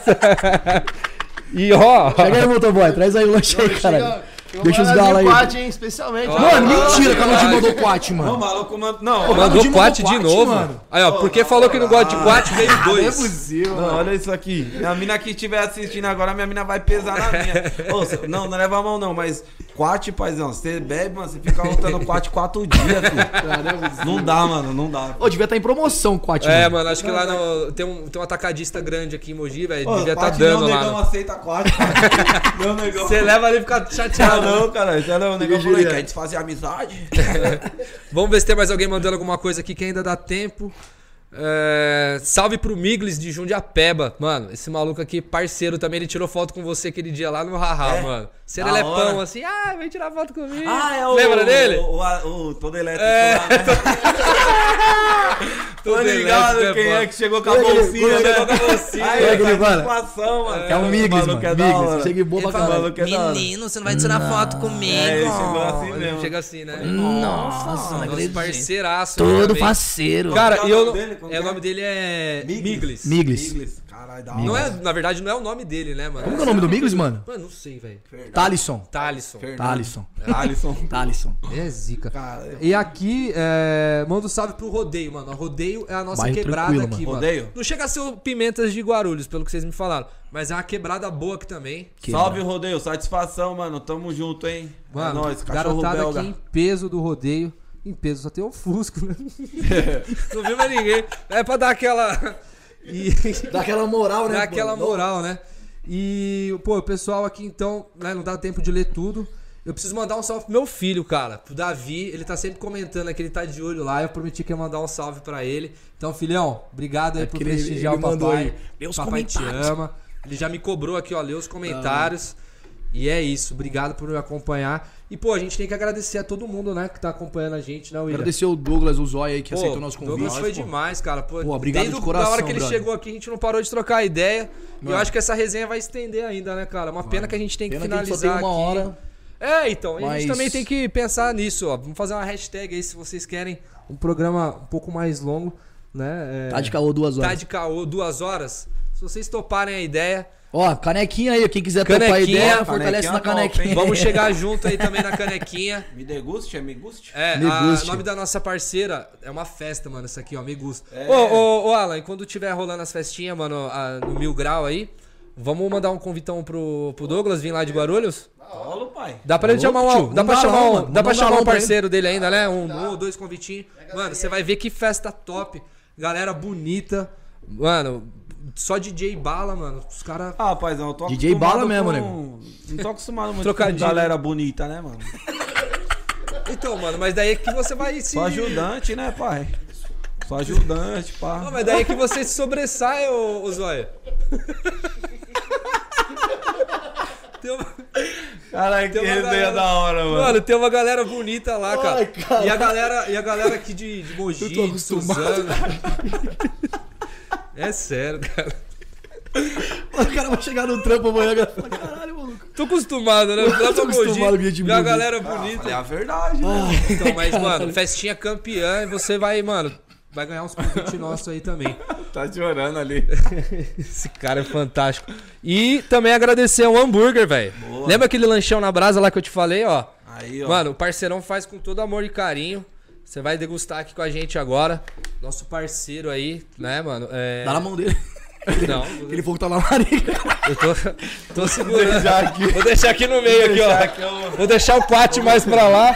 [SPEAKER 2] e ó,
[SPEAKER 1] Chega aí, motoboy. Traz aí o lanche aí, caralho. Deixa os galos aí.
[SPEAKER 4] Quate, hein, especialmente.
[SPEAKER 1] Mano, mentira que ela
[SPEAKER 2] cara.
[SPEAKER 1] não te mandou quate,
[SPEAKER 3] Não,
[SPEAKER 1] mano.
[SPEAKER 3] maluco, mano. Não,
[SPEAKER 1] Ô,
[SPEAKER 3] olha-
[SPEAKER 1] Mandou
[SPEAKER 2] mandou
[SPEAKER 1] de
[SPEAKER 2] quat de
[SPEAKER 1] quat,
[SPEAKER 2] novo.
[SPEAKER 1] mano.
[SPEAKER 2] Aí, ó, porque falou que não gosta de quat, veio dois.
[SPEAKER 4] possível,
[SPEAKER 3] Não, olha isso aqui. A mina que estiver assistindo agora, minha mina vai pesar na minha. Ô, cê- não, não leva a mão não, mas quate, paizão. Você bebe, mano, você fica lutando quate quatro dias, tu. Não dá, mano, não dá.
[SPEAKER 1] Ô, devia estar em promoção o quate,
[SPEAKER 2] É,
[SPEAKER 1] mano.
[SPEAKER 2] mano, acho que lá no, tem, um, tem um atacadista grande aqui em Mogi, velho.
[SPEAKER 3] Ô,
[SPEAKER 2] Devia tá
[SPEAKER 3] quate
[SPEAKER 2] dando
[SPEAKER 3] não,
[SPEAKER 2] lá.
[SPEAKER 3] negão
[SPEAKER 2] mano.
[SPEAKER 3] aceita quate. Não, negão.
[SPEAKER 2] Você leva ali e fica
[SPEAKER 3] Ah,
[SPEAKER 2] chateado.
[SPEAKER 3] não, cara, você não, o negão falou, "Ei,
[SPEAKER 1] diria.
[SPEAKER 3] quer desfazer a amizade?
[SPEAKER 2] Vamos ver se tem mais alguém mandando alguma coisa aqui que ainda dá tempo. É, Salve pro Miglis de Jundiapeba. Mano, esse maluco aqui, parceiro também, ele tirou foto com você aquele dia lá no Haha,
[SPEAKER 3] É?
[SPEAKER 2] mano. Se
[SPEAKER 3] Da
[SPEAKER 2] ele é pão
[SPEAKER 3] hora.
[SPEAKER 2] assim, ah, vem tirar foto comigo.
[SPEAKER 3] Ah, é o...
[SPEAKER 2] Lembra dele?
[SPEAKER 3] O, o- o todo elétrico
[SPEAKER 2] É.
[SPEAKER 3] lá, né?
[SPEAKER 2] Todo
[SPEAKER 3] Tô ligado
[SPEAKER 2] elétrico
[SPEAKER 3] quem
[SPEAKER 2] bom.
[SPEAKER 3] é que chegou com a
[SPEAKER 1] Olha aquele-
[SPEAKER 3] bolsinha,
[SPEAKER 1] olha
[SPEAKER 3] né?
[SPEAKER 2] aquele- com a bolsinha.
[SPEAKER 3] Aí,
[SPEAKER 1] Olha aquele,
[SPEAKER 3] essa
[SPEAKER 1] mano.
[SPEAKER 3] satisfação, mano.
[SPEAKER 1] É um Miglis, mano.
[SPEAKER 3] Maluco é da hora.
[SPEAKER 1] Miglis. Chega em boa pra
[SPEAKER 2] Ele fala,
[SPEAKER 1] caralho.
[SPEAKER 3] Maluco é da hora.
[SPEAKER 2] você não vai tirar foto comigo.
[SPEAKER 3] É, ele chegou assim
[SPEAKER 2] Ele
[SPEAKER 3] mesmo.
[SPEAKER 2] chega assim, né?
[SPEAKER 1] Nossa, mano.
[SPEAKER 2] Nosso parceiraço.
[SPEAKER 1] Todo
[SPEAKER 2] também.
[SPEAKER 1] parceiro.
[SPEAKER 2] Cara,
[SPEAKER 3] Qual
[SPEAKER 2] e
[SPEAKER 3] que é o
[SPEAKER 2] eu
[SPEAKER 3] nome
[SPEAKER 2] não-
[SPEAKER 3] dele? Como
[SPEAKER 2] é, o
[SPEAKER 3] que é?
[SPEAKER 2] nome dele é Miglis.
[SPEAKER 3] Miglis.
[SPEAKER 1] Miglis.
[SPEAKER 3] Miglis. Caralho, da hora.
[SPEAKER 2] Não é, na verdade, não é o nome dele, né, mano?
[SPEAKER 1] Como que é o nome do Miglis, mano?
[SPEAKER 2] Mano, não sei, velho.
[SPEAKER 1] Talisson.
[SPEAKER 2] Talisson.
[SPEAKER 3] é
[SPEAKER 1] Talisson.
[SPEAKER 3] Alisson.
[SPEAKER 1] Talisson.
[SPEAKER 2] É zica.
[SPEAKER 3] Cara,
[SPEAKER 2] E aqui, é, manda um salve pro Rodeio, mano. O Rodeio é a nossa
[SPEAKER 1] Bairro
[SPEAKER 2] quebrada
[SPEAKER 1] tranquilo,
[SPEAKER 2] aqui,
[SPEAKER 1] mano.
[SPEAKER 2] mano.
[SPEAKER 3] Rodeio?
[SPEAKER 2] Não chega a ser o Pimentas de Guarulhos, pelo que vocês me falaram. Mas é uma quebrada boa aqui também.
[SPEAKER 1] Que
[SPEAKER 3] Salve,
[SPEAKER 1] mano.
[SPEAKER 3] Rodeio. Satisfação, mano. Tamo junto, hein?
[SPEAKER 2] Mano,
[SPEAKER 3] é nóis, cachorro
[SPEAKER 2] garotada
[SPEAKER 3] belga.
[SPEAKER 2] aqui em peso do Rodeio. Em peso só tem um Fusco, né? Não viu mais ninguém. É pra dar aquela... E...
[SPEAKER 1] Dá aquela moral, né?
[SPEAKER 2] Dá aquela
[SPEAKER 1] mano?
[SPEAKER 2] moral, né? E, pô, o pessoal aqui então, né, não dá tempo de ler tudo. Eu preciso mandar um salve pro meu filho, cara, pro Davi. Ele tá sempre comentando aqui, ele tá de olho lá. Eu prometi que ia mandar um salve pra ele. Então, filhão, obrigado aí por
[SPEAKER 1] É que ele-
[SPEAKER 2] prestigiar
[SPEAKER 1] ele
[SPEAKER 2] o
[SPEAKER 1] mandou
[SPEAKER 2] papai.
[SPEAKER 1] aí. Lê os
[SPEAKER 2] papai te
[SPEAKER 1] comentários.
[SPEAKER 2] ama. Ele já me cobrou aqui, ó, lê os comentários. E é isso, obrigado por me acompanhar. E, pô, a gente tem que agradecer a todo mundo, né, que tá acompanhando a gente, né, William?
[SPEAKER 1] Agradecer o Douglas, o Zóia aí, que
[SPEAKER 2] Pô,
[SPEAKER 1] aceitou o nosso convite.
[SPEAKER 2] Douglas foi
[SPEAKER 1] Pô,
[SPEAKER 2] demais, cara. Pô,
[SPEAKER 1] Pô, obrigado
[SPEAKER 2] desde
[SPEAKER 1] de
[SPEAKER 2] o- da hora
[SPEAKER 1] coração,
[SPEAKER 2] que ele
[SPEAKER 1] brother.
[SPEAKER 2] chegou aqui, a gente não parou de trocar ideia. E eu acho que essa resenha vai estender ainda, né, cara? Uma pena que a gente tem que
[SPEAKER 1] Pena que a gente só
[SPEAKER 2] finalizar
[SPEAKER 1] tem uma
[SPEAKER 2] aqui.
[SPEAKER 1] hora.
[SPEAKER 2] É, então. E a gente
[SPEAKER 1] Mas-
[SPEAKER 2] também tem que pensar nisso, ó. Vamos fazer uma hashtag aí se vocês querem um programa um pouco mais longo, né? É,
[SPEAKER 1] Tá de caô duas
[SPEAKER 2] Tá
[SPEAKER 1] horas.
[SPEAKER 2] de caô, duas horas. Se vocês toparem a ideia,
[SPEAKER 1] Ó, canequinha aí, quem quiser topar a
[SPEAKER 2] Canequinha,
[SPEAKER 1] ideia, fortalece
[SPEAKER 3] canequinha
[SPEAKER 1] na
[SPEAKER 3] top, hein?
[SPEAKER 1] canequinha.
[SPEAKER 2] vamos chegar junto aí também na canequinha.
[SPEAKER 3] Me deguste, é me guste?
[SPEAKER 2] É,
[SPEAKER 1] Me
[SPEAKER 2] a-
[SPEAKER 1] guste.
[SPEAKER 2] o nome da nossa parceira é uma festa, mano, essa aqui, ó, Me Gusta. Ô, ô, ô, Alan, quando tiver rolando as festinhas, mano, a- no Mil Grau aí, vamos mandar um convitão pro, pro Douglas vir lá de Guarulhos?
[SPEAKER 3] Fala, Tá, pai.
[SPEAKER 2] Dá pra ele
[SPEAKER 1] Alô,
[SPEAKER 2] chamar
[SPEAKER 1] tio,
[SPEAKER 2] um, dá
[SPEAKER 1] vamos
[SPEAKER 2] pra
[SPEAKER 1] dar
[SPEAKER 2] chamar
[SPEAKER 1] lá, mano,
[SPEAKER 2] um, dá
[SPEAKER 1] vamos
[SPEAKER 2] pra
[SPEAKER 1] dar
[SPEAKER 2] chamar
[SPEAKER 1] lá
[SPEAKER 2] um
[SPEAKER 1] um pra ele.
[SPEAKER 2] parceiro dele ainda, né? Um, um ou dois convitinhos. Mano, você vai ver que festa top, galera bonita, mano, só DJ Bala, mano, os caras...
[SPEAKER 3] Ah, paizão, eu tô
[SPEAKER 1] DJ Bala
[SPEAKER 3] acostumado
[SPEAKER 1] mesmo,
[SPEAKER 3] com... um- Não tô acostumado muito
[SPEAKER 2] Trocadilho.
[SPEAKER 3] com galera bonita, né, mano?
[SPEAKER 2] Então, mano, mas daí é que você vai se...
[SPEAKER 3] Só ajudante, né, pai? Só ajudante, pá.
[SPEAKER 2] Não, mas daí é que você se sobressai, ô, ô Zóia. Tem uma-
[SPEAKER 3] Caralho, que
[SPEAKER 2] tem uma galera-
[SPEAKER 3] resenha da hora, mano.
[SPEAKER 2] Mano, tem uma galera bonita lá, cara.
[SPEAKER 1] Ai, cara.
[SPEAKER 2] E, a galera, e a galera aqui de, de Mogi,
[SPEAKER 1] tô
[SPEAKER 2] de Suzano. É sério, cara.
[SPEAKER 1] O cara vai chegar no trampo amanhã e fala, caralho, maluco.
[SPEAKER 2] Tô acostumado, né? Lá
[SPEAKER 1] tô
[SPEAKER 2] pra Mogi,
[SPEAKER 1] acostumado com gente
[SPEAKER 2] vê a
[SPEAKER 1] bonita.
[SPEAKER 2] galera
[SPEAKER 3] É
[SPEAKER 2] bonita.
[SPEAKER 3] a verdade, né?
[SPEAKER 2] Então, mas, mano, festinha campeã e você vai, mano, vai ganhar uns convites nossos aí também.
[SPEAKER 3] Tá chorando ali.
[SPEAKER 2] Esse cara é fantástico. E também agradecer ao hambúrguer, velho. Lembra aquele lanchão na brasa lá que eu te falei, ó?
[SPEAKER 3] Aí, ó.
[SPEAKER 2] Mano, o parceirão faz com todo amor e carinho. Você vai degustar aqui com a gente agora. Nosso parceiro aí, né, mano? É...
[SPEAKER 1] Dá na mão dele.
[SPEAKER 2] Não,
[SPEAKER 1] Ele falou que tá na larica.
[SPEAKER 2] eu tô, tô segurando. Vou deixar,
[SPEAKER 3] aqui.
[SPEAKER 2] aqui no meio, aqui, ó. Vou deixar o quat mais pra lá.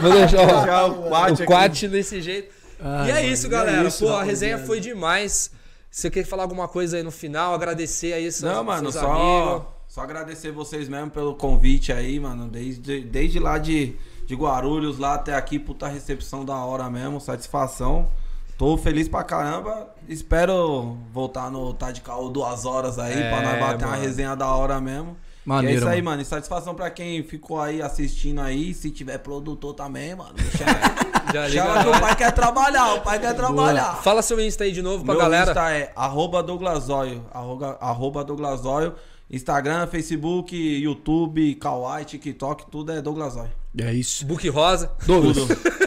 [SPEAKER 2] Vou deixar, ó.
[SPEAKER 3] Já o quad
[SPEAKER 2] o
[SPEAKER 3] aqui.
[SPEAKER 2] quat desse jeito.
[SPEAKER 1] Ah,
[SPEAKER 2] e é
[SPEAKER 1] mano, e
[SPEAKER 2] isso,
[SPEAKER 1] é
[SPEAKER 2] galera.
[SPEAKER 1] isso,
[SPEAKER 2] Pô, a
[SPEAKER 1] rapaziada.
[SPEAKER 2] resenha foi demais. Você quer falar alguma coisa aí no final? Agradecer aí seus,
[SPEAKER 3] Não, mano,
[SPEAKER 2] seus
[SPEAKER 3] só,
[SPEAKER 2] amigos.
[SPEAKER 3] só agradecer vocês mesmo pelo convite aí, mano. Desde, desde lá de, de Guarulhos, lá até aqui, puta recepção da hora mesmo, satisfação. Tô feliz pra caramba. Espero voltar no Tá de Caô duas horas aí,
[SPEAKER 2] É,
[SPEAKER 3] pra nós bater uma
[SPEAKER 2] mano.
[SPEAKER 3] resenha da hora mesmo.
[SPEAKER 1] Maneiro,
[SPEAKER 3] e é isso aí, mano. E satisfação pra quem ficou aí assistindo aí. Se tiver produtor também, mano. Chama,
[SPEAKER 2] Já liga
[SPEAKER 3] chama que
[SPEAKER 2] lá.
[SPEAKER 3] o pai quer trabalhar, o pai quer trabalhar.
[SPEAKER 2] Fala seu Insta aí de novo pra
[SPEAKER 3] Meu
[SPEAKER 2] galera.
[SPEAKER 3] Insta é arroba Douglasóio. Arroba, arroba Douglasóio. Instagram, Facebook, YouTube, Kawaii, TikTok, tudo é Douglasóio.
[SPEAKER 1] É isso.
[SPEAKER 2] Book Rosa.
[SPEAKER 1] Douglas.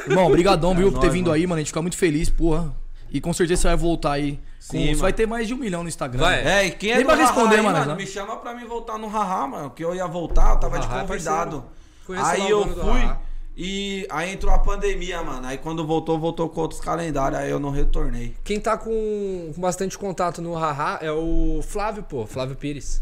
[SPEAKER 1] Irmão, brigadão,
[SPEAKER 2] É
[SPEAKER 1] viu, por ter
[SPEAKER 3] nóis,
[SPEAKER 1] vindo
[SPEAKER 3] mano.
[SPEAKER 1] aí, mano. A gente fica muito feliz, porra. E com certeza você vai voltar aí. Com,
[SPEAKER 3] Sim,
[SPEAKER 1] você vai
[SPEAKER 3] mano.
[SPEAKER 1] ter mais de um milhão no Instagram.
[SPEAKER 2] Vai.
[SPEAKER 3] É, e quem é
[SPEAKER 1] Nem
[SPEAKER 3] do
[SPEAKER 1] pra
[SPEAKER 3] Haha
[SPEAKER 1] responder,
[SPEAKER 3] aí,
[SPEAKER 1] mano, né?
[SPEAKER 3] Me chama pra mim voltar no Haha, mano. Que eu ia voltar, eu tava
[SPEAKER 2] O
[SPEAKER 3] de
[SPEAKER 2] Haha é
[SPEAKER 3] convidado.
[SPEAKER 2] parceiro. Conheço lá
[SPEAKER 3] Aí
[SPEAKER 2] o
[SPEAKER 3] eu
[SPEAKER 2] dono do
[SPEAKER 3] fui
[SPEAKER 2] Haha.
[SPEAKER 3] e aí entrou a pandemia, mano. Aí quando voltou, voltou com outros calendários. Aí eu não retornei.
[SPEAKER 2] Quem tá com, com bastante contato no Haha é o Flávio, pô. Flávio Pires.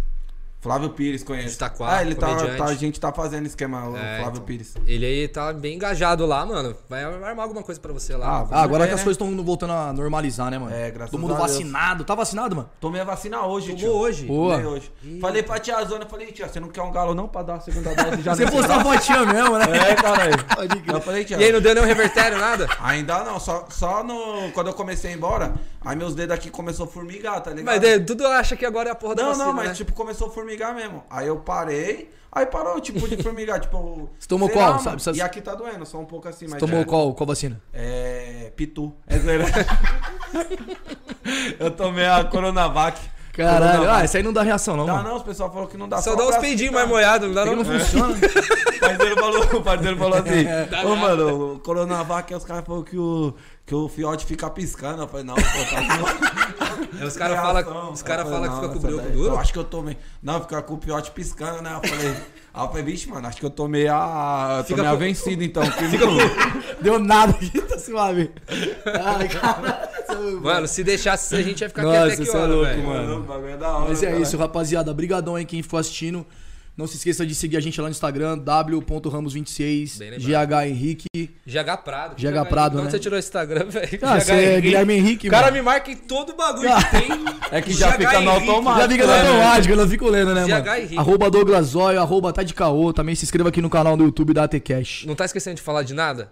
[SPEAKER 3] Flávio Pires conhece.
[SPEAKER 2] Itaquá,
[SPEAKER 3] ele tá,
[SPEAKER 2] comediante.
[SPEAKER 3] tá- A gente tá fazendo esquema, o
[SPEAKER 2] É,
[SPEAKER 3] Flávio
[SPEAKER 2] então.
[SPEAKER 3] Pires.
[SPEAKER 2] Ele aí tá bem engajado lá, mano. Vai armar alguma coisa pra você lá.
[SPEAKER 3] Ah,
[SPEAKER 1] Ah, agora
[SPEAKER 3] É,
[SPEAKER 1] que as
[SPEAKER 3] né?
[SPEAKER 1] coisas estão voltando a normalizar, né, mano?
[SPEAKER 3] É, graças
[SPEAKER 1] Todo mundo
[SPEAKER 3] a Deus.
[SPEAKER 1] vacinado. Tá vacinado, mano?
[SPEAKER 3] Tomei a vacina hoje,
[SPEAKER 2] Tomou
[SPEAKER 3] tio.
[SPEAKER 2] hoje?
[SPEAKER 1] Boa.
[SPEAKER 3] Tomei hoje. Falei pra tia Zona, falei, tia, você não quer um galo não pra dar a segunda dose já
[SPEAKER 1] Você
[SPEAKER 3] nesse
[SPEAKER 1] postou a fotinha mesmo, né?
[SPEAKER 3] É, caralho.
[SPEAKER 1] Pode crer.
[SPEAKER 3] Eu falei, tia.
[SPEAKER 2] E aí, não deu nenhum revertério, nada?
[SPEAKER 3] Ainda não, só, só no. Quando eu comecei a ir embora, aí meus dedos aqui começou a formigar, tá ligado?
[SPEAKER 2] Mas é, tudo acha que agora é a porra da
[SPEAKER 1] assim,
[SPEAKER 3] Não,
[SPEAKER 2] vacina,
[SPEAKER 3] não, mas
[SPEAKER 2] né?
[SPEAKER 3] tipo, começou a formigar mesmo. Aí eu parei, aí parou, tipo, de formigar, tipo.
[SPEAKER 1] Você tomou
[SPEAKER 3] sei
[SPEAKER 1] qual?
[SPEAKER 3] mano.
[SPEAKER 1] Sabe- sabe-
[SPEAKER 3] E aqui tá doendo, só um pouco assim, mas.
[SPEAKER 1] Tomou
[SPEAKER 3] é,
[SPEAKER 1] qual, qual vacina?
[SPEAKER 3] É. Pitu. É zoeira. eu tomei a Coronavac.
[SPEAKER 1] Caralho, ah,
[SPEAKER 3] Coronavac.
[SPEAKER 1] essa aí não dá reação, não,
[SPEAKER 3] Dá
[SPEAKER 1] mano.
[SPEAKER 3] não, os pessoal falou que não dá
[SPEAKER 2] Só dá uns
[SPEAKER 3] pra- um
[SPEAKER 2] peidinhos mais molhados, não dá
[SPEAKER 1] Não,
[SPEAKER 2] não?
[SPEAKER 1] não funciona.
[SPEAKER 3] O parceiro falou, o parceiro falou assim:
[SPEAKER 2] Dá
[SPEAKER 3] Ô,
[SPEAKER 2] nada.
[SPEAKER 3] mano, o Coronavac, aí os caras falaram que o, que o fiote fica piscando. Eu falei: Não, pô, tá
[SPEAKER 2] Aí Os caras falam cara fala que fica com o brioco
[SPEAKER 3] Eu
[SPEAKER 2] duro.
[SPEAKER 3] acho que eu tomei. Não, fica com o fiote piscando, né? Eu falei: Aí eu falei, vixe, mano, acho que eu tomei a. Eu
[SPEAKER 2] Fica
[SPEAKER 3] tomei a
[SPEAKER 2] com-
[SPEAKER 3] vencida, então. que
[SPEAKER 1] Deu nada aqui, tá suave. Ai, caralho. é
[SPEAKER 2] Mano, se deixasse, a gente ia ficar
[SPEAKER 1] Nossa,
[SPEAKER 2] aqui até que
[SPEAKER 1] você é
[SPEAKER 2] hora,
[SPEAKER 1] louco,
[SPEAKER 2] velho.
[SPEAKER 1] mano.
[SPEAKER 3] Mano, o bagulho é da hora.
[SPEAKER 1] Mas é
[SPEAKER 3] cara.
[SPEAKER 1] isso, rapaziada. Brigadão aí quem ficou assistindo. Não se esqueça de seguir a gente lá no Instagram,
[SPEAKER 2] Bem
[SPEAKER 1] w.ramos26,
[SPEAKER 2] lembrado.
[SPEAKER 1] GH Henrique.
[SPEAKER 2] GH Prado.
[SPEAKER 1] GH Prado,
[SPEAKER 2] De onde
[SPEAKER 1] né?
[SPEAKER 2] você tirou o Instagram, velho?
[SPEAKER 1] Ah, você é Guilherme Henrique,
[SPEAKER 2] O cara
[SPEAKER 1] mano.
[SPEAKER 2] me marca em todo bagulho
[SPEAKER 1] Ah.
[SPEAKER 2] que tem.
[SPEAKER 3] É que já
[SPEAKER 2] GH
[SPEAKER 3] fica no
[SPEAKER 2] Henrique.
[SPEAKER 3] automático.
[SPEAKER 1] Já fica no
[SPEAKER 3] né, velho?
[SPEAKER 1] automático, eu não fico lendo, né,
[SPEAKER 2] GH
[SPEAKER 1] mano?
[SPEAKER 2] Henrique.
[SPEAKER 1] Arroba Douglasóio, arroba Tá de Caô. Também se inscreva aqui no canal do YouTube da ATCash.
[SPEAKER 2] Não tá esquecendo de falar de nada?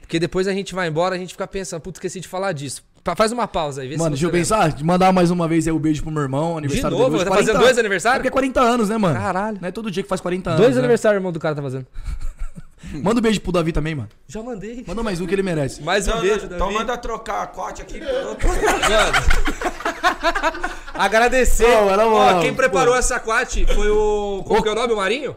[SPEAKER 2] Porque depois a gente vai embora, a gente fica pensando, puta, esqueci de falar disso. Fa- Faz uma pausa aí, vê
[SPEAKER 1] Mano,
[SPEAKER 2] se
[SPEAKER 1] deixa
[SPEAKER 2] é você
[SPEAKER 1] eu pensar, mandar mais uma vez aí o beijo pro meu irmão, aniversário
[SPEAKER 2] novo?
[SPEAKER 1] dele hoje.
[SPEAKER 2] Tá fazendo dois aniversários?
[SPEAKER 1] É porque é 40 anos, né, mano?
[SPEAKER 2] Caralho.
[SPEAKER 1] Não é todo dia que faz 40 anos.
[SPEAKER 2] lembra. Dois
[SPEAKER 1] né?
[SPEAKER 2] aniversários, irmão, do cara tá fazendo.
[SPEAKER 1] Manda um beijo pro Davi também, mano.
[SPEAKER 2] Já mandei.
[SPEAKER 1] Manda mais um que ele merece.
[SPEAKER 2] Mais um
[SPEAKER 3] Então,
[SPEAKER 2] beijo,
[SPEAKER 3] então
[SPEAKER 2] Davi.
[SPEAKER 3] manda trocar a corte aqui. pô, eu tô-
[SPEAKER 2] Mano. Agradecer.
[SPEAKER 1] Não, era
[SPEAKER 2] Ó,
[SPEAKER 1] bom,
[SPEAKER 2] quem
[SPEAKER 1] pô.
[SPEAKER 2] preparou essa quate foi o. Como
[SPEAKER 1] Ô.
[SPEAKER 2] que é o nome? O Marinho?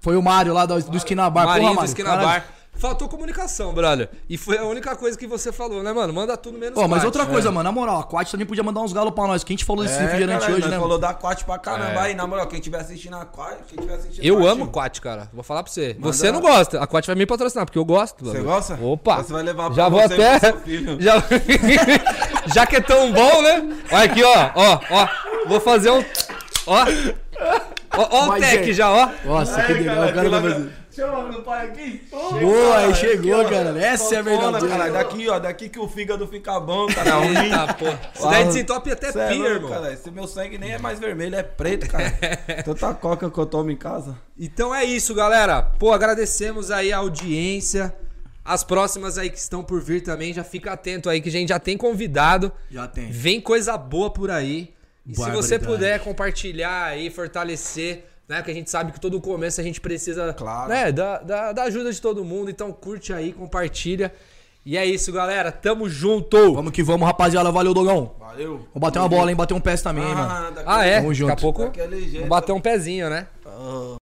[SPEAKER 1] Foi o Mário lá do, do Esquinabar.
[SPEAKER 2] Marinho
[SPEAKER 1] Ah, Porra,
[SPEAKER 2] do
[SPEAKER 1] Mário.
[SPEAKER 2] Esquina
[SPEAKER 1] Caralho.
[SPEAKER 2] Bar. Faltou comunicação, brother. E foi a única coisa que você falou, né, mano? Manda tudo menos. É.
[SPEAKER 1] Ó, mas
[SPEAKER 2] quate.
[SPEAKER 1] outra coisa, mano, na moral, a Quat também podia mandar uns galos pra nós, que a gente falou desse refrigerante
[SPEAKER 3] É, caralho,
[SPEAKER 1] hoje,
[SPEAKER 3] nós
[SPEAKER 1] né? mano?
[SPEAKER 3] Falou da Quat pra caramba.
[SPEAKER 2] É.
[SPEAKER 3] Aí, na moral, quem tiver assistindo a Quat, quem tiver assistindo
[SPEAKER 2] Eu
[SPEAKER 3] a Quat,
[SPEAKER 2] amo Quat, cara. Vou falar pra você. Você não gosta. A Quat vai me patrocinar, porque eu gosto. Você
[SPEAKER 3] gosta? Então
[SPEAKER 2] Opa.
[SPEAKER 3] Você vai levar pra
[SPEAKER 2] Já vou
[SPEAKER 3] você e
[SPEAKER 2] até.
[SPEAKER 3] pro seu filho.
[SPEAKER 2] Já... Já que é tão bom, né? Olha aqui, ó. Ó, ó. Vou fazer um. Ó. Ó, ó o
[SPEAKER 1] Mas
[SPEAKER 2] tec
[SPEAKER 1] é.
[SPEAKER 2] já, ó.
[SPEAKER 1] Nossa, que legal, o cara tá fazendo.
[SPEAKER 3] Chama meu pai aqui. né,
[SPEAKER 1] Boa, aí chegou, cara. Essa é a verdade.
[SPEAKER 3] Cara, daqui, ó, daqui que o fígado fica bom, cara.
[SPEAKER 2] Eita, porra. Isso daí desentope até
[SPEAKER 3] Cê é
[SPEAKER 2] pia,
[SPEAKER 3] louco,
[SPEAKER 2] irmão.
[SPEAKER 3] Cara, esse meu sangue nem é mais vermelho, é preto, cara. Tanta coca que eu tomo em casa.
[SPEAKER 2] Então é isso, galera. Pô, agradecemos aí a audiência. As próximas aí que estão por vir também, já fica atento aí que a gente já tem convidado.
[SPEAKER 1] Já tem.
[SPEAKER 2] Vem coisa boa por aí. E se você
[SPEAKER 1] Barbaridade.
[SPEAKER 2] puder compartilhar aí, fortalecer, né? Porque a gente sabe que todo começo a gente precisa
[SPEAKER 3] Claro.
[SPEAKER 2] né, da, da, da ajuda de todo mundo. Então curte aí, compartilha. E é isso, galera. Tamo junto.
[SPEAKER 1] Vamos que vamos, rapaziada. Valeu, Dogão.
[SPEAKER 3] Valeu.
[SPEAKER 1] Vamos bater uma bola, hein? Bater um pés também, hein, mano.
[SPEAKER 3] daqui,
[SPEAKER 2] Ah, é?
[SPEAKER 1] Tamo junto.
[SPEAKER 2] Daqui a pouco
[SPEAKER 3] Ah, Daquele jeito.
[SPEAKER 2] bater um pezinho, né?
[SPEAKER 3] Ah.